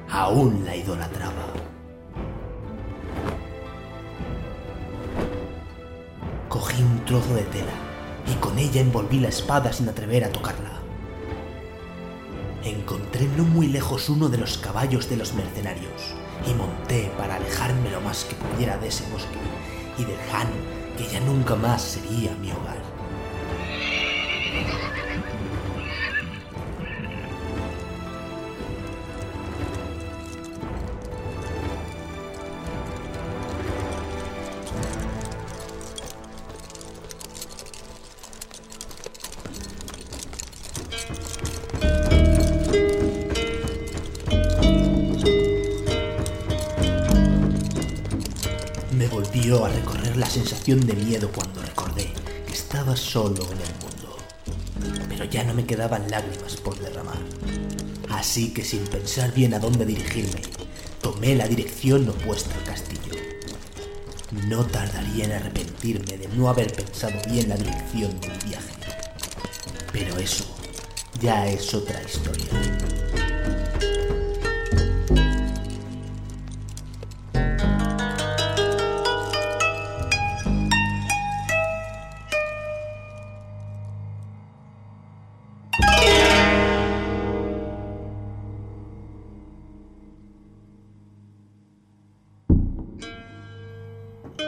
Speaker 27: Aún la idolatraba. Cogí un trozo de tela y con ella envolví la espada sin atrever a tocarla. Encontré no muy lejos uno de los caballos de los mercenarios y monté para alejarme lo más que pudiera de ese bosque y del Han que ya nunca más sería mi hogar. Me volvió a recorrer la sensación de miedo cuando recordé que estaba solo en el mundo. Pero ya no me quedaban lágrimas por derramar. Así que sin pensar bien a dónde dirigirme, tomé la dirección opuesta al castillo. No tardaría en arrepentirme de no haber pensado bien la dirección de mi viaje. Pero eso ya es otra historia.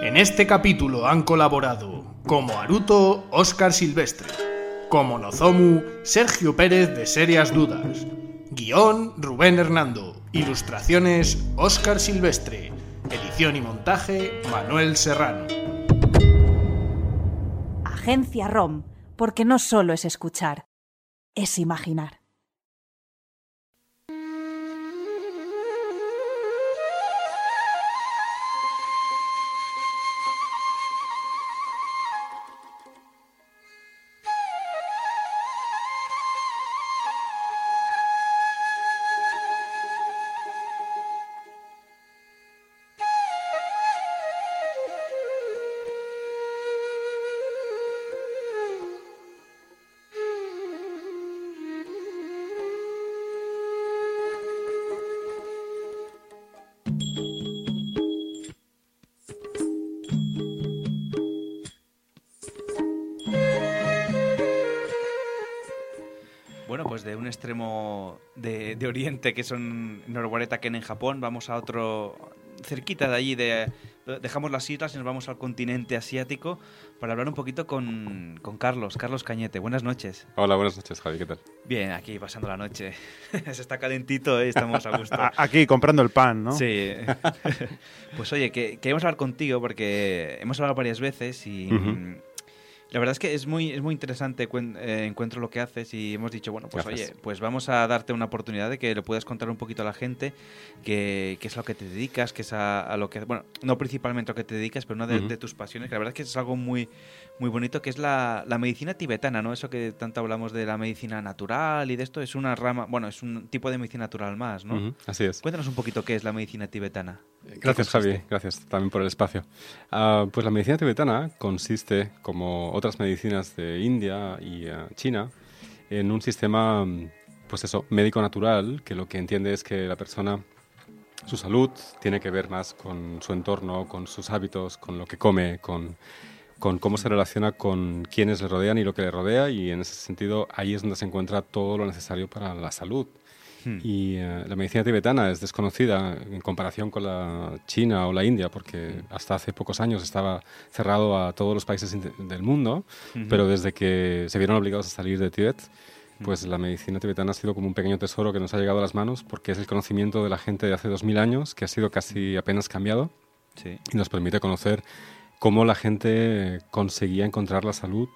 Speaker 3: En este capítulo han colaborado como Aruto, Óscar Silvestre, como Nozomu, Sergio Pérez de Serias Dudas, guión Rubén Hernando, ilustraciones Óscar Silvestre, edición y montaje Manuel Serrano.
Speaker 2: Agencia ROM, porque no solo es escuchar, es imaginar.
Speaker 11: Bueno, pues de un extremo de, de Oriente, que son Norwareta Ken en Japón, vamos a otro cerquita de allí, de, dejamos las islas y nos vamos al continente asiático para hablar un poquito con, con Carlos, Carlos Cañete. Buenas noches.
Speaker 7: Hola, buenas noches, Javi, ¿qué tal?
Speaker 11: Bien, aquí pasando la noche. Se está calentito, ¿eh? estamos a gusto.
Speaker 13: A- Aquí comprando el pan, ¿no?
Speaker 11: Sí. pues oye, que, queremos hablar contigo porque hemos hablado varias veces y
Speaker 13: Ujú.
Speaker 11: mm, la verdad es que es muy, es muy interesante, cuen- eh, encuentro lo que haces y hemos dicho, bueno, pues
Speaker 7: Gracias.
Speaker 11: oye, pues vamos a darte una oportunidad de que le puedas contar un poquito a la gente qué qué es a lo que te dedicas, qué es a, a lo que... Bueno, no principalmente a lo que te dedicas, pero una de,
Speaker 7: Ujú.
Speaker 11: de tus pasiones, que la verdad es que es algo muy, muy bonito, que es la, la medicina tibetana, ¿no? Eso que tanto hablamos de la medicina natural y de esto, es una rama, bueno, es un tipo de medicina natural más, ¿no?
Speaker 7: Ujú, así es.
Speaker 11: Cuéntanos un poquito qué es la medicina tibetana.
Speaker 7: Gracias, Javi. Gracias también por el espacio. Ah, pues la medicina tibetana consiste, como otras medicinas de India y ah, China, en un sistema, mm, pues eso, médico natural, que lo que entiende es que la persona, su salud tiene que ver más con su entorno, con sus hábitos, con lo que come, con, con cómo se relaciona con quienes le rodean y lo que le rodea, y en ese sentido ahí es donde se encuentra todo lo necesario para la salud.
Speaker 11: Hmm.
Speaker 7: Y eh, la medicina tibetana es desconocida en comparación con la China o la India, porque
Speaker 11: Hmm.
Speaker 7: hasta hace pocos años estaba cerrado a todos los países inte- del mundo,
Speaker 11: Ujú. Hmm.
Speaker 7: pero desde que se vieron obligados a salir de Tíbet, pues la medicina tibetana ha sido como un pequeño tesoro que nos ha llegado a las manos, porque es el conocimiento de la gente de hace 2000 años, que ha sido casi apenas cambiado,
Speaker 11: Hmm. Sí.
Speaker 7: y nos permite conocer cómo la gente conseguía encontrar la salud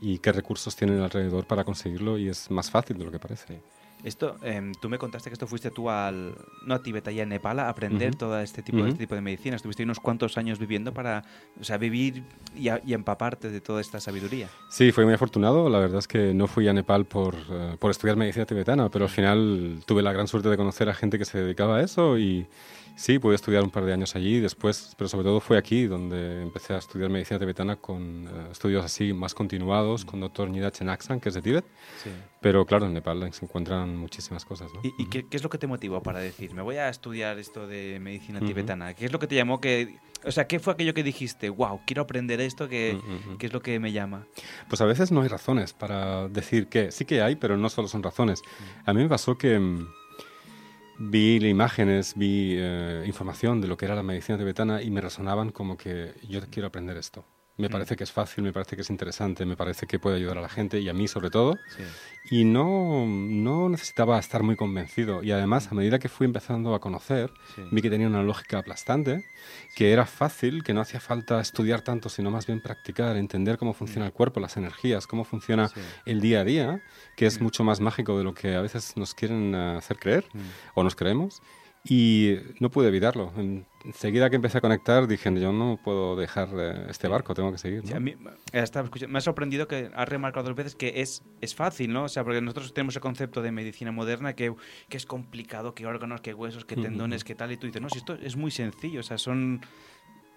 Speaker 7: y qué recursos tienen alrededor para conseguirlo, y es más fácil de lo que parece.
Speaker 11: Esto, em, tú me contaste que esto fuiste tú al, no a Tibet, allá en Nepal, a aprender
Speaker 7: Ujú.
Speaker 11: todo este tipo,
Speaker 7: Ujú.
Speaker 11: este tipo de medicina. Estuviste unos cuantos años viviendo para, o sea, vivir y, a- y empaparte de toda esta sabiduría.
Speaker 7: Sí, fui muy afortunado. La verdad es que no fui a Nepal por, eh, por estudiar medicina tibetana, pero al final tuve la gran suerte de conocer a gente que se dedicaba a eso y sí, pude estudiar un par de años allí después, pero sobre todo fue aquí donde empecé a estudiar medicina tibetana con eh, estudios así más continuados con doctor Nida Chenaksan, que es de Tíbet.
Speaker 11: Sí.
Speaker 7: Pero claro, en Nepal se encuentran muchísimas cosas, ¿no?
Speaker 11: ¿Y, y qué, qué es lo que te motivó para decir, me voy a estudiar esto de medicina
Speaker 7: Ujú.
Speaker 11: tibetana? ¿Qué es lo que te llamó que... O sea, ¿qué fue aquello que dijiste, wow, quiero aprender esto, que, que es lo que me llama?
Speaker 7: Pues a veces no hay razones para decir que sí que hay, pero no solo son razones. A mí me pasó que mm, vi imágenes, vi eh, información de lo que era la medicina tibetana y me resonaban como que yo quiero aprender esto. Me
Speaker 11: Mm.
Speaker 7: parece que es fácil, me parece que es interesante, me parece que puede ayudar a la gente y a mí sobre todo.
Speaker 11: Sí.
Speaker 7: Y no, no necesitaba estar muy convencido. Y además, a medida que fui empezando a conocer,
Speaker 11: Sí.
Speaker 7: vi que tenía una lógica aplastante, que era fácil, que no hacía falta estudiar tanto, sino más bien practicar, entender cómo funciona el cuerpo, las energías, cómo funciona el día a día, que es mucho más mágico de lo que a veces nos quieren eh, hacer creer o nos creemos. Y no pude evitarlo. En- Enseguida que empecé a conectar, dije, yo no puedo dejar eh, este barco, tengo que seguir.
Speaker 11: Sí,
Speaker 7: ¿no?
Speaker 11: a mí, eh, estaba escuchando- me ha sorprendido que has remarcado dos veces que es, es fácil, ¿no? O sea, porque nosotros tenemos el concepto de medicina moderna que, que es complicado, que órganos, que huesos, que
Speaker 7: Ujú.
Speaker 11: tendones, que tal, y tú dices, no, si esto es muy sencillo, o sea, son...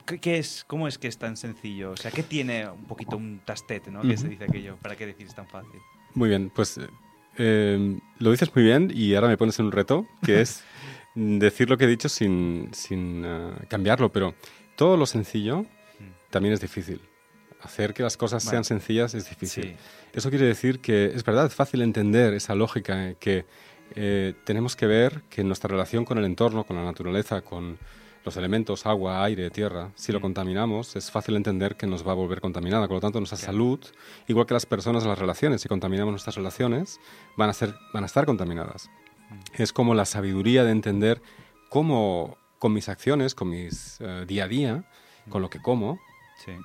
Speaker 11: ¿Qué, qué es? ¿Cómo es que es tan sencillo? O sea, ¿qué tiene un poquito un tastete, ¿no? Que se
Speaker 7: Ujú.
Speaker 11: dice aquello, ¿para qué decir es tan fácil?
Speaker 7: Muy bien, pues eh, eh, lo dices muy bien y ahora me pones en un reto, que es decir lo que he dicho sin, sin eh, cambiarlo, pero todo lo sencillo también es difícil. Hacer que las cosas
Speaker 11: Vale.
Speaker 7: sean sencillas es difícil.
Speaker 11: Sí.
Speaker 7: Eso quiere decir que es verdad, es fácil entender esa lógica eh, que eh, tenemos que ver que nuestra relación con el entorno, con la naturaleza, con los elementos, agua, aire, tierra, si lo contaminamos, es fácil entender que nos va a volver contaminada. Por lo tanto, nuestra salud, igual que las personas, las relaciones, si contaminamos nuestras relaciones, van a, ser, van a estar contaminadas. Es como la sabiduría de entender cómo con mis acciones, con mis eh, día a día, con lo que como,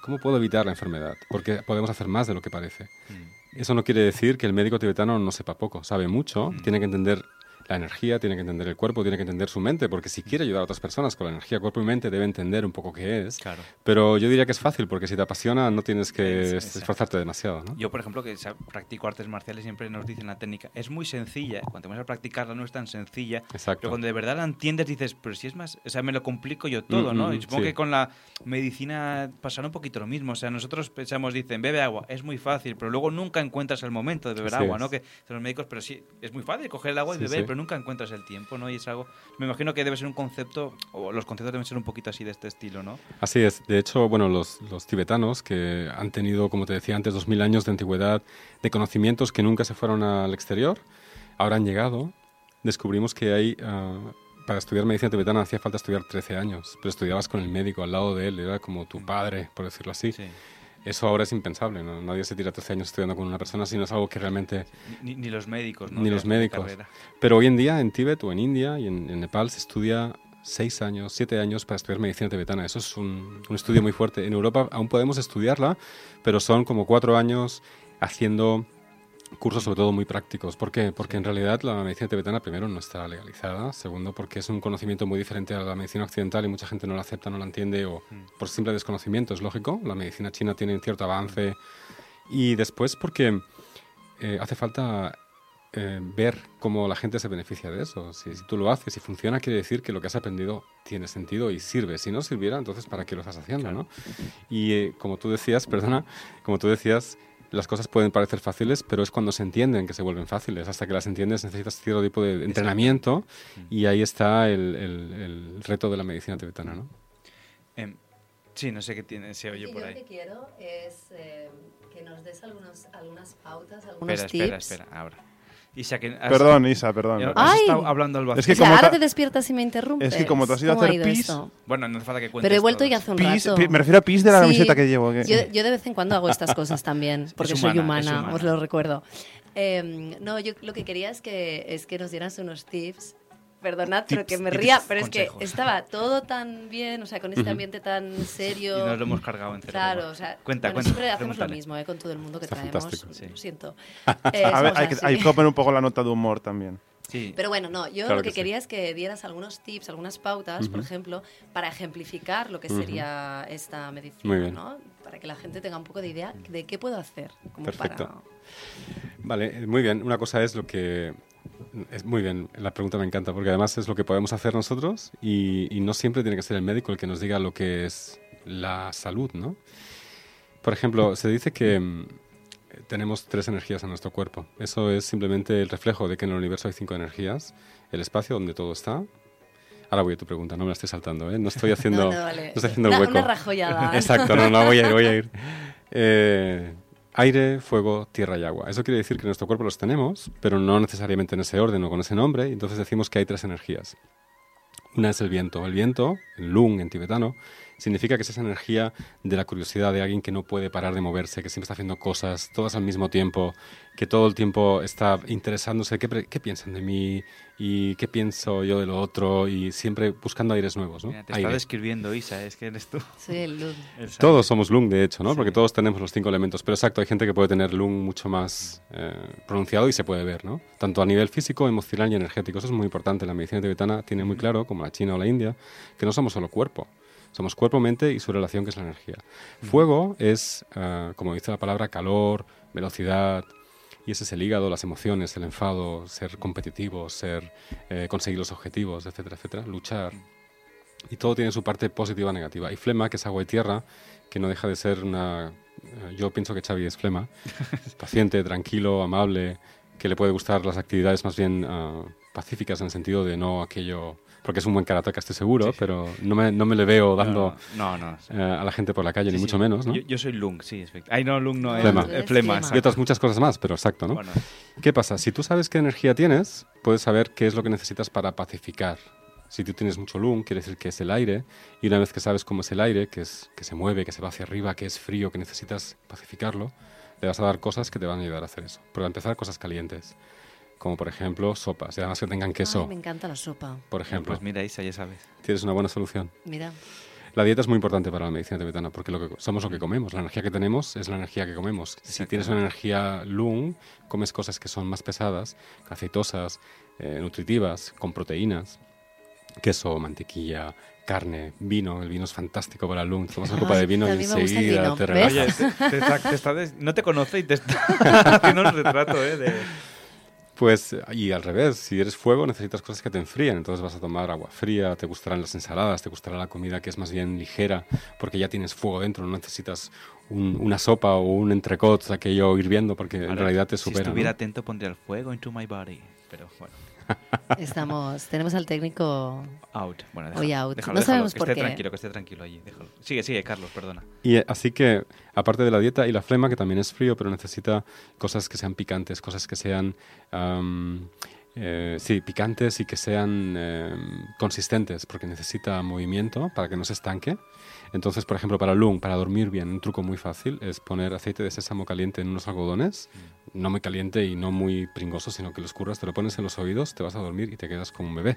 Speaker 7: ¿Cómo puedo evitar la enfermedad? Porque podemos hacer más de lo que parece. Eso no quiere decir que el médico tibetano no sepa poco, sabe mucho, tiene que entender la energía, tiene que entender el cuerpo, tiene que entender su mente, porque si quiere ayudar a otras personas con la energía, cuerpo y mente, debe entender un poco qué es. Pero yo diría que es fácil, porque si te apasiona no tienes que
Speaker 11: Sí,
Speaker 7: es- esforzarte demasiado. ¿no?
Speaker 11: Yo, por ejemplo, que sa- practico artes marciales, siempre nos dicen la técnica. Es muy sencilla. Cuanto más a practicarla, no es tan sencilla.
Speaker 7: Exacto.
Speaker 11: Pero cuando de verdad la entiendes, dices, pero si es más. O sea, me lo complico yo todo, ¿no?
Speaker 7: Mm, mm,
Speaker 11: Y supongo
Speaker 7: sí.
Speaker 11: que con la medicina pasará un poquito lo mismo. O sea, nosotros pensamos, dicen, bebe agua. Es muy fácil, pero luego nunca encuentras el momento de beber
Speaker 7: Así
Speaker 11: agua,
Speaker 7: es.
Speaker 11: ¿no? Que dicen los médicos, pero sí, es muy fácil coger el agua y
Speaker 7: Sí,
Speaker 11: beber,
Speaker 7: sí.
Speaker 11: pero nunca encuentras el tiempo, ¿no? Y es algo. Me imagino que debe ser un concepto, o los conceptos deben ser un poquito así de este estilo, ¿no?
Speaker 7: Así es. De hecho, bueno, los, los tibetanos que han tenido, como te decía antes, 2000 años de antigüedad, de conocimientos que nunca se fueron al exterior, ahora han llegado. Descubrimos que hay, ah, para estudiar medicina tibetana hacía falta estudiar 13 años, pero estudiabas con el médico al lado de él, era como tu padre, por decirlo así. Eso ahora es impensable, ¿no? nadie se tira 13 años estudiando con una persona si no es algo que realmente
Speaker 11: Ni, ni los médicos, ¿no?
Speaker 7: ni
Speaker 11: De-
Speaker 7: los
Speaker 11: de
Speaker 7: médicos.
Speaker 11: carrera.
Speaker 7: Pero hoy en día en Tíbet o en India y en, en Nepal se estudia seis años, siete años para estudiar medicina tibetana. Eso es un, un estudio muy fuerte. En Europa aún podemos estudiarla, pero son como cuatro años haciendo cursos sobre todo muy prácticos. ¿Por qué? Porque en realidad la medicina tibetana, primero, no está legalizada. Segundo, porque es un conocimiento muy diferente a la medicina occidental y mucha gente no la acepta, no la entiende o
Speaker 11: Mm.
Speaker 7: por simple desconocimiento, es lógico. La medicina china tiene cierto avance.
Speaker 11: Mm.
Speaker 7: Y después porque eh, hace falta eh, ver cómo la gente se beneficia de eso. Si, si tú lo haces y funciona, quiere decir que lo que has aprendido tiene sentido y sirve. Si no sirviera, entonces ¿para qué lo estás haciendo? ¿no? Y eh, como tú decías, perdona, como tú decías, las cosas pueden parecer fáciles, pero es cuando se entienden que se vuelven fáciles. Hasta que las entiendes necesitas cierto tipo de entrenamiento y ahí está el, el- el reto de la medicina tibetana. ¿no?
Speaker 11: Em, sí, no sé qué tiene, se oye
Speaker 8: Y
Speaker 11: por
Speaker 8: yo
Speaker 11: ahí.
Speaker 8: lo que quiero es eh, que nos des algunos, algunas pautas, algunos
Speaker 11: Espera,
Speaker 8: tips.
Speaker 11: espera, espera, ahora. Isa, que has-
Speaker 13: Perdón, Isa, perdón.
Speaker 11: Has
Speaker 8: Ay.
Speaker 11: estado hablando al vacío.
Speaker 13: Es que
Speaker 8: O sea,
Speaker 13: como
Speaker 8: ahora
Speaker 13: ta-
Speaker 8: te despiertas y me interrumpes.
Speaker 13: Es que como te has ido a
Speaker 8: ¿Cómo ha
Speaker 13: hacer
Speaker 8: ido
Speaker 13: pis-
Speaker 8: esto?
Speaker 11: Bueno, no hace falta que cuentes.
Speaker 8: Pero he vuelto
Speaker 11: todo.
Speaker 8: ya hace un
Speaker 13: Pis-
Speaker 8: rato.
Speaker 13: pi- me refiero a pis de la camiseta que llevo, que-
Speaker 8: Yo, yo de vez en cuando hago estas cosas también, porque
Speaker 13: Es
Speaker 8: soy
Speaker 13: humana, es
Speaker 8: humana,
Speaker 13: humana.
Speaker 8: os lo recuerdo. Eh, no, yo lo que quería es que, es que nos dieras unos tips. Perdonad, pero
Speaker 11: Tips,
Speaker 8: que me
Speaker 11: tips,
Speaker 8: ría, pero es
Speaker 11: consejos.
Speaker 8: que estaba todo tan bien, o sea, con este
Speaker 11: Ujú.
Speaker 8: ambiente tan serio.
Speaker 11: Y nos lo hemos cargado en cero
Speaker 8: Claro,
Speaker 11: coma.
Speaker 8: o sea,
Speaker 11: Cuenta,
Speaker 8: bueno,
Speaker 11: cuenta,
Speaker 8: siempre hacemos lo
Speaker 11: pregúntale.
Speaker 8: mismo eh, con todo el mundo que
Speaker 11: Está
Speaker 8: traemos.
Speaker 11: fantástico. Sí.
Speaker 8: Lo siento. Eh,
Speaker 13: A
Speaker 8: somos
Speaker 13: ver, hay que,
Speaker 8: así.
Speaker 13: hay que poner un poco la nota de humor también.
Speaker 8: Pero bueno, no, yo lo
Speaker 13: Claro
Speaker 8: que,
Speaker 13: que sí.
Speaker 8: quería es que dieras algunos tips, algunas pautas, por
Speaker 13: Ujú.
Speaker 8: ejemplo, para ejemplificar lo que
Speaker 7: Ujú.
Speaker 8: sería esta
Speaker 7: Muy
Speaker 8: medicina,
Speaker 7: bien.
Speaker 8: ¿no? Para que la gente tenga un poco de idea de qué puedo hacer. como
Speaker 7: Perfecto.
Speaker 8: para-
Speaker 7: Vale, eh, muy bien. Una cosa es lo que... Es muy bien, la pregunta me encanta, porque además es lo que podemos hacer nosotros y, y no siempre tiene que ser el médico el que nos diga lo que es la salud, ¿no? Por ejemplo, se dice que mm, tenemos tres energías en nuestro cuerpo. Eso es simplemente el reflejo de que en el universo hay cinco energías. El espacio donde todo está. Ahora voy a tu pregunta, no me la estoy saltando, ¿eh? No estoy haciendo,
Speaker 8: No, no, vale.
Speaker 7: no estoy haciendo
Speaker 8: Una-
Speaker 7: hueco.
Speaker 8: una rajollada.
Speaker 7: Exacto, no, no, voy a ir, voy a ir. Eh, aire, fuego, tierra y agua. Eso quiere decir que en nuestro cuerpo los tenemos, pero no necesariamente en ese orden o con ese nombre. y entonces decimos que hay tres energías. Una es el viento. El viento, el lung en tibetano, significa que es esa energía de la curiosidad de alguien que no puede parar de moverse, que siempre está haciendo cosas, todas al mismo tiempo, que todo el tiempo está interesándose qué, pre- qué piensan de mí y qué pienso yo de lo otro y siempre buscando aires nuevos. ¿no?
Speaker 11: Mira, te está
Speaker 7: Aire.
Speaker 11: describiendo Isa, ¿eh? es que eres tú.
Speaker 8: Sí, el luz.
Speaker 7: Todos somos Lung, de hecho, ¿no? Porque todos tenemos los cinco elementos. Pero exacto, hay gente que puede tener Lung mucho más eh, pronunciado y se puede ver, ¿no? Tanto a nivel físico, emocional y energético. Eso es muy importante. La medicina tibetana tiene muy claro, como la china o la india, que no somos solo cuerpo. Somos cuerpo, mente y su relación, que es la energía. Fuego es, eh, como dice la palabra, calor, velocidad. Y ese es el hígado, las emociones, el enfado, ser competitivo, ser, eh, conseguir los objetivos, etcétera, etcétera. Luchar y todo tiene su parte positiva y negativa. Y flema, que es agua y tierra, que no deja de ser una... eh, Yo pienso que Xavi es flema, paciente, tranquilo, amable, que le puede gustar las actividades más bien ah, pacíficas en el sentido de no aquello... Porque es un buen karateka, estoy seguro, pero no me, no me le veo dando
Speaker 11: no, no, no.
Speaker 7: eh, a la gente por la calle,
Speaker 11: Sí,
Speaker 7: ni
Speaker 11: sí.
Speaker 7: mucho menos, ¿no?
Speaker 11: Yo, yo soy Lung, sí, efectivamente. Ay, no, Lung no, es
Speaker 7: Flema.
Speaker 11: es flema.
Speaker 7: Y otras muchas cosas más, pero exacto, ¿no?
Speaker 11: Bueno.
Speaker 7: ¿Qué pasa? Si tú sabes qué energía tienes, puedes saber qué es lo que necesitas para pacificar. Si tú tienes mucho lung, quiere decir que es el aire, y una vez que sabes cómo es el aire, que, es, que se mueve, que se va hacia arriba, que es frío, que necesitas pacificarlo, le vas a dar cosas que te van a ayudar a hacer eso. Para empezar, cosas calientes, como por ejemplo sopas, y además que tengan queso,
Speaker 8: Ay, me encanta la sopa.
Speaker 7: por ejemplo.
Speaker 11: Pues mira, Isa, ya sabes.
Speaker 7: Tienes una buena solución.
Speaker 8: Mira.
Speaker 7: La dieta es muy importante para la medicina tibetana porque lo que, somos lo que comemos. La energía que tenemos es la energía que comemos. Si tienes una energía lung, comes cosas que son más pesadas, aceitosas, eh, nutritivas, con proteínas, queso, mantequilla, carne, vino. El vino es fantástico para el lung. Tomas una copa
Speaker 11: Ay,
Speaker 7: de vino
Speaker 11: a
Speaker 7: y
Speaker 11: mí me gusta el
Speaker 7: enseguida
Speaker 11: vino,
Speaker 7: te
Speaker 11: ¿ves?
Speaker 7: relajas.
Speaker 11: Oye, te- te está- te está des- no te conoce y te está haciendo un retrato, ¿eh? De...
Speaker 7: Pues, y al revés, si eres fuego necesitas cosas que te enfríen, entonces vas a tomar agua fría, te gustarán las ensaladas, te gustará la comida que es más bien ligera, porque ya tienes fuego dentro, no necesitas un- una sopa o un entrecot, aquello hirviendo, porque en
Speaker 11: Ahora,
Speaker 7: realidad te
Speaker 11: Si
Speaker 7: supera.
Speaker 11: estuviera
Speaker 7: ¿no?
Speaker 11: atento pondría el fuego into my body. Pero bueno.
Speaker 12: Estamos, tenemos al técnico
Speaker 11: Out. Bueno,
Speaker 12: hoy
Speaker 11: déjalo,
Speaker 12: out.
Speaker 11: déjalo,
Speaker 12: no
Speaker 11: déjalo,
Speaker 12: sabemos
Speaker 11: que
Speaker 12: por
Speaker 11: esté
Speaker 12: qué.
Speaker 11: tranquilo, que esté tranquilo allí. Déjalo. Sigue, sigue, Carlos, perdona.
Speaker 7: Y eh, así que, aparte de la dieta y la flema, que también es frío, pero necesita cosas que sean picantes, cosas que sean. am, eh, sí, picantes y que sean eh, consistentes, porque necesita movimiento para que no se estanque. Entonces, por ejemplo, para Lung, para dormir bien, un truco muy fácil es poner aceite de sésamo caliente en unos algodones, no muy caliente y no muy pringoso, sino que lo escurras, te lo pones en los oídos, te vas a dormir y te quedas como un bebé.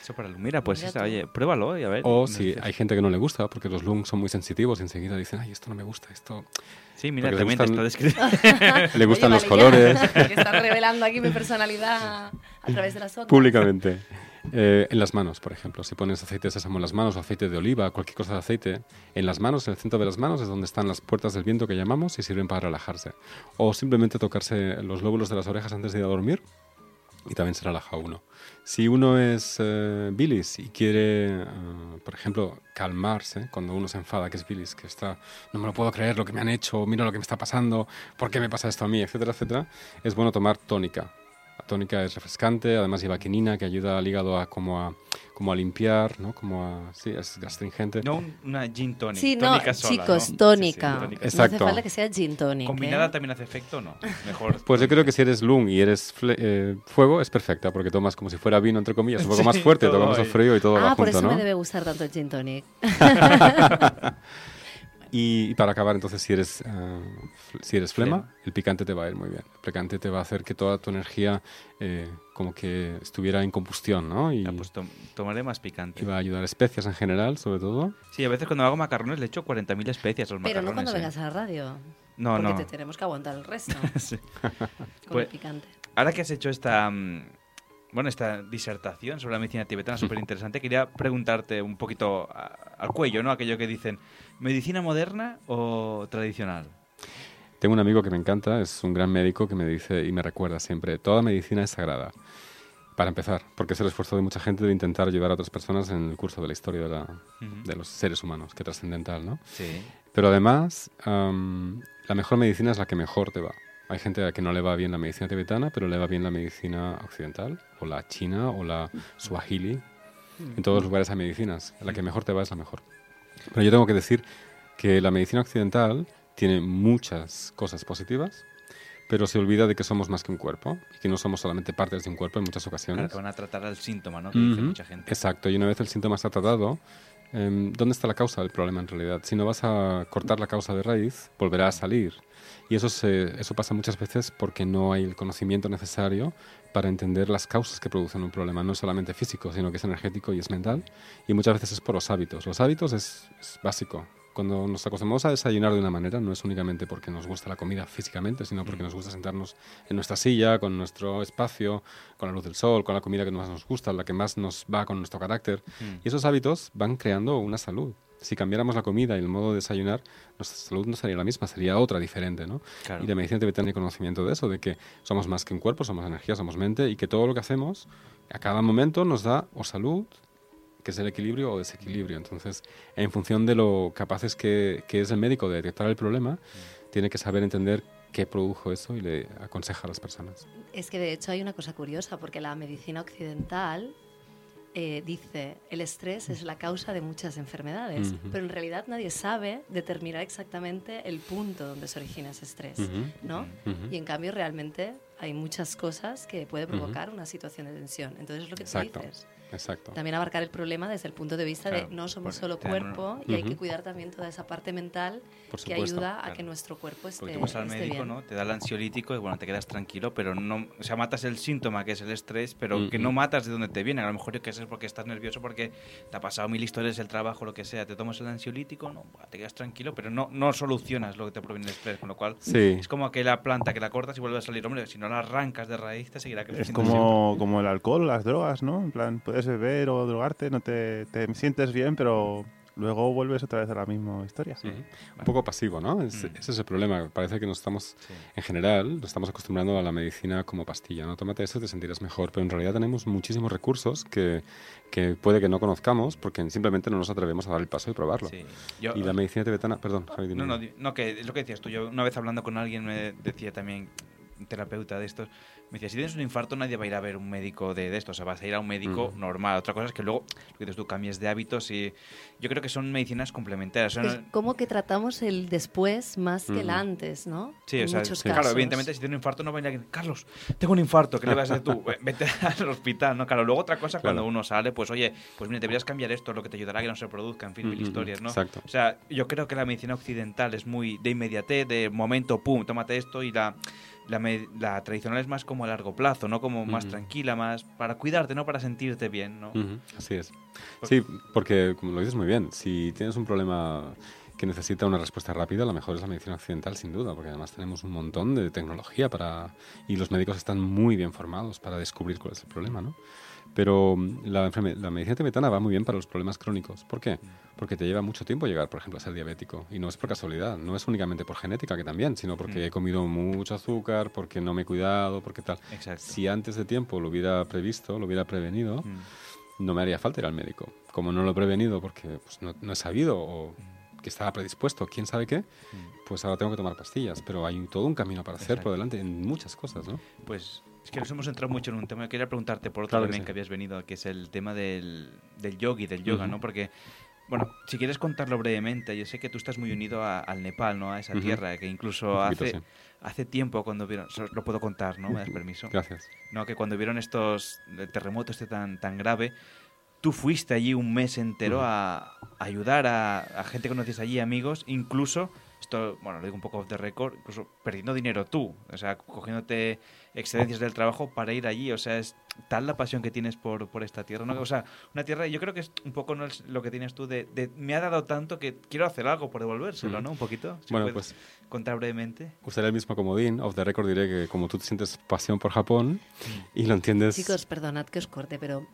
Speaker 11: Eso para Lumira, pues
Speaker 7: Mira
Speaker 11: esa,
Speaker 7: tú.
Speaker 11: oye, pruébalo y a ver.
Speaker 7: O
Speaker 11: nos
Speaker 7: si
Speaker 11: dices.
Speaker 7: hay gente que no le gusta, porque los lung son muy sensitivos y enseguida dicen, ay, esto no me gusta, esto...
Speaker 11: Sí, mira,
Speaker 7: Porque le
Speaker 11: también te está describiendo.
Speaker 7: le gustan
Speaker 12: Oye,
Speaker 7: los
Speaker 12: vale, ya,
Speaker 7: colores.
Speaker 12: que estás revelando aquí mi personalidad a través de las ondas.
Speaker 7: Públicamente. Eh, en las manos, por ejemplo. Si pones aceite de sésamo en las manos, o aceite de oliva, cualquier cosa de aceite, en las manos, en el centro de las manos, es donde están las puertas del viento que llamamos y sirven para relajarse. O simplemente tocarse los lóbulos de las orejas antes de ir a dormir y también se relaja uno. Si uno es eh, bilis y quiere, eh, por ejemplo, calmarse cuando uno se enfada, que es bilis, que está, no me lo puedo creer lo que me han hecho, mira lo que me está pasando, por qué me pasa esto a mí, etcétera, etcétera, es bueno tomar tónica. La tónica es refrescante, además lleva quinina que ayuda al hígado a como a, como a limpiar, ¿no? Como a, sí, es astringente.
Speaker 11: No un- una gin tonic.
Speaker 12: Sí, no,
Speaker 11: tónica sola,
Speaker 12: chicos,
Speaker 11: ¿no?
Speaker 12: tónica.
Speaker 11: Sí, sí,
Speaker 12: No hace
Speaker 7: Exacto.
Speaker 12: falta que sea gin tonic.
Speaker 11: ¿Combinada
Speaker 12: ¿eh?
Speaker 11: también hace efecto o no? Mejor.
Speaker 7: Pues yo creo que si eres lung y eres fle- eh, fuego, es perfecta, porque tomas como si fuera vino, entre comillas, un poco
Speaker 11: Sí,
Speaker 7: más fuerte,
Speaker 11: todo
Speaker 7: tomamos el
Speaker 11: ahí.
Speaker 7: frío y todo va
Speaker 12: ah, por
Speaker 7: junto,
Speaker 12: eso
Speaker 7: ¿no?
Speaker 12: me debe gustar tanto el gin tonic.
Speaker 7: y, y para acabar, entonces, si eres, eh, fl- si eres flema, el picante te va a ir muy bien. El picante te va a hacer que toda tu energía eh, como que estuviera en combustión, ¿no? Y,
Speaker 11: pues, Tom- tomaré más picante.
Speaker 7: y va a ayudar especias en general, sobre todo.
Speaker 11: Sí, a veces cuando hago macarrones le echo 40.000 especias a los
Speaker 12: Pero no
Speaker 11: macarrones.
Speaker 12: cuando
Speaker 11: ¿eh?
Speaker 12: vengas a la radio.
Speaker 11: No,
Speaker 12: porque
Speaker 11: no.
Speaker 12: te tenemos que aguantar el resto.
Speaker 11: ¿eh? Sí.
Speaker 12: Con
Speaker 11: Pues,
Speaker 12: el picante.
Speaker 11: Ahora que has hecho esta mm, bueno, esta disertación sobre la medicina tibetana súper interesante, quería preguntarte un poquito a- al cuello, ¿no? Aquello que dicen, ¿medicina moderna o tradicional?
Speaker 7: Tengo un amigo que me encanta, es un gran médico que me dice y me recuerda siempre, toda medicina es sagrada. Para empezar, porque es el esfuerzo de mucha gente de intentar ayudar a otras personas en el curso de la historia de, la-
Speaker 11: Ujú.
Speaker 7: de los seres humanos, que trascendental, ¿no?
Speaker 11: Sí.
Speaker 7: Pero además, am, la mejor medicina es la que mejor te va. Hay gente a la que no le va bien la medicina tibetana, pero le va bien la medicina occidental, o la china, o la suahili. En todos los lugares hay medicinas. La que mejor te va es la mejor. Pero yo tengo que decir que la medicina occidental tiene muchas cosas positivas, pero se olvida de que somos más que un cuerpo y que no somos solamente partes de un cuerpo en muchas
Speaker 11: Claro,
Speaker 7: ocasiones.
Speaker 11: te van a tratar al síntoma, ¿no? Que dice
Speaker 7: Ujú.
Speaker 11: mucha gente.
Speaker 7: Exacto, y una vez el síntoma está tratado, em, ¿dónde está la causa del problema en realidad? Si no vas a cortar la causa de raíz, volverá a salir. Y eso, se- eso pasa muchas veces porque no hay el conocimiento necesario para entender las causas que producen un problema, no solamente físico, sino que es energético y es mental. Y muchas veces es por los hábitos. Los hábitos es, es básico. Cuando nos acostumbramos a desayunar de una manera, no es únicamente porque nos gusta la comida físicamente, sino porque nos gusta sentarnos en nuestra silla, con nuestro espacio, con la luz del sol, con la comida que más nos gusta, la que más nos va con nuestro carácter.
Speaker 11: Mm.
Speaker 7: Y esos hábitos van creando una salud. Si cambiáramos la comida y el modo de desayunar, nuestra salud no sería la misma, sería otra diferente, ¿no?
Speaker 11: Claro.
Speaker 7: Y la medicina tibetana tiene conocimiento de eso, de que somos más que un cuerpo, somos energía, somos mente, y que todo lo que hacemos a cada momento nos da o salud, que es el equilibrio o desequilibrio. Entonces, en función de lo capaces que, que es el médico de detectar el problema, tiene que saber entender qué produjo eso y le aconseja a las personas.
Speaker 12: Es que de hecho hay una cosa curiosa, porque la medicina occidental eh, dice el estrés es la causa de muchas enfermedades,
Speaker 6: Ujú.
Speaker 12: pero en realidad nadie sabe determinar exactamente el punto donde se origina ese estrés,
Speaker 6: Ujú.
Speaker 12: ¿no?
Speaker 6: Ujú.
Speaker 12: Y en cambio realmente hay muchas cosas que puede provocar
Speaker 7: Ujú.
Speaker 12: una situación de tensión. Entonces es lo que
Speaker 7: Exacto.
Speaker 12: tú dices.
Speaker 7: Exacto.
Speaker 12: También abarcar el problema desde el punto de vista
Speaker 7: Claro,
Speaker 12: de no somos
Speaker 7: porque-
Speaker 12: solo
Speaker 7: claro.
Speaker 12: cuerpo y hay
Speaker 7: Ujú.
Speaker 12: que cuidar también toda esa parte mental
Speaker 7: Por
Speaker 12: que
Speaker 7: supuesto,
Speaker 12: ayuda a
Speaker 7: claro.
Speaker 12: que nuestro cuerpo esté,
Speaker 11: Porque tú vas al
Speaker 12: esté
Speaker 11: médico,
Speaker 12: este, bien.
Speaker 11: ¿no? Te da el ansiolítico y bueno, te quedas tranquilo, pero no. O sea, matas el síntoma que es el estrés, pero que
Speaker 7: Mm,
Speaker 11: no
Speaker 7: mm.
Speaker 11: matas de dónde te viene. A lo mejor yo que sé es porque estás nervioso, porque te ha pasado mil historias del trabajo, lo que sea. Te tomas el ansiolítico, no, buah, te quedas tranquilo, pero no, no solucionas lo que te proviene el estrés. Con lo cual,
Speaker 7: Sí.
Speaker 11: es como que la planta que la cortas y vuelve a salir. Hombre, si no la arrancas de raíz, te seguirá creciendo.
Speaker 13: Es como, como el alcohol, las drogas, ¿no? En plan, puedes beber o drogarte, no te, te sientes bien, pero luego vuelves otra vez a la misma historia.
Speaker 7: un poco pasivo, ¿no? Es-
Speaker 11: Mm.
Speaker 7: Ese es el problema. Parece que nos estamos, en general, nos estamos acostumbrando a la medicina como pastilla, ¿no? Tómate esto y te sentirás mejor. Pero en realidad tenemos muchísimos recursos que, que puede que no conozcamos porque simplemente no nos atrevemos a dar el paso y probarlo.
Speaker 11: Sí. Yo-
Speaker 7: y la medicina tibetana, perdón, Javi, dime.
Speaker 11: No, no, di- no, que es lo que decías tú. Yo una vez hablando con alguien me decía también, un terapeuta de estos, me decía, si tienes un infarto nadie va a ir a ver un médico de, de estos, o sea, vas a ir a un médico
Speaker 7: Ujú.
Speaker 11: normal. Otra cosa es que luego, lo que dices tú, cambies de hábitos y yo creo que son medicinas complementarias. son-
Speaker 12: Es como que tratamos el después más que el
Speaker 11: Ujú.
Speaker 12: antes, ¿no?
Speaker 11: Sí,
Speaker 12: En
Speaker 11: o sea,
Speaker 12: muchos
Speaker 11: sí. claro,
Speaker 12: casos.
Speaker 11: evidentemente si tiene un infarto no va a ir alguien, Carlos, tengo un infarto, ¿qué le vas a hacer tú? eh, Vete al hospital, ¿no? Claro, luego otra cosa cuando
Speaker 7: Claro.
Speaker 11: uno sale, pues oye, pues mira, deberías cambiar esto, lo que te ayudará a que no se produzca, en fin, mil
Speaker 7: Mm, mm,
Speaker 11: historias, ¿no?
Speaker 7: exacto.
Speaker 11: O sea, yo creo que la medicina occidental es muy de inmediatez, de momento, pum, tómate esto y la... La, me- la tradicional es más como a largo plazo, ¿no? Como más
Speaker 7: Ujú.
Speaker 11: tranquila, más para cuidarte, ¿no? Para sentirte bien, ¿no?
Speaker 7: Ujú, así es. Sí, porque como lo dices muy bien, si tienes un problema que necesita una respuesta rápida, la mejor es la medicina occidental, sin duda, porque además tenemos un montón de tecnología para y los médicos están muy bien formados para descubrir cuál es el problema, ¿no? Pero mm, la, enferme- la medicina tibetana va muy bien para los problemas crónicos. ¿Por qué? Porque te lleva mucho tiempo llegar, por ejemplo, a ser diabético. Y no es por casualidad, no es únicamente por genética, que también, sino porque he comido mucho azúcar, porque no me he cuidado, porque tal. Si antes de tiempo lo hubiera previsto, lo hubiera prevenido, no me haría falta ir al médico. Como no lo he prevenido porque pues, no, no he sabido o que estaba predispuesto, quién sabe qué, pues ahora tengo que tomar pastillas. Pero hay todo un camino para hacer por delante en muchas cosas, ¿no?
Speaker 11: Pues es que nos hemos entrado mucho en un tema. Quería preguntarte por otro
Speaker 7: Claro que
Speaker 11: también
Speaker 7: sí.
Speaker 11: que habías venido, que es el tema del, del yogi, del yoga,
Speaker 7: Ujú.
Speaker 11: ¿no? Porque, bueno, si quieres contarlo brevemente, yo sé que tú estás muy unido a- al Nepal, ¿no? A esa
Speaker 7: Ujú.
Speaker 11: tierra que incluso
Speaker 7: Un poquito,
Speaker 11: hace,
Speaker 7: sí.
Speaker 11: hace tiempo cuando vieron... so- Lo puedo contar, ¿no? ¿Me das permiso?
Speaker 7: Gracias.
Speaker 11: No, que cuando vieron estos el terremoto este tan, tan grave, tú fuiste allí un mes entero
Speaker 7: Ujú.
Speaker 11: a a ayudar a, a gente que conocías allí, amigos, incluso, esto, bueno, lo digo un poco off the record, incluso perdiendo dinero tú, o sea, cogiéndote excedencias del trabajo para ir allí, o sea, es tal la pasión que tienes por, por esta tierra, ¿no? O sea, una tierra, yo creo que es un poco no es lo que tienes tú de, de, me ha dado tanto que quiero hacer algo por devolvérselo,
Speaker 7: Ujú.
Speaker 11: ¿no? Un poquito. si
Speaker 7: Bueno, pues
Speaker 11: puedes Contar brevemente.
Speaker 7: Usaré el mismo comodín. Off the record diré que como tú te sientes pasión por Japón y lo entiendes...
Speaker 12: Mm, Chicos, perdonad que os corte, pero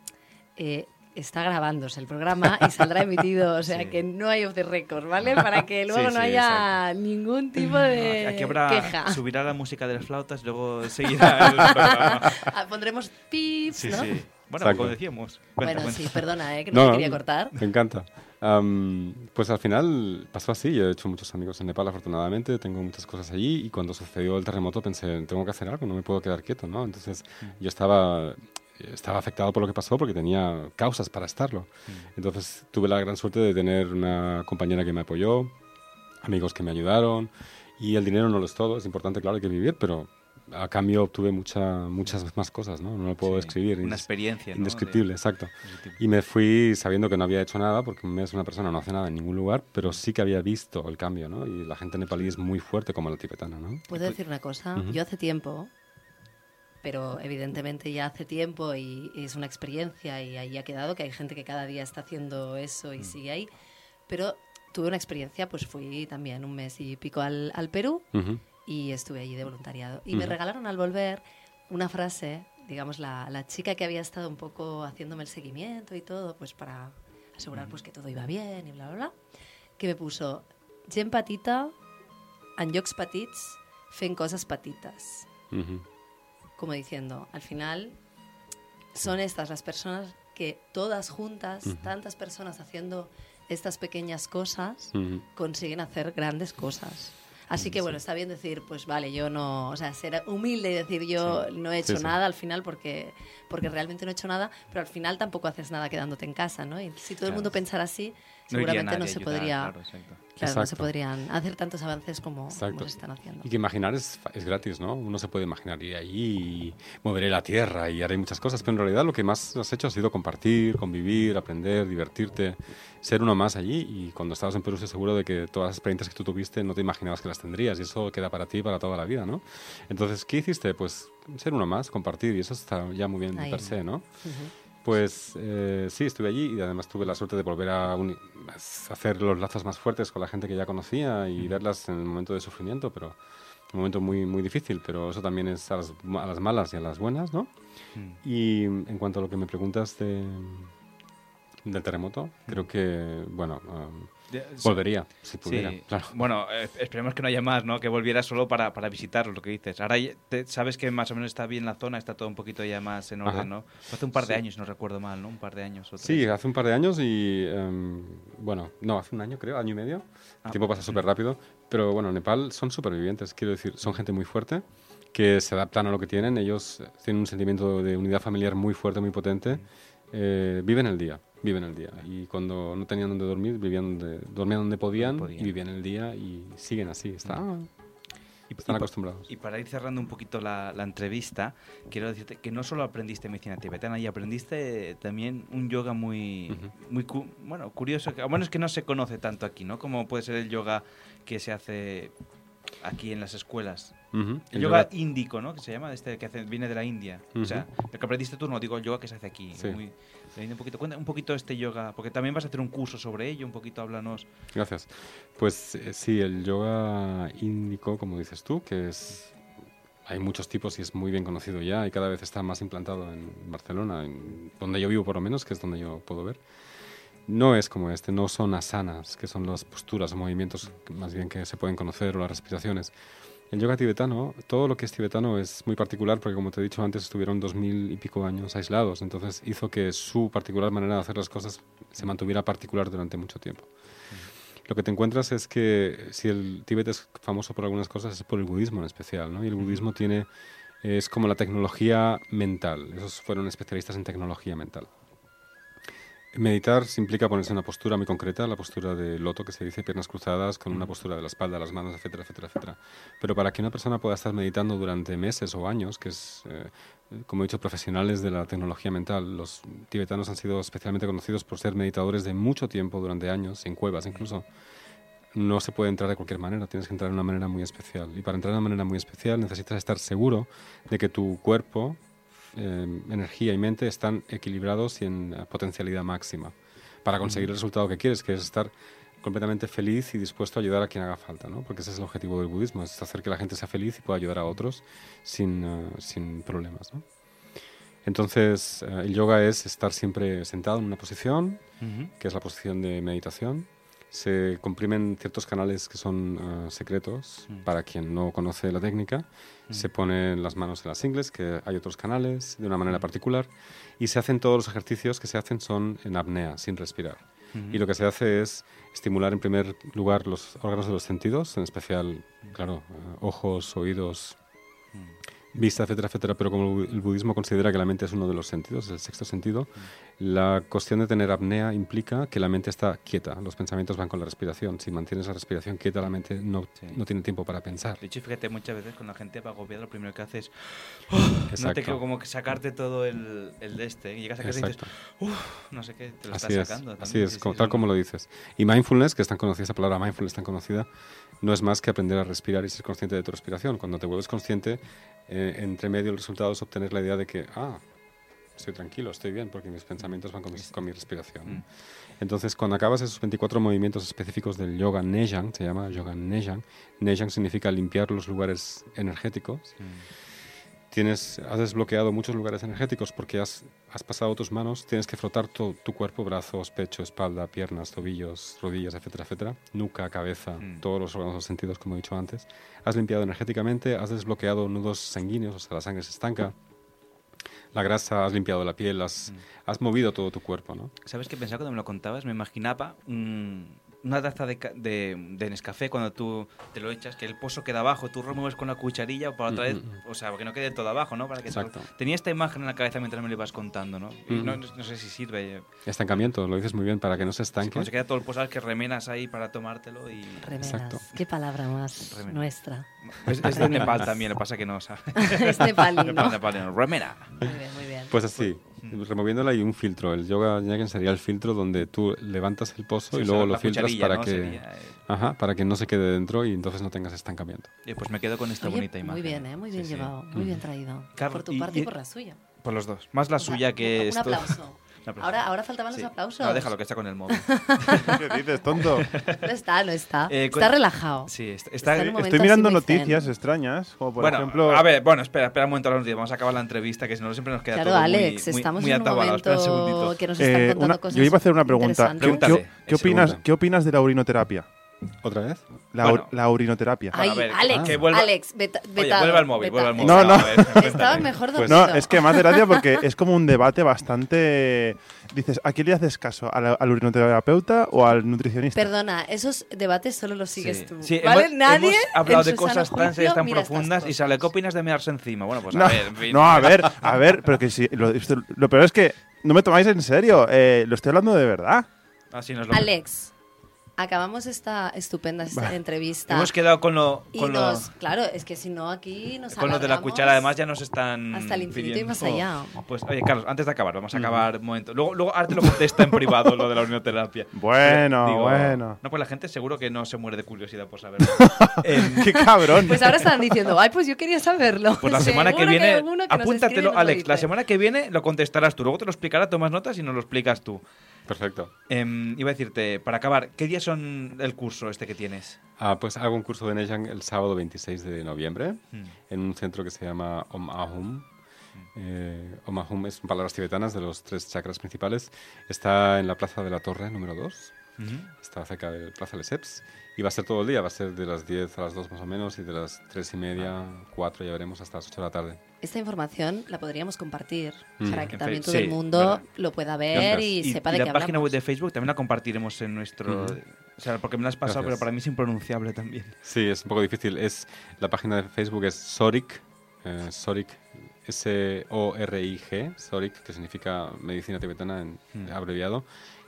Speaker 12: eh, está grabándose el programa y saldrá emitido, o sea que no hay off the record, ¿vale? Para que luego
Speaker 11: Sí,
Speaker 12: no
Speaker 11: sí,
Speaker 12: haya ningún tipo de
Speaker 11: Ah, Aquí habrá,
Speaker 12: queja.
Speaker 11: subirá la música de las flautas, luego seguirá el programa.
Speaker 12: Ah, Pondremos pips,
Speaker 11: Sí,
Speaker 12: ¿no?
Speaker 11: sí. Bueno,
Speaker 7: Exacto.
Speaker 11: como decíamos.
Speaker 12: Bueno,
Speaker 11: Cuenta,
Speaker 12: sí,
Speaker 11: cuenta.
Speaker 12: perdona, eh, que no, te quería cortar.
Speaker 7: Me encanta. Am, pues al final pasó así. Yo he hecho muchos amigos en Nepal, afortunadamente. Tengo muchas cosas allí. Y cuando sucedió el terremoto pensé, tengo que hacer algo, no me puedo quedar quieto, ¿no? Entonces yo estaba, estaba afectado por lo que pasó porque tenía causas para estarlo. Entonces tuve la gran suerte de tener una compañera que me apoyó, amigos que me ayudaron. Y el dinero no lo es todo. Es importante, claro, hay que vivir, pero a cambio obtuve mucha, muchas más cosas, ¿no? No lo puedo describir.
Speaker 11: una
Speaker 7: es
Speaker 11: experiencia, ¿no?
Speaker 7: Indescriptible,
Speaker 11: De-
Speaker 7: exacto. Y me fui sabiendo que no había hecho nada, porque un mes una persona no hace nada en ningún lugar, pero sí que había visto el cambio, ¿no? Y la gente nepalí es muy fuerte como la tibetana, ¿no?
Speaker 11: Pues,
Speaker 12: Puedo decir una cosa,
Speaker 7: Ujú.
Speaker 12: yo hace tiempo, pero evidentemente ya hace tiempo y, y es una experiencia y ahí ha quedado que hay gente que cada día está haciendo eso y sigue ahí, pero tuve una experiencia, pues fui también un mes y pico al, al Perú
Speaker 7: Ujú.
Speaker 12: y estuve allí de voluntariado y me
Speaker 7: Ujú.
Speaker 12: regalaron al volver una frase, digamos la, la chica que había estado un poco haciéndome el seguimiento y todo, pues para asegurar pues que todo iba bien y bla bla bla, que me puso Gen Patita en llocs petits fent cosas patitas.
Speaker 7: Ujú.
Speaker 12: Como diciendo, al final son estas las personas que todas juntas,
Speaker 7: Ujú.
Speaker 12: tantas personas haciendo estas pequeñas cosas,
Speaker 7: Ujú.
Speaker 12: consiguen hacer grandes cosas. Así que bueno, está bien decir, pues vale, yo no, o sea, ser humilde y decir yo no he
Speaker 7: Sí,
Speaker 12: hecho
Speaker 7: sí.
Speaker 12: nada al final porque, porque realmente no he hecho nada, pero al final tampoco haces nada quedándote en casa, ¿no? Y si todo el
Speaker 7: Claro.
Speaker 12: mundo pensara así,
Speaker 11: No iría
Speaker 8: Seguramente
Speaker 11: nadie
Speaker 8: no
Speaker 11: a
Speaker 8: se
Speaker 11: ayudar,
Speaker 8: podría. Claro,
Speaker 11: claro, exacto.
Speaker 8: no se
Speaker 7: Exacto.
Speaker 8: podrían hacer tantos avances como, como
Speaker 7: Exacto.
Speaker 8: se están haciendo.
Speaker 7: Y que imaginar es, fa- es gratis, ¿no? Uno se puede imaginar, iré allí, y moveré la tierra y haré muchas cosas, pero en realidad lo que más has hecho ha sido compartir, convivir, aprender, divertirte, ser uno más allí. Y cuando estabas en Perú, estoy seguro de que todas las experiencias que tú tuviste no te imaginabas que las tendrías, y eso queda para ti para toda la vida, ¿no? Entonces, ¿qué hiciste? Pues ser uno más, compartir, y eso está ya muy bien de
Speaker 10: Ahí.
Speaker 7: per se, ¿no?
Speaker 10: Ujú.
Speaker 7: Pues eh, sí, estuve allí y además tuve la suerte de volver a, uni- a hacer los lazos más fuertes con la gente que ya conocía y verlas en el momento de sufrimiento, pero un momento muy, muy difícil, pero eso también es a las, a las malas y a las buenas, ¿no?
Speaker 11: Mm.
Speaker 7: Y en cuanto a lo que me preguntas de- del terremoto, creo que, bueno, um,
Speaker 11: Ya, Mm. sí.
Speaker 7: volvería, si pudiera,
Speaker 11: Sí.
Speaker 7: claro.
Speaker 11: Bueno, eh, esperemos que no haya más, ¿no? Que volviera solo para, para visitar lo que dices. Ahora ya te- sabes que más o menos está bien la zona, está todo un poquito ya más en orden,
Speaker 7: Ajá.
Speaker 11: ¿no? Fue Hace un par de
Speaker 7: Sí.
Speaker 11: años, no recuerdo mal, ¿no? Un par de años. o tres.
Speaker 7: Sí, hace un par de años y, em, bueno, no, hace un año creo, año y medio. El
Speaker 11: Ah.
Speaker 7: tiempo pasa súper rápido. Pero bueno, Nepal son supervivientes, quiero decir, son gente muy fuerte que se adaptan a lo que tienen. Ellos tienen un sentimiento de unidad familiar muy fuerte, muy potente. Eh, viven el día, viven el día. Y cuando no tenían donde dormir, vivían donde, dormían donde podían, y vivían el día y siguen así. Está, están
Speaker 11: Mm. y pa-
Speaker 7: acostumbrados.
Speaker 11: Y para ir cerrando un poquito la, la entrevista, quiero decirte que no solo aprendiste medicina tibetana, y aprendiste también un yoga muy, muy cu- bueno, curioso. que- Bueno, es que no se conoce tanto aquí, ¿no? Como puede ser el yoga que se hace aquí en las escuelas.
Speaker 7: Ujú,
Speaker 11: El,
Speaker 7: el
Speaker 11: yoga,
Speaker 7: yoga-
Speaker 11: índico, ¿no? Que se llama, este que hace- viene de la India. O sea, el que aprendiste tú, no digo el yoga que se hace aquí.
Speaker 7: Sí.
Speaker 11: muy- de la India un poquito, cuenta un poquito este yoga, porque también vas a hacer un curso sobre ello, un poquito háblanos.
Speaker 7: Gracias. Pues eh, sí, el yoga índico, como dices tú, que es hay muchos tipos y es muy bien conocido ya y cada vez está más implantado en Barcelona, en donde yo vivo por lo menos, que es donde yo puedo ver. No es como este, no son asanas, que son las posturas o movimientos que- más bien que se pueden conocer o las respiraciones. El yoga tibetano, todo lo que es tibetano es muy particular porque como te he dicho antes estuvieron dos mil y pico años aislados, entonces hizo que su particular manera de hacer las cosas se mantuviera particular durante mucho tiempo lo que te encuentras es que si el Tíbet es famoso por algunas cosas es por el budismo en especial, ¿no? Y el budismo tiene es como la tecnología mental. Esos fueron especialistas en tecnología mental. Meditar se implica ponerse en una postura muy concreta, la postura de loto que se dice, piernas cruzadas, con una postura de la espalda, las manos, etcétera, etcétera, etcétera. Pero para que una persona pueda estar meditando durante meses o años, que es, eh, como he dicho, profesionales de la tecnología mental, los tibetanos han sido especialmente conocidos por ser meditadores de mucho tiempo, durante años, en cuevas incluso no se puede entrar de cualquier manera, tienes que entrar de una manera muy especial. Y para entrar de una manera muy especial necesitas estar seguro de que tu cuerpo, eh, energía y mente están equilibrados y en eh, potencialidad máxima para conseguir el resultado que quieres, que es estar completamente feliz y dispuesto a ayudar a quien haga falta, ¿no? Porque ese es el objetivo del budismo, es hacer que la gente sea feliz y pueda ayudar a otros sin, eh, sin problemas, ¿no? Entonces, eh, el yoga es estar siempre sentado en una posición,
Speaker 11: Ujú.
Speaker 7: que es la posición de meditación. Se comprimen ciertos canales que son eh, secretos para quien no conoce la técnica. Se ponen las manos en las ingles, que hay otros canales, de una manera particular. Y se hacen todos los ejercicios que se hacen son en apnea, sin respirar.
Speaker 11: Ujú.
Speaker 7: Y lo que se hace es estimular en primer lugar los órganos de los sentidos, en especial, claro, eh, ojos, oídos, vista, etcétera, etcétera, pero como el bu- el budismo considera que la mente es uno de los sentidos, el sexto sentido, la cuestión de tener apnea implica que la mente está quieta, los pensamientos van con la respiración, si mantienes la respiración quieta la mente no, no tiene tiempo para pensar.
Speaker 11: De hecho, fíjate, muchas veces cuando la gente va agobiada, lo primero que haces es no te
Speaker 7: Exacto.
Speaker 11: quiero como que sacarte todo el, el de este. Y llegas a casa y dices,
Speaker 7: Exacto.
Speaker 11: uff, no sé qué, te lo
Speaker 7: Así
Speaker 11: estás
Speaker 7: es,
Speaker 11: sacando.
Speaker 7: así
Speaker 11: también,
Speaker 7: es,
Speaker 11: sí,
Speaker 7: como-
Speaker 11: sí,
Speaker 7: tal
Speaker 11: lo-
Speaker 7: como lo dices. Y mindfulness, que es tan conocida, esa palabra mindfulness tan conocida, no es más que aprender a respirar y ser consciente de tu respiración. Cuando te vuelves consciente, eh, entre medio el resultado es obtener la idea de que, ah, estoy tranquilo, estoy bien, porque mis pensamientos van con mi, con mi respiración.
Speaker 11: Mm.
Speaker 7: Entonces, cuando acabas esos 24 movimientos específicos del yoga Nejang, se llama yoga Nejang, Nejang significa limpiar los lugares energéticos tienes, has desbloqueado muchos lugares energéticos porque has, has pasado tus manos, tienes que frotar to- tu cuerpo, brazos, pecho, espalda, piernas, tobillos, rodillas, etcétera, etcétera, nuca, cabeza, todos los órganos los sentidos, como he dicho antes. Has limpiado energéticamente, has desbloqueado nudos sanguíneos, o sea, la sangre se estanca, la grasa, has limpiado la piel, has, has movido todo tu cuerpo, ¿no?
Speaker 11: ¿Sabes qué pensaba cuando me lo contabas? Me imaginaba un, una taza de, ca- de, de Nescafé cuando tú te lo echas, que el pozo queda abajo, tú remueves con la cucharilla para otra vez,
Speaker 7: Mm,
Speaker 11: o sea, que no quede todo abajo, ¿no? Para que todo-
Speaker 7: Exacto.
Speaker 11: Tenía esta imagen en la cabeza mientras me lo ibas contando, ¿no? Y
Speaker 7: Mm.
Speaker 11: no, no sé si sirve. eh,
Speaker 7: Estancamiento, lo dices muy bien, para que no se estanque.
Speaker 11: Cuando se queda todo el pozo, sabes que remenas ahí para tomártelo y...
Speaker 12: Remenas. Qué palabra más
Speaker 11: Remenas.
Speaker 12: nuestra.
Speaker 11: Es, es de Nepal también, lo que pasa que no, ¿sabes?
Speaker 12: Es nepalí, ¿no?
Speaker 11: Nepal, nepalino. Remena.
Speaker 12: Muy bien, muy bien.
Speaker 7: Pues así,
Speaker 11: mm.
Speaker 7: removiéndola y un filtro. El yoga Nyaken sería el filtro donde tú levantas el pozo
Speaker 11: Sí,
Speaker 7: y
Speaker 11: o
Speaker 7: luego
Speaker 11: sea, la
Speaker 7: lo filtras
Speaker 11: cucharilla,
Speaker 7: para
Speaker 11: ¿no?
Speaker 7: que
Speaker 11: Sería, eh.
Speaker 7: ajá, para que no se quede dentro y entonces no tengas estancamiento.
Speaker 11: Eh, pues me quedo con esta
Speaker 12: Oye,
Speaker 11: bonita
Speaker 12: Muy
Speaker 11: imagen.
Speaker 12: bien, ¿eh? muy bien
Speaker 11: Sí, sí.
Speaker 12: llevado, muy bien traído.
Speaker 11: Claro,
Speaker 12: por tu
Speaker 11: y-
Speaker 12: parte y,
Speaker 11: y-
Speaker 12: por la suya.
Speaker 11: Por los dos. Más la suya que
Speaker 12: Un
Speaker 11: esto.
Speaker 12: aplauso.
Speaker 11: Un aplauso.
Speaker 12: Ahora, ahora faltaban los
Speaker 11: Sí.
Speaker 12: aplausos.
Speaker 11: No, déjalo que está con el móvil.
Speaker 13: ¿Qué dices, tonto?
Speaker 12: No está, no está.
Speaker 11: Eh, con-
Speaker 12: está relajado.
Speaker 11: Sí, está, está-
Speaker 12: en un Este momento
Speaker 13: Estoy
Speaker 12: así
Speaker 13: mirando
Speaker 12: muy zen.
Speaker 13: noticias extrañas, como por
Speaker 11: bueno,
Speaker 13: ejemplo...
Speaker 11: a ver, bueno, espera, espera un momento, ahora nos- vamos a acabar la entrevista, que si no siempre nos queda
Speaker 12: Claro,
Speaker 11: todo muy-
Speaker 12: Alex,
Speaker 11: muy,
Speaker 12: estamos
Speaker 11: muy
Speaker 12: en un
Speaker 11: atabalado. Espera un
Speaker 12: momento
Speaker 11: segundito.
Speaker 12: que nos están
Speaker 13: Eh,
Speaker 12: contando
Speaker 13: una-
Speaker 12: cosas
Speaker 13: yo iba a hacer una pregunta. ¿Qué,
Speaker 12: interesantes.
Speaker 13: qué- qué opinas, ¿Qué opinas de la orinoterapia?
Speaker 7: ¿Otra vez?
Speaker 13: La,
Speaker 11: Bueno.
Speaker 13: or- la orinoterapia.
Speaker 12: Ay,
Speaker 11: Bueno, a ver,
Speaker 12: Alex,
Speaker 11: que vuelva-
Speaker 12: Alex, veta-
Speaker 11: Oye,
Speaker 12: vetado,
Speaker 11: vuelve al móvil,
Speaker 12: vetado.
Speaker 11: vuelve al móvil.
Speaker 13: No, no.
Speaker 11: a ver, espera, espera.
Speaker 12: Estabas mejor
Speaker 13: Pues-
Speaker 12: dormido.
Speaker 13: no, es que más de gracia porque es como un debate bastante. Dices, ¿a quién le haces caso? ¿Al, al urinoterapeuta o al nutricionista?
Speaker 12: Perdona, esos debates solo los sigues
Speaker 11: Sí.
Speaker 12: tú.
Speaker 11: Sí,
Speaker 12: ¿Vale?
Speaker 11: hemos,
Speaker 12: Nadie.
Speaker 11: hemos hablado
Speaker 12: en
Speaker 11: de
Speaker 12: su
Speaker 11: cosas
Speaker 12: sano
Speaker 11: tan serias,
Speaker 12: juicio
Speaker 11: tan
Speaker 12: mira estas
Speaker 11: profundas y sale, ¿qué opinas de mearse encima? Bueno, pues a
Speaker 13: no,
Speaker 11: ver, en fin.
Speaker 13: no, a ver, a ver, pero que sí. Lo, esto- lo peor es que no me tomáis en serio. eh, lo estoy hablando de verdad.
Speaker 11: Así nos lo
Speaker 12: Alex, acabamos esta estupenda s- entrevista.
Speaker 11: Hemos quedado con lo,
Speaker 12: y
Speaker 11: con lo,
Speaker 12: nos, claro, es que si no aquí nos
Speaker 11: con lo de la
Speaker 12: alargamos.
Speaker 11: cuchara, además ya nos están.
Speaker 12: hasta el infinito y
Speaker 11: pidiendo-
Speaker 12: más allá.
Speaker 11: Pues, oye, Carlos, antes de acabar, vamos a acabar un momento. Luego, luego ahora te lo contesta en privado lo de la unioterapia.
Speaker 13: Bueno,
Speaker 11: Digo,
Speaker 13: bueno.
Speaker 11: No, pues la gente seguro que no se muere de curiosidad por saberlo. Em,
Speaker 13: ¡Qué cabrón!
Speaker 12: Pues ahora están diciendo, ay, pues yo quería saberlo.
Speaker 11: Pues la semana que
Speaker 12: Seguro hay
Speaker 11: viene,
Speaker 12: alguno que nos escribe y
Speaker 11: apúntatelo,
Speaker 12: nos lo
Speaker 11: Alex. La
Speaker 12: dice.
Speaker 11: semana que viene lo contestarás tú. Luego te lo explicará, tomas notas y nos lo explicas tú.
Speaker 7: Perfecto.
Speaker 11: Em, iba a decirte, para acabar, ¿qué días son el curso este que tienes?
Speaker 7: Ah, pues hago un curso de Nejang el sábado 26 de noviembre
Speaker 11: Mm.
Speaker 7: en un centro que se llama Om Ahum. Eh, Om Ahum es palabras tibetanas de los tres chakras principales. Está en la Plaza de la Torre número 2.
Speaker 11: Ujú.
Speaker 7: Está cerca de Plaza Lesseps. Y va a ser todo el día, va a ser de las 10 a las 2 más o menos y de las 3 y media, 4 ya veremos hasta las 8 de la tarde.
Speaker 12: Esta información la podríamos compartir
Speaker 7: Mm.
Speaker 12: para que
Speaker 7: En
Speaker 12: también
Speaker 7: fe-
Speaker 12: todo el
Speaker 7: sí,
Speaker 12: mundo
Speaker 7: verdad.
Speaker 12: lo pueda ver y, sepa de
Speaker 11: la
Speaker 12: qué
Speaker 11: página
Speaker 12: hablamos.
Speaker 11: web de Facebook también la compartiremos en nuestro...
Speaker 7: Ujú.
Speaker 11: O sea, porque me la has pasado,
Speaker 7: Gracias.
Speaker 11: pero para mí es impronunciable también.
Speaker 7: Sí, es un poco difícil. Es, la página de Facebook es Soric, eh, Soric, S-O-R-I-G, Soric, que significa medicina tibetana en
Speaker 11: Mm.
Speaker 7: abreviado.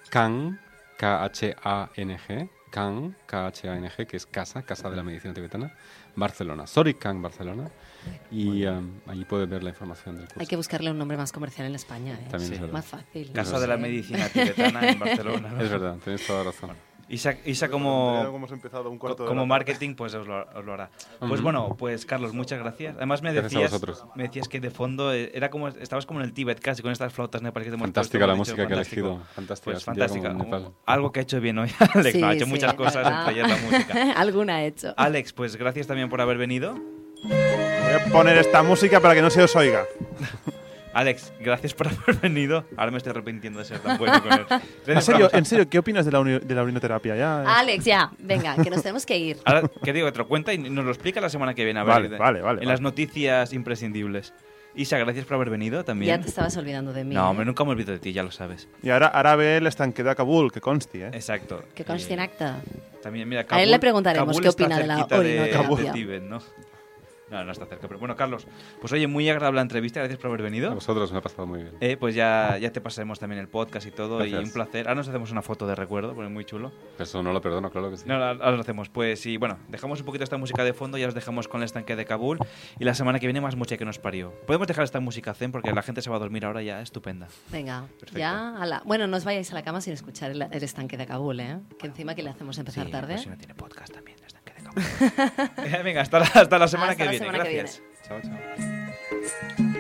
Speaker 7: Kang, K-H-A-N-G, Kang, K-H-A-N-G, que es casa, casa de la medicina tibetana, Barcelona. Soric Kang, Barcelona. Y um, allí puede ver la información del curso.
Speaker 12: Hay que buscarle un nombre más comercial en España, ¿eh?
Speaker 7: También es verdad.
Speaker 12: Más fácil.
Speaker 11: Casa
Speaker 12: no
Speaker 11: de la
Speaker 12: sé.
Speaker 11: Medicina Tibetana en Barcelona.
Speaker 7: Es verdad, tenéis toda la razón.
Speaker 11: Isa,
Speaker 7: Pues
Speaker 11: Isa
Speaker 13: Pero
Speaker 11: como,
Speaker 13: hemos empezado un cuarto de
Speaker 11: como
Speaker 13: hora.
Speaker 11: marketing, pues os lo, os lo hará. Pues
Speaker 7: Ujú.
Speaker 11: bueno, pues Carlos, muchas gracias. Además me
Speaker 7: Gracias a
Speaker 11: decías,
Speaker 7: vosotros.
Speaker 11: me decías que de fondo eh, era como estabas como en el Tíbet casi con estas flautas nepalíes que te hemos
Speaker 7: Fantástica
Speaker 11: puesto,
Speaker 7: la
Speaker 11: hemos dicho,
Speaker 7: música que ha
Speaker 11: fantástico.
Speaker 7: elegido, fantástica,
Speaker 11: Pues
Speaker 7: sentía como
Speaker 11: fantástica.
Speaker 7: en Nepal.
Speaker 11: Algo que ha hecho bien hoy Alex, no, ha
Speaker 12: Sí,
Speaker 11: hecho
Speaker 12: sí,
Speaker 11: muchas
Speaker 12: es
Speaker 11: cosas
Speaker 12: verdad.
Speaker 11: entre ellas la música.
Speaker 12: Alguna ha hecho.
Speaker 11: Alex, pues gracias también por haber venido.
Speaker 13: Voy a poner esta música para que no se os oiga.
Speaker 11: Alex, gracias por haber venido. Ahora me estoy arrepintiendo de ser tan bueno con él. Gracias
Speaker 13: En
Speaker 11: por
Speaker 13: serio,
Speaker 11: haber-
Speaker 13: en serio, ¿qué opinas de la, uni- de la urinoterapia? Ya, eh.
Speaker 12: Alex, ya, venga, que nos tenemos que ir.
Speaker 11: Ahora, ¿qué digo? Te lo cuenta y nos lo explica la semana que viene. A ver,
Speaker 13: Vale,
Speaker 11: de-
Speaker 13: vale, vale,
Speaker 11: En las noticias imprescindibles. Isa, gracias por haber venido también.
Speaker 12: Ya te estabas olvidando de mí.
Speaker 11: No,
Speaker 12: ¿eh?
Speaker 11: hombre, nunca me olvido de ti, ya lo sabes.
Speaker 13: Y ahora, ahora ve el estanque de Kabul, que consti, ¿eh?
Speaker 11: Exacto.
Speaker 12: Que conste en
Speaker 11: Eh,
Speaker 12: acta.
Speaker 11: También, mira,
Speaker 12: A él
Speaker 11: Kabul-
Speaker 12: le preguntaremos
Speaker 11: Kabul
Speaker 12: qué
Speaker 11: está
Speaker 12: opina de la
Speaker 11: cerquita
Speaker 12: orinoterapia.
Speaker 11: de Tíbet, ¿no? No, no está cerca. Pero bueno, Carlos, pues oye, muy agradable la entrevista. Gracias por haber
Speaker 7: A
Speaker 11: venido.
Speaker 7: vosotros me ha pasado muy bien.
Speaker 11: Eh, pues ya, ya te pasaremos también el podcast y todo. Y
Speaker 7: Gracias.
Speaker 11: un placer. Ahora nos hacemos una foto de recuerdo, porque es muy chulo.
Speaker 7: Eso no lo perdono, claro que sí.
Speaker 11: No, ahora ahora lo hacemos. Pues sí, bueno, dejamos un poquito esta música de fondo, ya os dejamos con el estanque de Kabul y la semana que viene más mocha que nos parió. Podemos dejar esta música zen porque la gente se va a dormir ahora ya, estupenda.
Speaker 12: Venga, ya, ala. Bueno, no os vayáis a la cama sin escuchar el, el estanque de Kabul, ¿eh? Que encima que le hacemos empezar
Speaker 11: Sí,
Speaker 12: tarde.
Speaker 11: pues si no tiene podcast también, el estanque de Kabul. Venga, hasta la, hasta la semana
Speaker 12: Hasta
Speaker 11: que
Speaker 12: la
Speaker 11: viene.
Speaker 12: semana que
Speaker 11: Gracias.
Speaker 7: Chao, chao.
Speaker 11: chao.